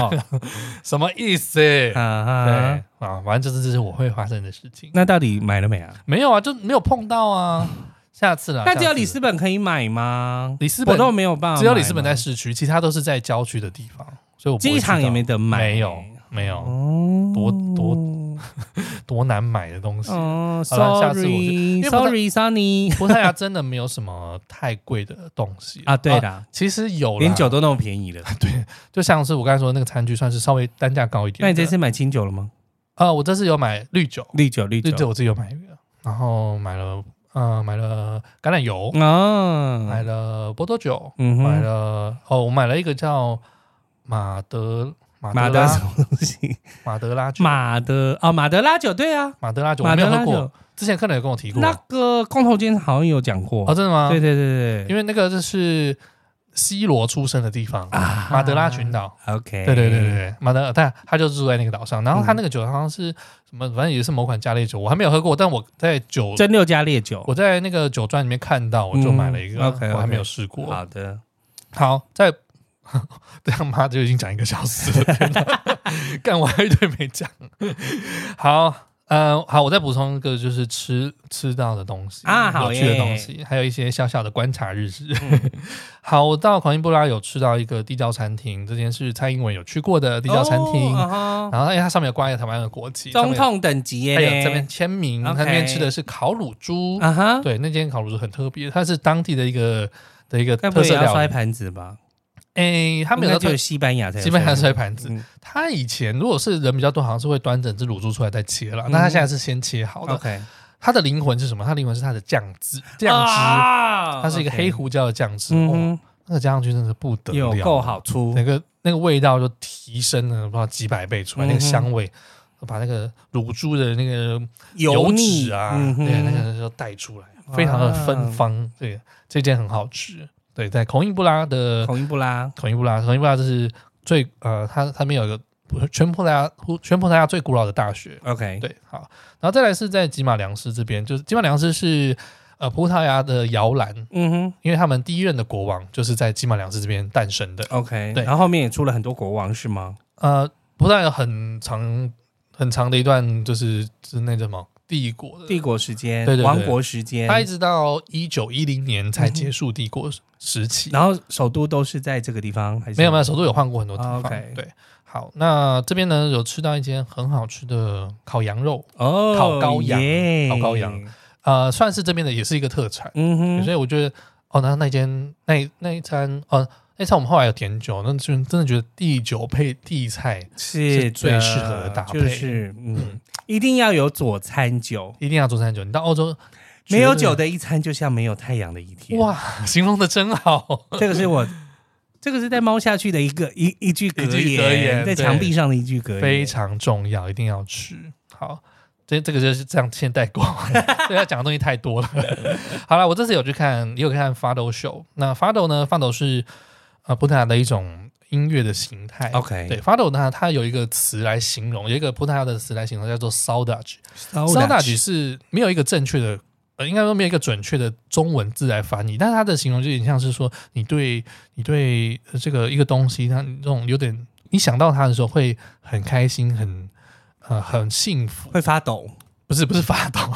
Speaker 2: 什么意思？
Speaker 1: 啊
Speaker 2: 对，啊，反正就是这是我会发生的事情。
Speaker 1: 那到底买了没啊？
Speaker 2: 没有啊，就没有碰到啊，下次啦。
Speaker 1: 那只有
Speaker 2: 下次
Speaker 1: 里斯本可以买吗？
Speaker 2: 里斯本
Speaker 1: 我都没有办法买吗，
Speaker 2: 只有里斯本在市区，其他都是在郊区的地方，所以我不会
Speaker 1: 机场
Speaker 2: 知道
Speaker 1: 也没得买，
Speaker 2: 没有没有
Speaker 1: 哦，
Speaker 2: 多多多难买 的东西。
Speaker 1: 哦
Speaker 2: 好啦下次我就因为不太
Speaker 1: ，sorry，sorry，Sunny
Speaker 2: 葡萄牙真的没有什么太贵的东西
Speaker 1: 啊，对，啦，
Speaker 2: 其实哦有啦
Speaker 1: 连酒都那么便 宜了，
Speaker 2: 就像是我刚才说的那个餐具，算是稍微单价高一点的。
Speaker 1: 那你这次买清酒了吗？
Speaker 2: 啊，我这次有买绿酒，
Speaker 1: 绿酒，绿
Speaker 2: 绿
Speaker 1: 酒
Speaker 2: 酒我自己有买一个，然后买了呃买了橄榄油，买
Speaker 1: 啊，
Speaker 2: 了波多酒，
Speaker 1: 嗯哼
Speaker 2: 买了哦，我买了一个叫马德马
Speaker 1: 马
Speaker 2: 德
Speaker 1: 德
Speaker 2: 拉
Speaker 1: 什么东西？
Speaker 2: 马德拉酒
Speaker 1: 马德哦，马德拉酒，对啊，
Speaker 2: 马德拉酒，我
Speaker 1: 马
Speaker 2: 没
Speaker 1: 德
Speaker 2: 有
Speaker 1: 拉
Speaker 2: 喝
Speaker 1: 酒
Speaker 2: 过，，之前客人有跟我提过。
Speaker 1: 那个光头今天好像有讲过
Speaker 2: 哦，，真的吗？
Speaker 1: 对对对对，
Speaker 2: 因为那个就是西罗出生的地方啊，马德拉群岛。
Speaker 1: OK，
Speaker 2: 对对对对，对，马德他他就住在那个岛上，然后他那个酒好像是什么，反正也是某款加烈酒，我还没有喝过，但我在酒
Speaker 1: 蒸馏加烈酒，
Speaker 2: 我在那个酒庄里面看到，我就买了一个
Speaker 1: 嗯，OK，OK
Speaker 2: 我还没有试过。
Speaker 1: 好的，
Speaker 2: 好， 在这样妈就已经讲一个小时了， 天哪干我还有一堆没讲。好，呃，好，我再补充一个，就是吃吃到的东西
Speaker 1: 啊好
Speaker 2: 有趣的
Speaker 1: 耶嗯
Speaker 2: 东西，还有一些小小的观察日志。 好，我到狂音布拉有吃到一个地窖餐厅，这间是蔡英文有去过的地窖餐厅，
Speaker 1: 哦啊哈
Speaker 2: 然后因哎为它上面有挂一个台湾的国旗，
Speaker 1: 中痛等级耶，
Speaker 2: 还哎有这边签名，它
Speaker 1: OK
Speaker 2: 那边吃的是烤乳猪。
Speaker 1: 啊哈，
Speaker 2: 对，那间烤乳猪很特别，它是当地的一个的一个
Speaker 1: 该不
Speaker 2: 特
Speaker 1: 会也
Speaker 2: 色
Speaker 1: 要
Speaker 2: 料
Speaker 1: 摔
Speaker 2: 理。
Speaker 1: 盘子吧？
Speaker 2: 哎，他
Speaker 1: 他
Speaker 2: 们
Speaker 1: 应该
Speaker 2: 有特
Speaker 1: 就是西班牙才有
Speaker 2: 西班牙摔
Speaker 1: 摔盘
Speaker 2: 盘子。
Speaker 1: 嗯
Speaker 2: 他以前如果是人比较多，好像是会端整只卤猪出来再切了。那
Speaker 1: 嗯
Speaker 2: 他现在是先切好的。
Speaker 1: ，OK，
Speaker 2: 他的灵魂是什么？他灵魂是他的酱汁，酱汁，
Speaker 1: 汁
Speaker 2: 它是一个黑，胡椒的酱汁。哦，
Speaker 1: 啊嗯哼，
Speaker 2: 那个加上去真的是不得
Speaker 1: 有
Speaker 2: 了，
Speaker 1: 够好粗
Speaker 2: 那个那个味道就提升了不知道几百倍出来，
Speaker 1: 嗯哼
Speaker 2: 那个香味。把那个卤猪的那个
Speaker 1: 腻
Speaker 2: 脂啊，
Speaker 1: 嗯哼啊
Speaker 2: 对，那个就带出来，非常的芬芳。对，这件很好吃。对，在孔印布拉的
Speaker 1: 孔伊布拉，
Speaker 2: 统一布拉，统一布拉就是最呃，它它们有一个全葡萄牙全葡萄牙最古老的大学。
Speaker 1: OK，
Speaker 2: 对，好，然后再来是在吉马良斯这边，就是吉马良斯是呃葡萄牙的摇篮，
Speaker 1: 嗯哼
Speaker 2: 因为他们第一任的国王就是在吉马良斯这边诞生的。
Speaker 1: ，OK，
Speaker 2: 对
Speaker 1: 然后后面也出了很多国王是吗？
Speaker 2: 呃，葡萄牙有很长很长的一段就是是那叫什么帝国的，
Speaker 1: 帝国时间
Speaker 2: 呃对对对，
Speaker 1: 王国时间，
Speaker 2: 它一直到一九一零年才结束帝国时期。
Speaker 1: 然后首都都是在这个地方，还是
Speaker 2: 没有没有，首都有换过很多地方。
Speaker 1: 啊，OK
Speaker 2: 对，好，那这边呢有吃到一间很好吃的烤羊肉，
Speaker 1: 哦，
Speaker 2: 烤羔羊
Speaker 1: 耶
Speaker 2: 烤羔羊，呃，算是这边的也是一个特产。
Speaker 1: 嗯哼，
Speaker 2: 所以我觉得，哦，那那间那那一餐，哦，那一餐我们后来有点酒，那就真的觉得地酒配地菜
Speaker 1: 是
Speaker 2: 是
Speaker 1: 的
Speaker 2: 最适合的搭配
Speaker 1: 就是嗯，一定要有佐餐酒，
Speaker 2: 一定要做餐酒。你到澳洲
Speaker 1: 没有酒
Speaker 2: 觉
Speaker 1: 的一餐就像没有太阳的一
Speaker 2: 得
Speaker 1: 天。，
Speaker 2: 哇，形容的真好。
Speaker 1: 这个是我，这个是在猫下去的一个一一句格
Speaker 2: 一句格言
Speaker 1: 在
Speaker 2: 对
Speaker 1: 墙壁上的一句格言，
Speaker 2: 非常重要，一定要吃。好，这这个就是这样现代过， 对要讲的东西太多了。 好了，我这次有去看，也有看 Fado show。那 Fado 呢？Fado 是呃葡萄牙的一种音乐的形态。
Speaker 1: OK
Speaker 2: 对 Fado 呢，它有一个词来形容，有一个葡萄牙的词来形容，叫做 saudade。saudade 是没有一个正确的。呃，应该说没有一个准确的中文字来翻译，但是它的形容就有点像是说，你对你对呃这个一个东西，它这种有点，你想到它的时候会很开心，很呃很幸福，
Speaker 1: 会发抖，
Speaker 2: 不是不是发抖，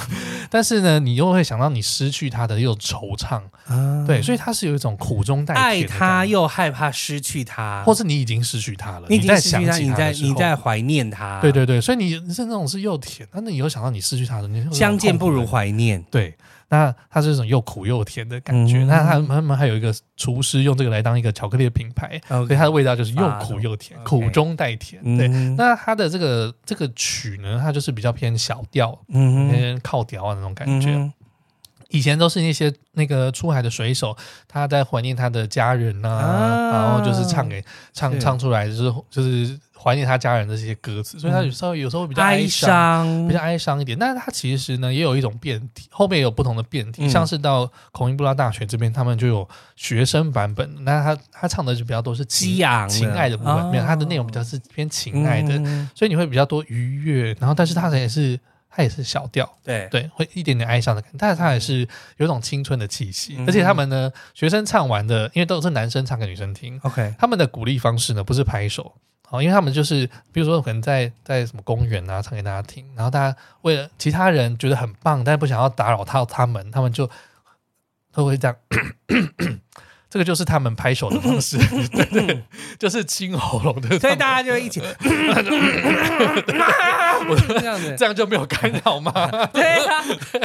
Speaker 2: 但是呢，你又会想到你失去它的又惆怅，
Speaker 1: 啊
Speaker 2: 对，所以它是有一种苦中带
Speaker 1: 爱
Speaker 2: 甜的
Speaker 1: 他
Speaker 2: 感觉，
Speaker 1: 又害怕失去他，
Speaker 2: 或是你已经失去它了，
Speaker 1: 你已经
Speaker 2: 在
Speaker 1: 失
Speaker 2: 想
Speaker 1: 去他，
Speaker 2: 起
Speaker 1: 你
Speaker 2: 它
Speaker 1: 在
Speaker 2: 的时候
Speaker 1: 你在怀念他，
Speaker 2: 对，对对，所以你是那种是又甜，但是你又想到你失去它的，你会有种
Speaker 1: 相见
Speaker 2: 痛
Speaker 1: 不
Speaker 2: 苦的
Speaker 1: 如怀念，
Speaker 2: 对，那它是一种又苦又甜的感觉。
Speaker 1: 嗯
Speaker 2: 那它他们还有一个厨师用这个来当一个巧克力的品牌，所以
Speaker 1: OK
Speaker 2: 它的味道就是又
Speaker 1: 啊
Speaker 2: 苦又甜，
Speaker 1: ，OK
Speaker 2: 苦中带甜。对，
Speaker 1: 嗯
Speaker 2: 那它的这个这个曲呢，它就是比较偏小调，
Speaker 1: 嗯哼
Speaker 2: 偏靠调啊那种感
Speaker 1: 嗯
Speaker 2: 觉。
Speaker 1: 哼
Speaker 2: 以前都是那些那个出海的水手，他在怀念他的家人呐、
Speaker 1: 啊
Speaker 2: 然后就是唱给唱
Speaker 1: 是
Speaker 2: 唱出来，就是就是怀念他家人的这些歌词，所以他有时候有时候比较
Speaker 1: 哀
Speaker 2: 伤。
Speaker 1: 伤
Speaker 2: 比较哀伤一点。但是它其实呢，也有一种变体，后面也有不同的变体，
Speaker 1: 嗯
Speaker 2: 像是到孔伊布拉大学这边，他们就有学生版本。那他他唱的就比较多是
Speaker 1: 激
Speaker 2: 情
Speaker 1: 昂
Speaker 2: 情爱的部分，没有他的内容比较是偏情爱的，
Speaker 1: 嗯
Speaker 2: 所以你会比较多愉悦。然后，但是它也是它也是小调。
Speaker 1: 对
Speaker 2: 对，会一点点哀伤的感觉，但是它也是有一种青春的气息，
Speaker 1: 嗯
Speaker 2: 而且他们呢，学生唱完的，因为都是男生唱给女生听，
Speaker 1: ，OK，
Speaker 2: 他们的鼓励方式呢，不是拍手，好、因为他们就是比如说可能在在什么公园啊唱给大家听，然后大家为了其他人觉得很棒，但不想要打扰到他们，他们就都会这样。 这个就是他们拍手的 方式，对对，就是清喉咙的，
Speaker 1: 所以大家就 一起 这样子，
Speaker 2: 这样就没有干扰吗？
Speaker 1: 对啊，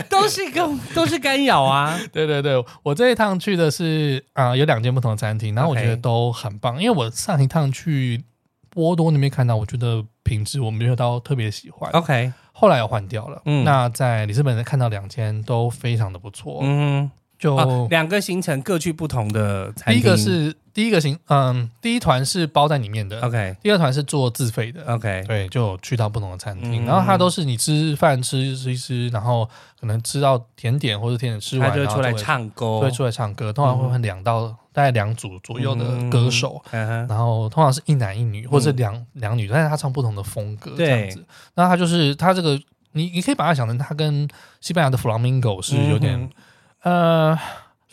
Speaker 1: 都是个 都是干扰啊，
Speaker 2: 对对对，我这一趟去的是啊、呃有两间不同的餐厅，然后我
Speaker 1: OK
Speaker 2: 觉得都很棒，因为我上一趟去波多那边看到，我觉得品质我没有到特别喜欢
Speaker 1: OK，
Speaker 2: 后来又换掉了。
Speaker 1: 嗯
Speaker 2: 那在里斯本看到两间都非常的不错，
Speaker 1: 嗯
Speaker 2: 就、
Speaker 1: 哼，哦，两个行程各去不同的餐
Speaker 2: 第
Speaker 1: 厅。
Speaker 2: 一个是第一个行，嗯，第一团是包在里面的，
Speaker 1: OK
Speaker 2: 第二团是做自费的。
Speaker 1: OK，
Speaker 2: 对，就有去到不同的餐厅，
Speaker 1: 啊嗯
Speaker 2: 然后它都是你吃饭吃吃一吃，然后可能吃到甜点或者甜点吃
Speaker 1: 他
Speaker 2: 完，
Speaker 1: 就会
Speaker 2: 然后
Speaker 1: 出来
Speaker 2: 会
Speaker 1: 唱
Speaker 2: 就
Speaker 1: 歌
Speaker 2: 会，出来唱歌，通常会换两到、大概两组左右的歌手，
Speaker 1: 嗯哼，
Speaker 2: 然后通常是一男一女或者两、两女，但是他唱不同的风格
Speaker 1: 嗯
Speaker 2: 这
Speaker 1: 对
Speaker 2: 样子。那他就是他这个，你你可以把它想成他跟西班牙的 flamingo 是有
Speaker 1: 嗯
Speaker 2: 点、呃，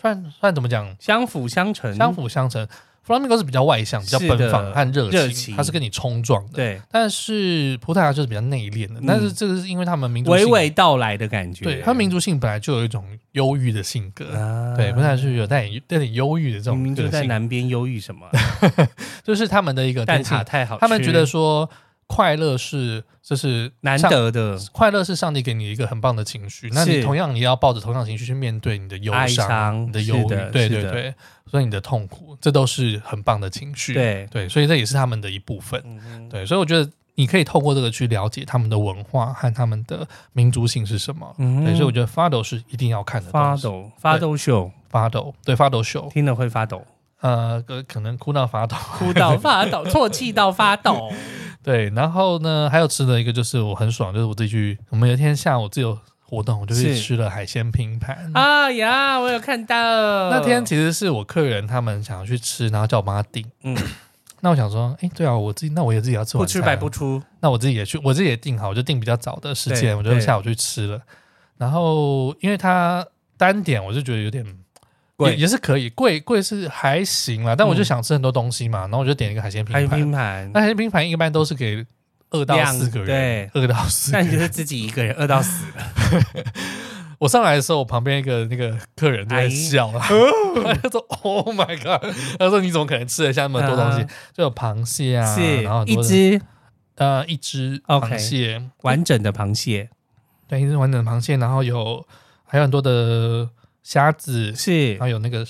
Speaker 2: 算算怎么讲，
Speaker 1: 相辅相成，
Speaker 2: 相辅相成。flamingo 是比较外向、比较
Speaker 1: 嗯是的
Speaker 2: 奔放和热
Speaker 1: 热
Speaker 2: 情，
Speaker 1: 情
Speaker 2: 它是跟你冲撞的。
Speaker 1: 对，
Speaker 2: 但是葡萄牙就是比较内敛的，
Speaker 1: 嗯
Speaker 2: 但是这个是因为他们民族
Speaker 1: 娓
Speaker 2: 性，
Speaker 1: 娓道来的感觉。
Speaker 2: 对他们民族性本来就有一种忧郁的性格，
Speaker 1: 啊
Speaker 2: 对，不太是有带点带点忧郁的这
Speaker 1: 明
Speaker 2: 种
Speaker 1: 明就
Speaker 2: 个
Speaker 1: 在
Speaker 2: 性，
Speaker 1: 南边忧郁什 么啊，
Speaker 2: 就是他们的一个
Speaker 1: 蛋
Speaker 2: 个性
Speaker 1: 挞太好吃，
Speaker 2: 他们觉得说快乐是就是
Speaker 1: 难
Speaker 2: 上，
Speaker 1: 得的
Speaker 2: 快乐是上帝给你一个很棒的情绪，那你
Speaker 1: 是
Speaker 2: 同样你要抱着同样的情绪去面对你的忧
Speaker 1: 哀
Speaker 2: 伤、
Speaker 1: 伤
Speaker 2: 你的忧
Speaker 1: 是
Speaker 2: 郁
Speaker 1: 的，
Speaker 2: 对
Speaker 1: 是
Speaker 2: 对
Speaker 1: 的
Speaker 2: 对，所以你的痛苦，这都是很棒的情绪，
Speaker 1: 对，
Speaker 2: 对，所以这也是他们的一部分，
Speaker 1: 嗯哼
Speaker 2: 对，所以我觉得你可以透过这个去了解他们的文化和他们的民族性是什么。
Speaker 1: 嗯
Speaker 2: 对，所以我
Speaker 1: 就
Speaker 2: 觉得 Fado 是一定要看的
Speaker 1: 发
Speaker 2: 东西。
Speaker 1: 抖发抖秀，
Speaker 2: Fado，对 Fado 秀，
Speaker 1: 听了会发抖，
Speaker 2: 呃，可可能哭闹 Fado，
Speaker 1: 哭到发 抖，啜泣到发抖。
Speaker 2: 对，然后呢，还有吃的一个就是我很爽，就是我自己去，我们有一天下午自由活动，我就去
Speaker 1: 是
Speaker 2: 吃了海鲜拼盘。
Speaker 1: 哎呀，我有看到
Speaker 2: 嗯那天其实是我客人他们想要去吃，然后叫我帮他订。嗯
Speaker 1: 嗯，
Speaker 2: 那我想说，哎，对啊，我自己那我也自己要吃
Speaker 1: 不
Speaker 2: 晚餐
Speaker 1: 吃
Speaker 2: 啊，
Speaker 1: 白不出，
Speaker 2: 那我自己也去，我自己也订好，我就订比较早的时间，
Speaker 1: 对
Speaker 2: 我就下午去吃了。然后因为它单点，我就觉得有点
Speaker 1: 贵嗯
Speaker 2: 也也是可以，贵贵是还行啦，但我就想吃很多东西嘛，然后我就点一个海鲜
Speaker 1: 还
Speaker 2: 拼
Speaker 1: 有
Speaker 2: 盘。
Speaker 1: 拼盘
Speaker 2: 那，海鲜拼盘一般都是给二到
Speaker 1: 量
Speaker 2: 四个人，二到四个
Speaker 1: 那你就
Speaker 2: 人。
Speaker 1: 是自己一个人饿到死了。
Speaker 2: 我上来的时候，我旁边一个那个客人就在
Speaker 1: 哎哦
Speaker 2: 笑了， 他就说：“Oh my god！” 他说：“你怎么可能吃得下那么多东西
Speaker 1: 啊？
Speaker 2: 就有螃蟹啊，
Speaker 1: 是
Speaker 2: 然后很
Speaker 1: 一
Speaker 2: 多的
Speaker 1: 只
Speaker 2: 呃一只
Speaker 1: OK
Speaker 2: 螃蟹，
Speaker 1: 完整的螃蟹，
Speaker 2: 对，一只完整的螃蟹，然后有还有很多的虾子，
Speaker 1: 是
Speaker 2: 然后有那个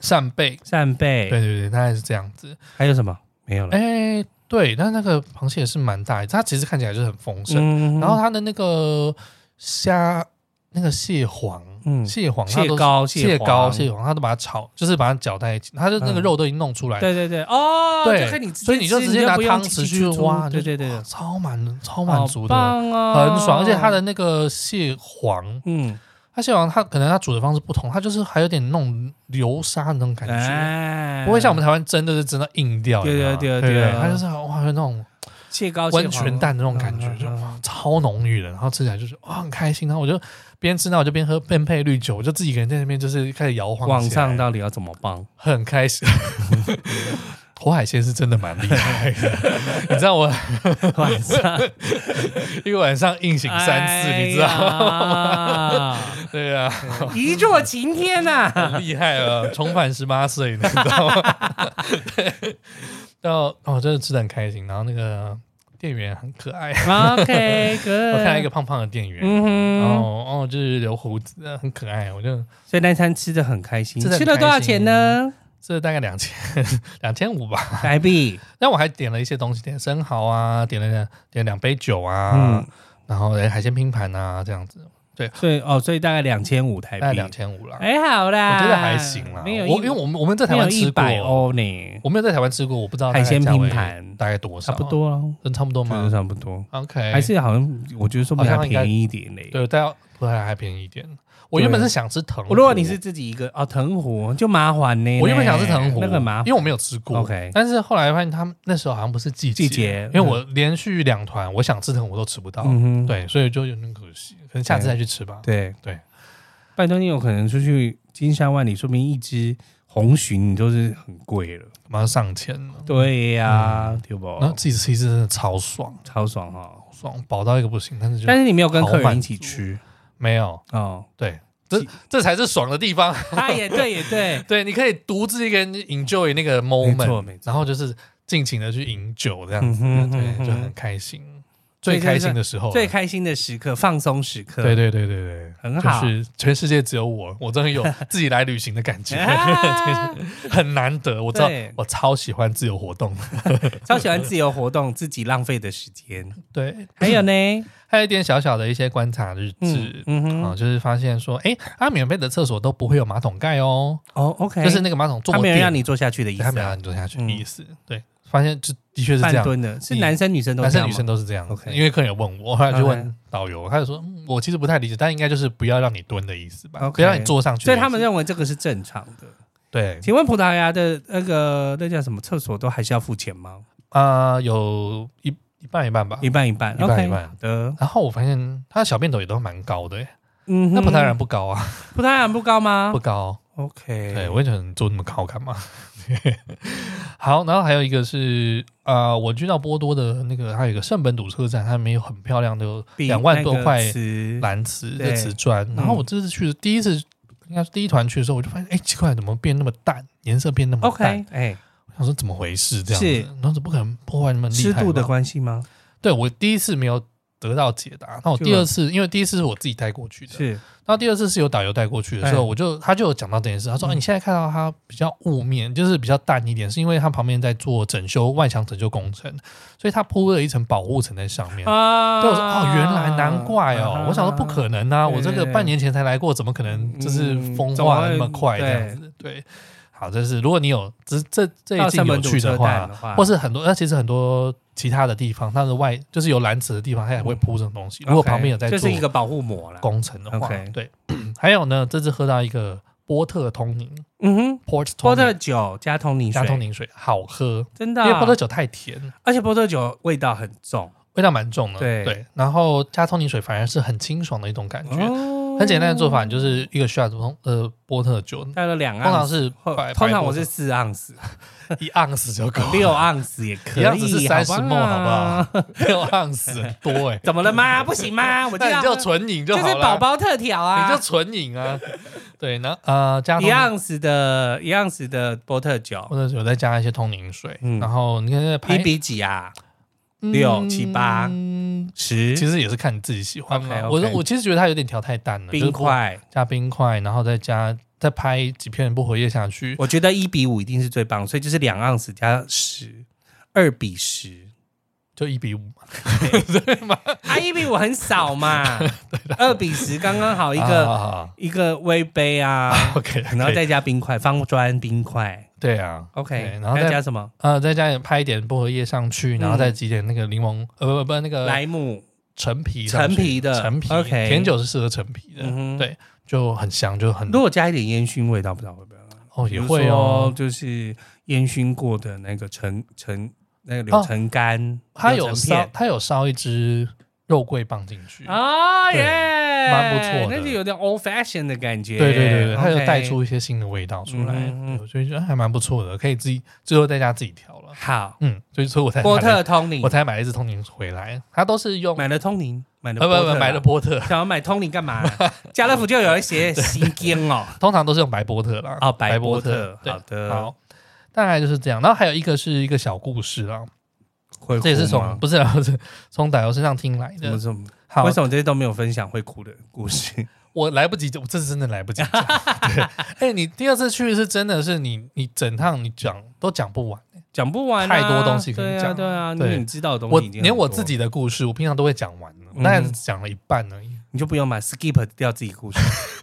Speaker 2: 扇贝，
Speaker 1: 扇贝，
Speaker 2: 对对对，大概是这样子。
Speaker 1: 还有什么没有了？
Speaker 2: 哎、对，但是那个螃蟹也是蛮大一只，它其实看起来就是很丰盛。
Speaker 1: 嗯
Speaker 2: 然后它的那个虾，那个蟹黄，
Speaker 1: 嗯
Speaker 2: 蟹黄，它
Speaker 1: 蟹
Speaker 2: 都是
Speaker 1: 膏、
Speaker 2: 蟹
Speaker 1: 黄
Speaker 2: 膏、蟹黄，它都把它炒，就是把它搅在一起，它就那个
Speaker 1: 嗯
Speaker 2: 肉都已经弄出来了。
Speaker 1: 对对对，哦，
Speaker 2: 对
Speaker 1: 就看你直接吃，
Speaker 2: 所以你就直接拿
Speaker 1: 不用
Speaker 2: 汤
Speaker 1: 进
Speaker 2: 匙
Speaker 1: 进
Speaker 2: 去
Speaker 1: 出出
Speaker 2: 挖，
Speaker 1: 对对
Speaker 2: 就是
Speaker 1: 对，
Speaker 2: 哇
Speaker 1: 对
Speaker 2: 超满超
Speaker 1: 好
Speaker 2: 满足的，
Speaker 1: 棒哦，
Speaker 2: 很爽。而且它的那个蟹黄，
Speaker 1: 嗯，
Speaker 2: 它蟹黄它可能它煮的方式不同，它就是还有点那种流沙的那种感觉，
Speaker 1: 哎，
Speaker 2: 不会像我们台湾蒸就是蒸到硬掉，
Speaker 1: 对
Speaker 2: 你知道吗
Speaker 1: 对对
Speaker 2: 对
Speaker 1: 对
Speaker 2: 它就是哇有那种
Speaker 1: 蟹嗯膏
Speaker 2: 温泉蛋的那种感觉，就
Speaker 1: 蟹黄
Speaker 2: 哇超浓郁的，然后吃起来就是哇很开心。然后我就边吃呢，我就边喝边配绿酒，我就自己一个人在那边就是开始摇晃，
Speaker 1: 嗯网上到底要怎么 帮？
Speaker 2: 很开心。活海鲜是真的蛮厉害的，你知道我
Speaker 1: 晚 上
Speaker 2: 一个晚上硬醒三次，你知道
Speaker 1: 哎
Speaker 2: 吗？哎
Speaker 1: 道？
Speaker 2: 对啊，
Speaker 1: 一柱擎天啊呐！
Speaker 2: 很厉害了，重返十八岁，你知道吗？ 对，到哦，真的吃的很开心。然后那个店员很可爱，
Speaker 1: OK，哥，
Speaker 2: 我看到一个，胖胖的店员，
Speaker 1: 嗯
Speaker 2: 然后
Speaker 1: 哼，
Speaker 2: 哦就是留胡子，很可爱。我就
Speaker 1: 所以那餐吃的很开心，
Speaker 2: 吃得很
Speaker 1: 吃了多少钱 呢？
Speaker 2: 这大概两千两千五吧。
Speaker 1: 台币，
Speaker 2: 但我还点了一些东西，点生蚝啊，点了两点了两杯酒啊
Speaker 1: 嗯，，
Speaker 2: 然后哎海鲜拼盘啊，这样子，
Speaker 1: 所以哦，所以大概两千五台
Speaker 2: 大概
Speaker 1: 币，
Speaker 2: 两千五啦。
Speaker 1: 还好啦，
Speaker 2: 我觉得还行啦。
Speaker 1: 哎没有一，
Speaker 2: 我因为我们我们在台湾
Speaker 1: 没有
Speaker 2: 吃
Speaker 1: 一
Speaker 2: 过，
Speaker 1: 百欧呢，
Speaker 2: 我没有在台湾吃过，我不知道大概
Speaker 1: 海鲜
Speaker 2: 价
Speaker 1: 拼
Speaker 2: 位
Speaker 1: 盘
Speaker 2: 大概多
Speaker 1: 差
Speaker 2: 少，
Speaker 1: 不，多了，
Speaker 2: 真差不多
Speaker 1: 就是
Speaker 2: 吗
Speaker 1: 差不多，
Speaker 2: ？OK，
Speaker 1: 还是好像我觉得说不定
Speaker 2: 好像
Speaker 1: 还
Speaker 2: 应该
Speaker 1: 便宜一点嘞。
Speaker 2: 对，但葡萄牙还便宜一点。我原本是想吃藤壶，
Speaker 1: 如果你是自己一个哦，藤壶就麻烦呢。
Speaker 2: 我原本想吃藤壶，
Speaker 1: 那个麻
Speaker 2: 因为我没有吃过。
Speaker 1: OK
Speaker 2: 但是后来发现他们那时候好像不是季
Speaker 1: 季节
Speaker 2: 因为我连续两团，我想吃藤壶都吃不到，
Speaker 1: 嗯哼，
Speaker 2: 对，所以就有点可惜。可能下次再去吃吧。
Speaker 1: 对
Speaker 2: 对，
Speaker 1: 拜托你有可能出去金山万里，说明一只红鲟都是很贵了。
Speaker 2: 马上上千了，
Speaker 1: 对
Speaker 2: 嗯
Speaker 1: 呀，对不
Speaker 2: 然？后自己吃一次真的超爽，
Speaker 1: 超爽哈！
Speaker 2: 爽饱到一个不行，但是就
Speaker 1: 但是你没有跟客
Speaker 2: 好满
Speaker 1: 人
Speaker 2: 足
Speaker 1: 一起吃
Speaker 2: 没有。
Speaker 1: 哦。
Speaker 2: 对，这
Speaker 1: 其
Speaker 2: 这才是爽的地方。
Speaker 1: 啊，也对，也对，
Speaker 2: 对，你可以独自一个人 enjoy 那个
Speaker 1: 没错
Speaker 2: moment，
Speaker 1: 没错
Speaker 2: 然后就是尽情的去饮酒这样子，
Speaker 1: 嗯哼
Speaker 2: 对，
Speaker 1: 嗯哼
Speaker 2: 就很开心。最开心的时候啊，
Speaker 1: 最开心的时刻，放松时刻。
Speaker 2: 对对对对对，
Speaker 1: 很好
Speaker 2: 就是全世界只有我，我终于 有自己来旅行的感觉，
Speaker 1: 啊
Speaker 2: 对很难得。我知道
Speaker 1: 对
Speaker 2: 我超喜欢自由活动的，
Speaker 1: 超喜欢自由活动，自己浪费的时间。
Speaker 2: 对，
Speaker 1: 还有 呢，
Speaker 2: 还有一点小小的一些观察日志
Speaker 1: 嗯。嗯
Speaker 2: 啊、
Speaker 1: 哼，
Speaker 2: 就是发现说，哎、啊，免费的厕所都不会有马桶盖哦，
Speaker 1: 哦，OK，
Speaker 2: 就是那个马桶坐
Speaker 1: 他没有
Speaker 2: 垫
Speaker 1: 让你坐下去的意思
Speaker 2: 对他没有
Speaker 1: 啊，
Speaker 2: 让你坐下去的
Speaker 1: 嗯
Speaker 2: 意思。对，发现这的确是这
Speaker 1: 半
Speaker 2: 样，
Speaker 1: 蹲的，是
Speaker 2: 你
Speaker 1: 男生女生都
Speaker 2: 男
Speaker 1: 这
Speaker 2: 生
Speaker 1: 样
Speaker 2: 女
Speaker 1: 吗
Speaker 2: 生都是这样子。
Speaker 1: OK
Speaker 2: 因为客人有问我，我后来就
Speaker 1: OK
Speaker 2: 问导游，他就说、嗯我其实不太理解，但应该就是不要让你蹲的意思吧
Speaker 1: OK
Speaker 2: 不要让你坐上去的
Speaker 1: 所
Speaker 2: 意思。
Speaker 1: 以他们认为这个是正常的。
Speaker 2: 对
Speaker 1: 请问葡萄牙的那个那叫什么厕所都还是要付钱吗？
Speaker 2: 啊、有一一半一半吧。
Speaker 1: 一半一半，
Speaker 2: 一半
Speaker 1: OK，
Speaker 2: 一半
Speaker 1: 好的。
Speaker 2: 然后我发现他的小便斗也都蛮高的耶，
Speaker 1: 嗯啊哼
Speaker 2: 那葡萄牙人不高啊，
Speaker 1: 葡萄牙人不高吗
Speaker 2: 不高。
Speaker 1: ？OK，
Speaker 2: 对，我也想做那么高干嘛？ 好，然后还有一个是啊，我去到波多的那个，它有一个圣本笃车站，它里面有很漂亮的
Speaker 1: 比
Speaker 2: 两万多块
Speaker 1: 那个瓷
Speaker 2: 蓝瓷
Speaker 1: 对嗯
Speaker 2: 的瓷砖。然后我这次去的第一次，应该是第一团去的时候，我就发现，哎，奇怪，怎么变那么淡，颜色变那么淡
Speaker 1: OK，？哎，
Speaker 2: 我想说怎么回事这样
Speaker 1: 是
Speaker 2: 子，然后怎么可能破坏那么厉
Speaker 1: 湿
Speaker 2: 害
Speaker 1: 度的
Speaker 2: 嘛
Speaker 1: 关系吗？
Speaker 2: 对我第一次没有得到解答，那我
Speaker 1: 是
Speaker 2: 第二
Speaker 1: 吗
Speaker 2: 次，因为第一次是我自己带过去的，
Speaker 1: 是
Speaker 2: 那第二次是有导游带过去的时候，
Speaker 1: 哎
Speaker 2: 我就他就有讲到这件事，他说、
Speaker 1: 嗯
Speaker 2: 啊你现在看到它比较雾面，就是比较淡一点，是因为它旁边在做整修外墙整修工程，所以它铺了一层保护层在上面。
Speaker 1: 啊
Speaker 2: 对，我说哦，原来难怪哦，我想说不可能啊，
Speaker 1: 对
Speaker 2: 我这个
Speaker 1: 对
Speaker 2: 半年前才来过，怎么可能就是
Speaker 1: 嗯
Speaker 2: 风
Speaker 1: 怎
Speaker 2: 化
Speaker 1: 么
Speaker 2: 那么
Speaker 1: 会
Speaker 2: 快这样
Speaker 1: 对
Speaker 2: 子？对，好，这是如果你有这这这
Speaker 1: 到
Speaker 2: 一
Speaker 1: 嗯圣
Speaker 2: 近有
Speaker 1: 本笃
Speaker 2: 趣
Speaker 1: 车站
Speaker 2: 的话
Speaker 1: 的话，
Speaker 2: 或是很多那其实很多其他的地方，它的外就是有蓝池的地方，它也会铺这种东西。如果旁边有在
Speaker 1: 嗯 OK，
Speaker 2: 做
Speaker 1: 这是一个保护膜了。
Speaker 2: 工程的话
Speaker 1: OK
Speaker 2: 对。 还有呢，这次喝到一个波特通宁
Speaker 1: 嗯哼，
Speaker 2: （Port
Speaker 1: 波
Speaker 2: Tonic，
Speaker 1: 特酒加通灵
Speaker 2: 加
Speaker 1: 水，
Speaker 2: 通宁水，好喝，
Speaker 1: 真的
Speaker 2: 因
Speaker 1: 啊，
Speaker 2: 为波特酒太甜，
Speaker 1: 而且波特酒味道很重，
Speaker 2: 味道蛮重的。
Speaker 1: 对
Speaker 2: 然后加通宁水反而是很清爽的一种感觉。
Speaker 1: 哦
Speaker 2: 很简单的做法，你就是一个 shot 通呃波特酒，
Speaker 1: 大概有两盎
Speaker 2: 通
Speaker 1: 司，
Speaker 2: 常是
Speaker 1: 或
Speaker 2: 白
Speaker 1: 通
Speaker 2: 白
Speaker 1: 常
Speaker 2: 波
Speaker 1: 我
Speaker 2: 特
Speaker 1: 是四盎司，
Speaker 2: 一盎司就够了，
Speaker 1: 六盎司也可以，
Speaker 2: 一盎司是三十
Speaker 1: 好吧
Speaker 2: 沫，好不好？ 六盎司很多哎，
Speaker 1: 怎么了吗？ 不行吗？我就
Speaker 2: 那
Speaker 1: 要嗯
Speaker 2: 你就纯饮就
Speaker 1: 就
Speaker 2: 好了，
Speaker 1: 是宝宝特调啊，
Speaker 2: 你就纯 饮啊。对，然后呃加通
Speaker 1: 一
Speaker 2: 宁
Speaker 1: 盎司的一盎司的波特酒，
Speaker 2: 或者有再加一些通灵水，
Speaker 1: 嗯
Speaker 2: 然后你看那排
Speaker 1: 一比几啊？
Speaker 2: 嗯
Speaker 1: 六七八十
Speaker 2: 其实也是看你自己喜欢嘛。
Speaker 1: OK，OK
Speaker 2: 我我其实觉得它有点调太淡了，就是
Speaker 1: 冰块，
Speaker 2: 加冰块，然后再加再拍几片薄荷叶下去，
Speaker 1: 我觉得一比五一定是最棒，所以就是两盎司加十，二比 十。
Speaker 2: 就一比五嘛。
Speaker 1: 啊，一比五很少 嘛，二比十刚刚好一
Speaker 2: 啊
Speaker 1: 个
Speaker 2: 啊啊
Speaker 1: 一个微杯啊，
Speaker 2: OK，
Speaker 1: 然后
Speaker 2: 可以
Speaker 1: 再加冰块，方砖冰块。
Speaker 2: 对啊
Speaker 1: OK，
Speaker 2: 对然后
Speaker 1: 还要
Speaker 2: 再
Speaker 1: 加什么？
Speaker 2: 呃再加点拍一点薄荷叶上去，然后
Speaker 1: 嗯
Speaker 2: 再挤点那个柠檬呃不不不那个
Speaker 1: 莱姆，
Speaker 2: 陈皮上去
Speaker 1: 陈皮的
Speaker 2: 陈皮
Speaker 1: OK
Speaker 2: 甜酒是适合陈皮的
Speaker 1: 嗯，哼
Speaker 2: 对，就很香，就很
Speaker 1: 如果加一点烟熏味道，不知道会不会？
Speaker 2: 哦
Speaker 1: 比
Speaker 2: 嗯也
Speaker 1: 如
Speaker 2: 会
Speaker 1: 说
Speaker 2: 哦，
Speaker 1: 就是烟熏过的那个橙橙那个柳橙干，
Speaker 2: 哦它
Speaker 1: 柳
Speaker 2: 有
Speaker 1: 橙
Speaker 2: 烧
Speaker 1: 片
Speaker 2: 它有烧一只肉桂棒进去
Speaker 1: 啊
Speaker 2: 对
Speaker 1: 耶，
Speaker 2: 蛮不错的
Speaker 1: 那就有点 old fashion 的感觉。
Speaker 2: 对对对对，它有
Speaker 1: OK
Speaker 2: 带出一些新的味道出来，
Speaker 1: 嗯哼嗯
Speaker 2: 对我觉得哎还蛮不错的，可以自己最后在家自己调了。
Speaker 1: 好
Speaker 2: 嗯，所以所以我才
Speaker 1: 波
Speaker 2: 买了
Speaker 1: 特通灵
Speaker 2: 我，才买了一支通灵回来，它都是用
Speaker 1: 买了通灵，买了
Speaker 2: 呃不
Speaker 1: 波特啊
Speaker 2: 不
Speaker 1: 啦
Speaker 2: 买了波特，
Speaker 1: 想要买通灵干 嘛？家乐福就有一些新game 哦，
Speaker 2: 通常都是用白波特啦。
Speaker 1: 哦白
Speaker 2: 白
Speaker 1: 波
Speaker 2: 特
Speaker 1: 特，，好
Speaker 2: 对
Speaker 1: 的，
Speaker 2: 好，大概就是这样。然后还有一个是一个小故事啦，
Speaker 1: 会哭
Speaker 2: 这也是从
Speaker 1: 吗
Speaker 2: 不是啊不是从导游身上听来
Speaker 1: 怎么
Speaker 2: 的。
Speaker 1: 怎么？
Speaker 2: 好
Speaker 1: 为，什么这些都没有分享会哭的故事？
Speaker 2: 我来不及，我这次真的来不及 讲。对，哎，你第二次去是真的是你你整趟你讲都讲不完。
Speaker 1: 讲不完啊，
Speaker 2: 太多东西可以讲
Speaker 1: 对啊，对啊，
Speaker 2: 对
Speaker 1: 你你知道的东
Speaker 2: 我
Speaker 1: 西已经很多嗯
Speaker 2: 连我自己的故事，我平常都会讲完了，我大概只讲了一半而已。
Speaker 1: 你就不用买 skip 掉自己故 事，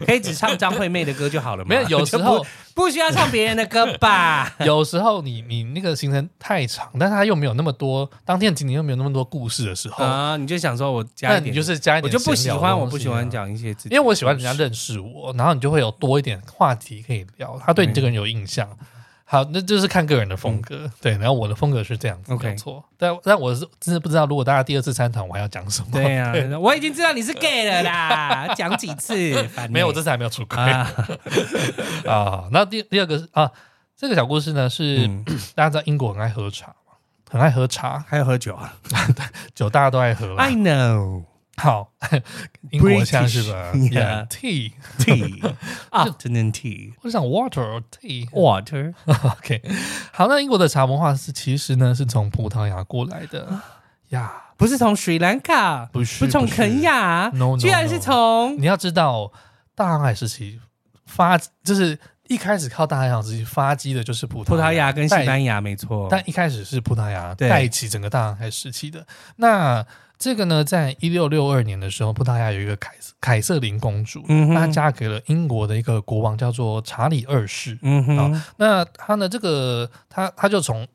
Speaker 1: 可以只唱张惠妹的歌就好了嘛。
Speaker 2: 没有，有时
Speaker 1: 就
Speaker 2: 候？
Speaker 1: 不不需要唱别人的歌吧
Speaker 2: 有时候你你那个行程太长，但是它又没有那么多当天的景点又没有那么多故事的时 候，
Speaker 1: 啊，你就想说我加
Speaker 2: 那
Speaker 1: 一点，
Speaker 2: 你就是加一
Speaker 1: 我
Speaker 2: 点
Speaker 1: 就不喜
Speaker 2: 闲聊的
Speaker 1: 欢，我不
Speaker 2: 东西
Speaker 1: 喜欢
Speaker 2: 啊，
Speaker 1: 讲一些自己，
Speaker 2: 因为我喜欢人家。认识我，然后你就会有多一点话题可以聊，他对你这个人有印象。好，那就是看个人的风格，对。然后我的风格是这样
Speaker 1: 嗯
Speaker 2: 子
Speaker 1: OK
Speaker 2: 没有错。但但我是真的不知道，如果大家第二次参团，我还要讲什么？
Speaker 1: 对呀、啊，我已经知道你是 gay 了啦，讲几 次？烦欸
Speaker 2: 没有，我这次还没有出轨。
Speaker 1: 啊，
Speaker 2: 啊，那第第二个是啊，这个小故事呢是、
Speaker 1: 嗯
Speaker 2: 大家知道英国很爱喝茶嘛，很爱喝茶，
Speaker 1: 还有喝酒啊
Speaker 2: 酒大家都爱喝啦。
Speaker 1: ？I know
Speaker 2: 好，英国腔是吧
Speaker 1: British，yeah
Speaker 2: ？Yeah, tea，
Speaker 1: tea afternoon tea
Speaker 2: 我想 water or tea。
Speaker 1: water
Speaker 2: OK，好，那英国的茶文化是其实呢是从葡萄牙过来的呀。
Speaker 4: 不是从斯里兰卡，
Speaker 2: 不是
Speaker 4: 从
Speaker 2: 不是
Speaker 4: 肯
Speaker 1: 啊
Speaker 4: 雅
Speaker 2: No，no，
Speaker 4: 居然
Speaker 2: no
Speaker 4: 是从
Speaker 2: 你要知道，大航海时期发就是一开始靠大航海时期发迹的就是葡萄
Speaker 1: 葡萄牙跟西
Speaker 2: 带
Speaker 1: 班牙没错，
Speaker 2: 哎但一开始是葡萄牙
Speaker 1: 哦对
Speaker 2: 带起整个大航海时期的。那这个呢，在一六六二年的时候，葡萄牙有一个凯瑟凯瑟琳公主，
Speaker 1: 嗯哼
Speaker 2: 她嫁给了英国的一个国王，叫做查理二世。
Speaker 1: 嗯哼，
Speaker 2: 那她呢，这个她她就从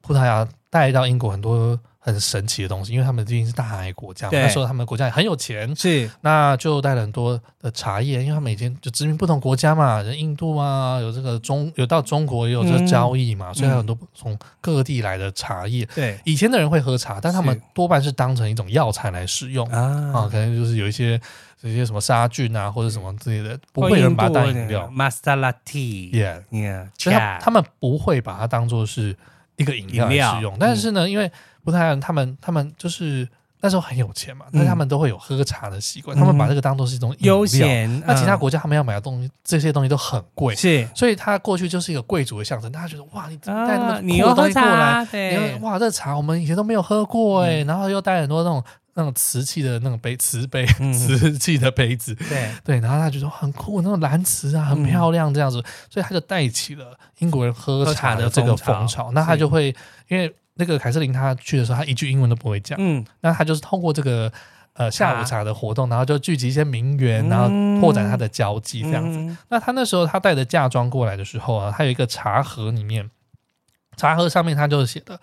Speaker 2: 葡萄牙带到英国很多很神奇的东西，因为他们毕竟是大航海国家嘛，
Speaker 1: 对
Speaker 2: 那时候他们国家也很有钱，
Speaker 1: 是
Speaker 2: 那就带了很多的茶叶，因为他们以前就殖民不同国家嘛，人印度啊，有这个中有到中国也有这个交易嘛，所以还有很多从各地来的茶叶。
Speaker 1: 对
Speaker 2: 以前的人会喝茶，但他们
Speaker 1: 是
Speaker 2: 多半是当成一种药材来使 用啊
Speaker 1: 啊，
Speaker 2: 可能就是有一些一些什么杀菌啊或者什么之类的，不
Speaker 1: 哦
Speaker 2: 会有人把它当饮料。
Speaker 1: ，Masala Tea，
Speaker 2: Yeah，
Speaker 1: yeah，
Speaker 2: 所以他
Speaker 1: chai
Speaker 2: 他们不会把它当做是一个饮料
Speaker 1: 饮料嗯
Speaker 2: 来使用。但是呢，因为葡萄牙人他们他们就是那时候很有钱嘛，但是他们都会有喝茶的习惯，他们把这个当做是一种饮
Speaker 1: 嗯
Speaker 2: 料
Speaker 1: 悠。闲，
Speaker 2: 那其他
Speaker 1: 嗯
Speaker 2: 国家他们要买的东西，这些东西都很贵，
Speaker 1: 是
Speaker 2: 所以他过去就是一个贵族的象征。大家觉得哇，你带那么
Speaker 1: 啊，你
Speaker 2: 酷的
Speaker 1: 又
Speaker 2: 东
Speaker 1: 喝
Speaker 2: 西过来，
Speaker 1: 茶，
Speaker 2: 你
Speaker 1: 对嗯
Speaker 2: 又，哇，这茶我们以前都没有喝过哎，然后又带很多那种那种瓷器的那种杯瓷杯
Speaker 1: 嗯
Speaker 2: 瓷器的杯子，
Speaker 1: 对，
Speaker 2: 对，然后他就说很酷，那种蓝瓷啊，
Speaker 1: 嗯
Speaker 2: 很漂亮这样子，所以他就带起了英国人喝
Speaker 1: 喝
Speaker 2: 茶
Speaker 1: 茶的
Speaker 2: 的这个
Speaker 1: 风
Speaker 2: 风
Speaker 1: 潮
Speaker 2: 潮。那他
Speaker 1: 是
Speaker 2: 就会因为那个凯瑟琳她去的时候，她一句英文都不会讲，
Speaker 1: 嗯，
Speaker 2: 那他就是通过这个呃下午
Speaker 1: 茶
Speaker 2: 茶的活动，然后就聚集一些名媛，
Speaker 1: 嗯
Speaker 2: 然后拓展他的交际这样子。
Speaker 1: 子，
Speaker 2: 那他那时候他带着嫁妆过来的时候啊，他有一个茶盒里面，茶盒上面他就写的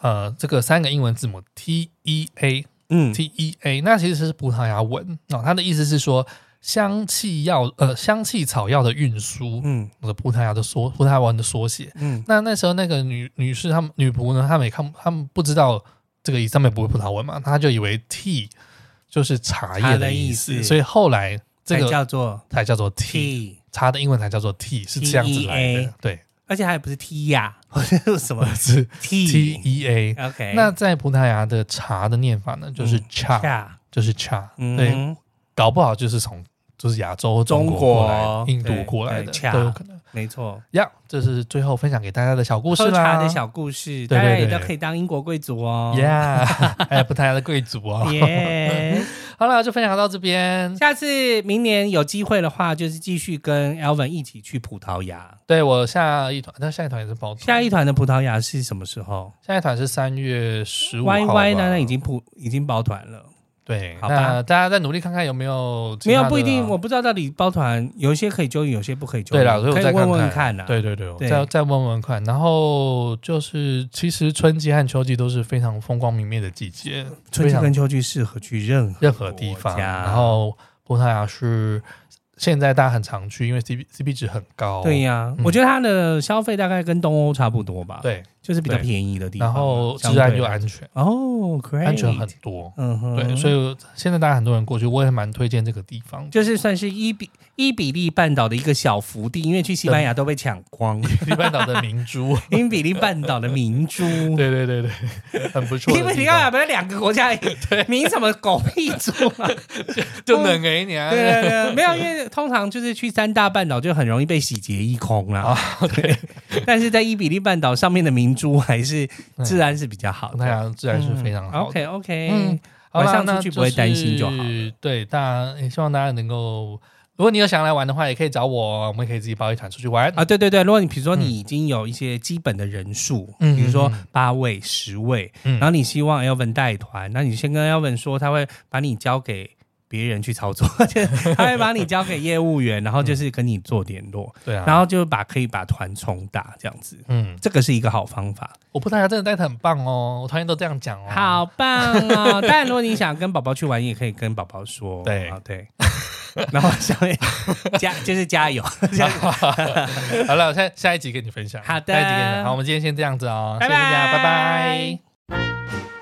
Speaker 2: 呃这个三个英文字母 T E A
Speaker 1: 嗯，
Speaker 2: T E A，那其实是葡萄牙文啊、哦，它的意思是说香气药呃香气草药的运输，
Speaker 1: 嗯
Speaker 2: 我的葡萄牙的缩葡萄牙文的缩写。
Speaker 1: 嗯，
Speaker 2: 那那时候那个女女士她们女仆呢，她们也看她们不知道这个意思，她们也不会葡萄牙文嘛，她就以为 tea 就是茶叶的意思，
Speaker 1: 茶的意思
Speaker 2: 所以后来这
Speaker 1: 这
Speaker 2: 个
Speaker 1: 叫做
Speaker 2: 才叫做 tea，
Speaker 1: Tea，E
Speaker 2: 茶的英文才叫做 tea，是这样子来
Speaker 1: TEA
Speaker 2: 的，对，
Speaker 1: 而且还不是 T 呀，或者什么
Speaker 2: 是 T
Speaker 1: T。
Speaker 2: E A。
Speaker 1: OK，
Speaker 2: 那在葡萄牙的茶的念法呢，就是
Speaker 1: 嗯
Speaker 2: cha，
Speaker 1: 下，
Speaker 2: 就是 cha，
Speaker 1: 嗯
Speaker 2: 啊对，
Speaker 1: 哼，
Speaker 2: 搞不好就是从就是亚洲
Speaker 1: 中
Speaker 2: 中
Speaker 1: 国
Speaker 2: 国过来、印
Speaker 1: 对
Speaker 2: 度过来的
Speaker 1: 对恰
Speaker 2: 都有可能。
Speaker 1: 没错，
Speaker 2: 呀，这是最后分享给大家的小故事
Speaker 1: 喝
Speaker 2: 啦。
Speaker 1: 茶的小故事，
Speaker 2: 对
Speaker 1: 大家
Speaker 2: 对
Speaker 1: 也
Speaker 2: 对
Speaker 1: 都可以当英国贵族哦，
Speaker 2: 呀，还有葡萄牙的贵族哦。
Speaker 1: 耶。
Speaker 2: 好了，就分享到这边。
Speaker 1: 下次明年有机会的话，就是继续跟 Elvin 一起去葡萄牙。
Speaker 2: 对我下一团，那下一团也是包团
Speaker 1: 下一团的葡萄牙是什么时候
Speaker 2: 下一团是三月十五号吧。
Speaker 1: ？Y Y 呢？那已经葡已经包团了，
Speaker 2: 对，
Speaker 1: 好吧
Speaker 2: 那大家再努力看看有没有其
Speaker 1: 没有
Speaker 2: 他的啦
Speaker 1: 不一定，我不知道到底包团有些可以揪引，有些不可以揪
Speaker 2: 对
Speaker 1: 引。
Speaker 2: 啦，所以我
Speaker 1: 可以
Speaker 2: 再
Speaker 1: 问问
Speaker 2: 看
Speaker 1: 看啊。
Speaker 2: 对对对，我
Speaker 1: 对
Speaker 2: 再再问问看。然后就是，其实春季和秋季都是非常风光明媚的季节，
Speaker 1: 春
Speaker 2: 非
Speaker 1: 季
Speaker 2: 常
Speaker 1: 跟秋季适合去任何
Speaker 2: 任何地方。
Speaker 1: 国家
Speaker 2: 然后葡萄牙是现在大家很常去，因为 CP CP 值很高。
Speaker 1: 对、呀、
Speaker 2: 嗯
Speaker 1: 我觉得它的消费大概跟东欧差不多吧，，
Speaker 2: 对，
Speaker 1: 就是比较
Speaker 2: 对
Speaker 1: 便宜的地方
Speaker 2: 然
Speaker 1: 嘛，
Speaker 2: 后
Speaker 1: 相
Speaker 2: 治安
Speaker 1: 对
Speaker 2: 就
Speaker 1: 来
Speaker 2: 安全，
Speaker 1: 哦，great，
Speaker 2: 安全很多。
Speaker 1: 嗯哼，
Speaker 2: 对，所
Speaker 1: 以
Speaker 2: 以现在大家很多人过去，我也蛮推荐这个地方。
Speaker 1: 就是算是伊比伊比利半岛的一个小福地，因为去西班牙都被抢光，
Speaker 2: 西半岛的 明珠，
Speaker 1: 因比利半岛的明珠。
Speaker 2: 对对对对，很不错的地
Speaker 1: 因
Speaker 2: 方。
Speaker 1: 为你看，不是两个国家而已，明什么狗屁猪 啊？
Speaker 2: 就能给你啊，
Speaker 1: 对对对，没有，因为通常就是去三大半岛就很容易被洗劫一空啦。
Speaker 2: 哦
Speaker 1: 对， 但是在伊比利半岛上面的明珠还是治安是比较好
Speaker 2: 葡萄
Speaker 1: 的。嗯
Speaker 2: 牙自然是非常好的。
Speaker 1: OK OK，、
Speaker 2: 嗯好
Speaker 1: 晚
Speaker 2: 啦
Speaker 1: 上
Speaker 2: 那
Speaker 1: 出去不会担心就好了
Speaker 2: 是对，大家也希望大家能够，如果你有想来玩的话，也可以找我，我们可以自己包一团出去玩。
Speaker 1: 啊，对对对，如果你比如说你已经有一些基本的人数，
Speaker 2: 嗯
Speaker 1: 比如说
Speaker 2: 嗯嗯
Speaker 1: 八位、十位，
Speaker 2: 嗯
Speaker 1: 然后你希望 Elvin 带团，那你先跟 Elvin 说，他会把你交给别人去操作， 就是他会把你交给业务员，然后就是跟你做联络，
Speaker 2: 对啊，
Speaker 1: 然后就把可以把团冲大这样子，
Speaker 2: 嗯，
Speaker 1: 这个是一个好方法，
Speaker 2: 我葡萄牙真的带的很棒哦，我团员都这样讲哦。，
Speaker 1: 好棒哦！ 当然，如果你想跟宝宝去玩，也可以跟宝宝说，
Speaker 2: 对
Speaker 1: 啊对，然后想加就是加油，
Speaker 2: 好了，下下一集跟你分享。
Speaker 1: 好的
Speaker 2: 下一集跟你分享。好，我们今天先这样子哦，
Speaker 1: 拜
Speaker 2: 谢谢大家，拜拜
Speaker 1: 拜。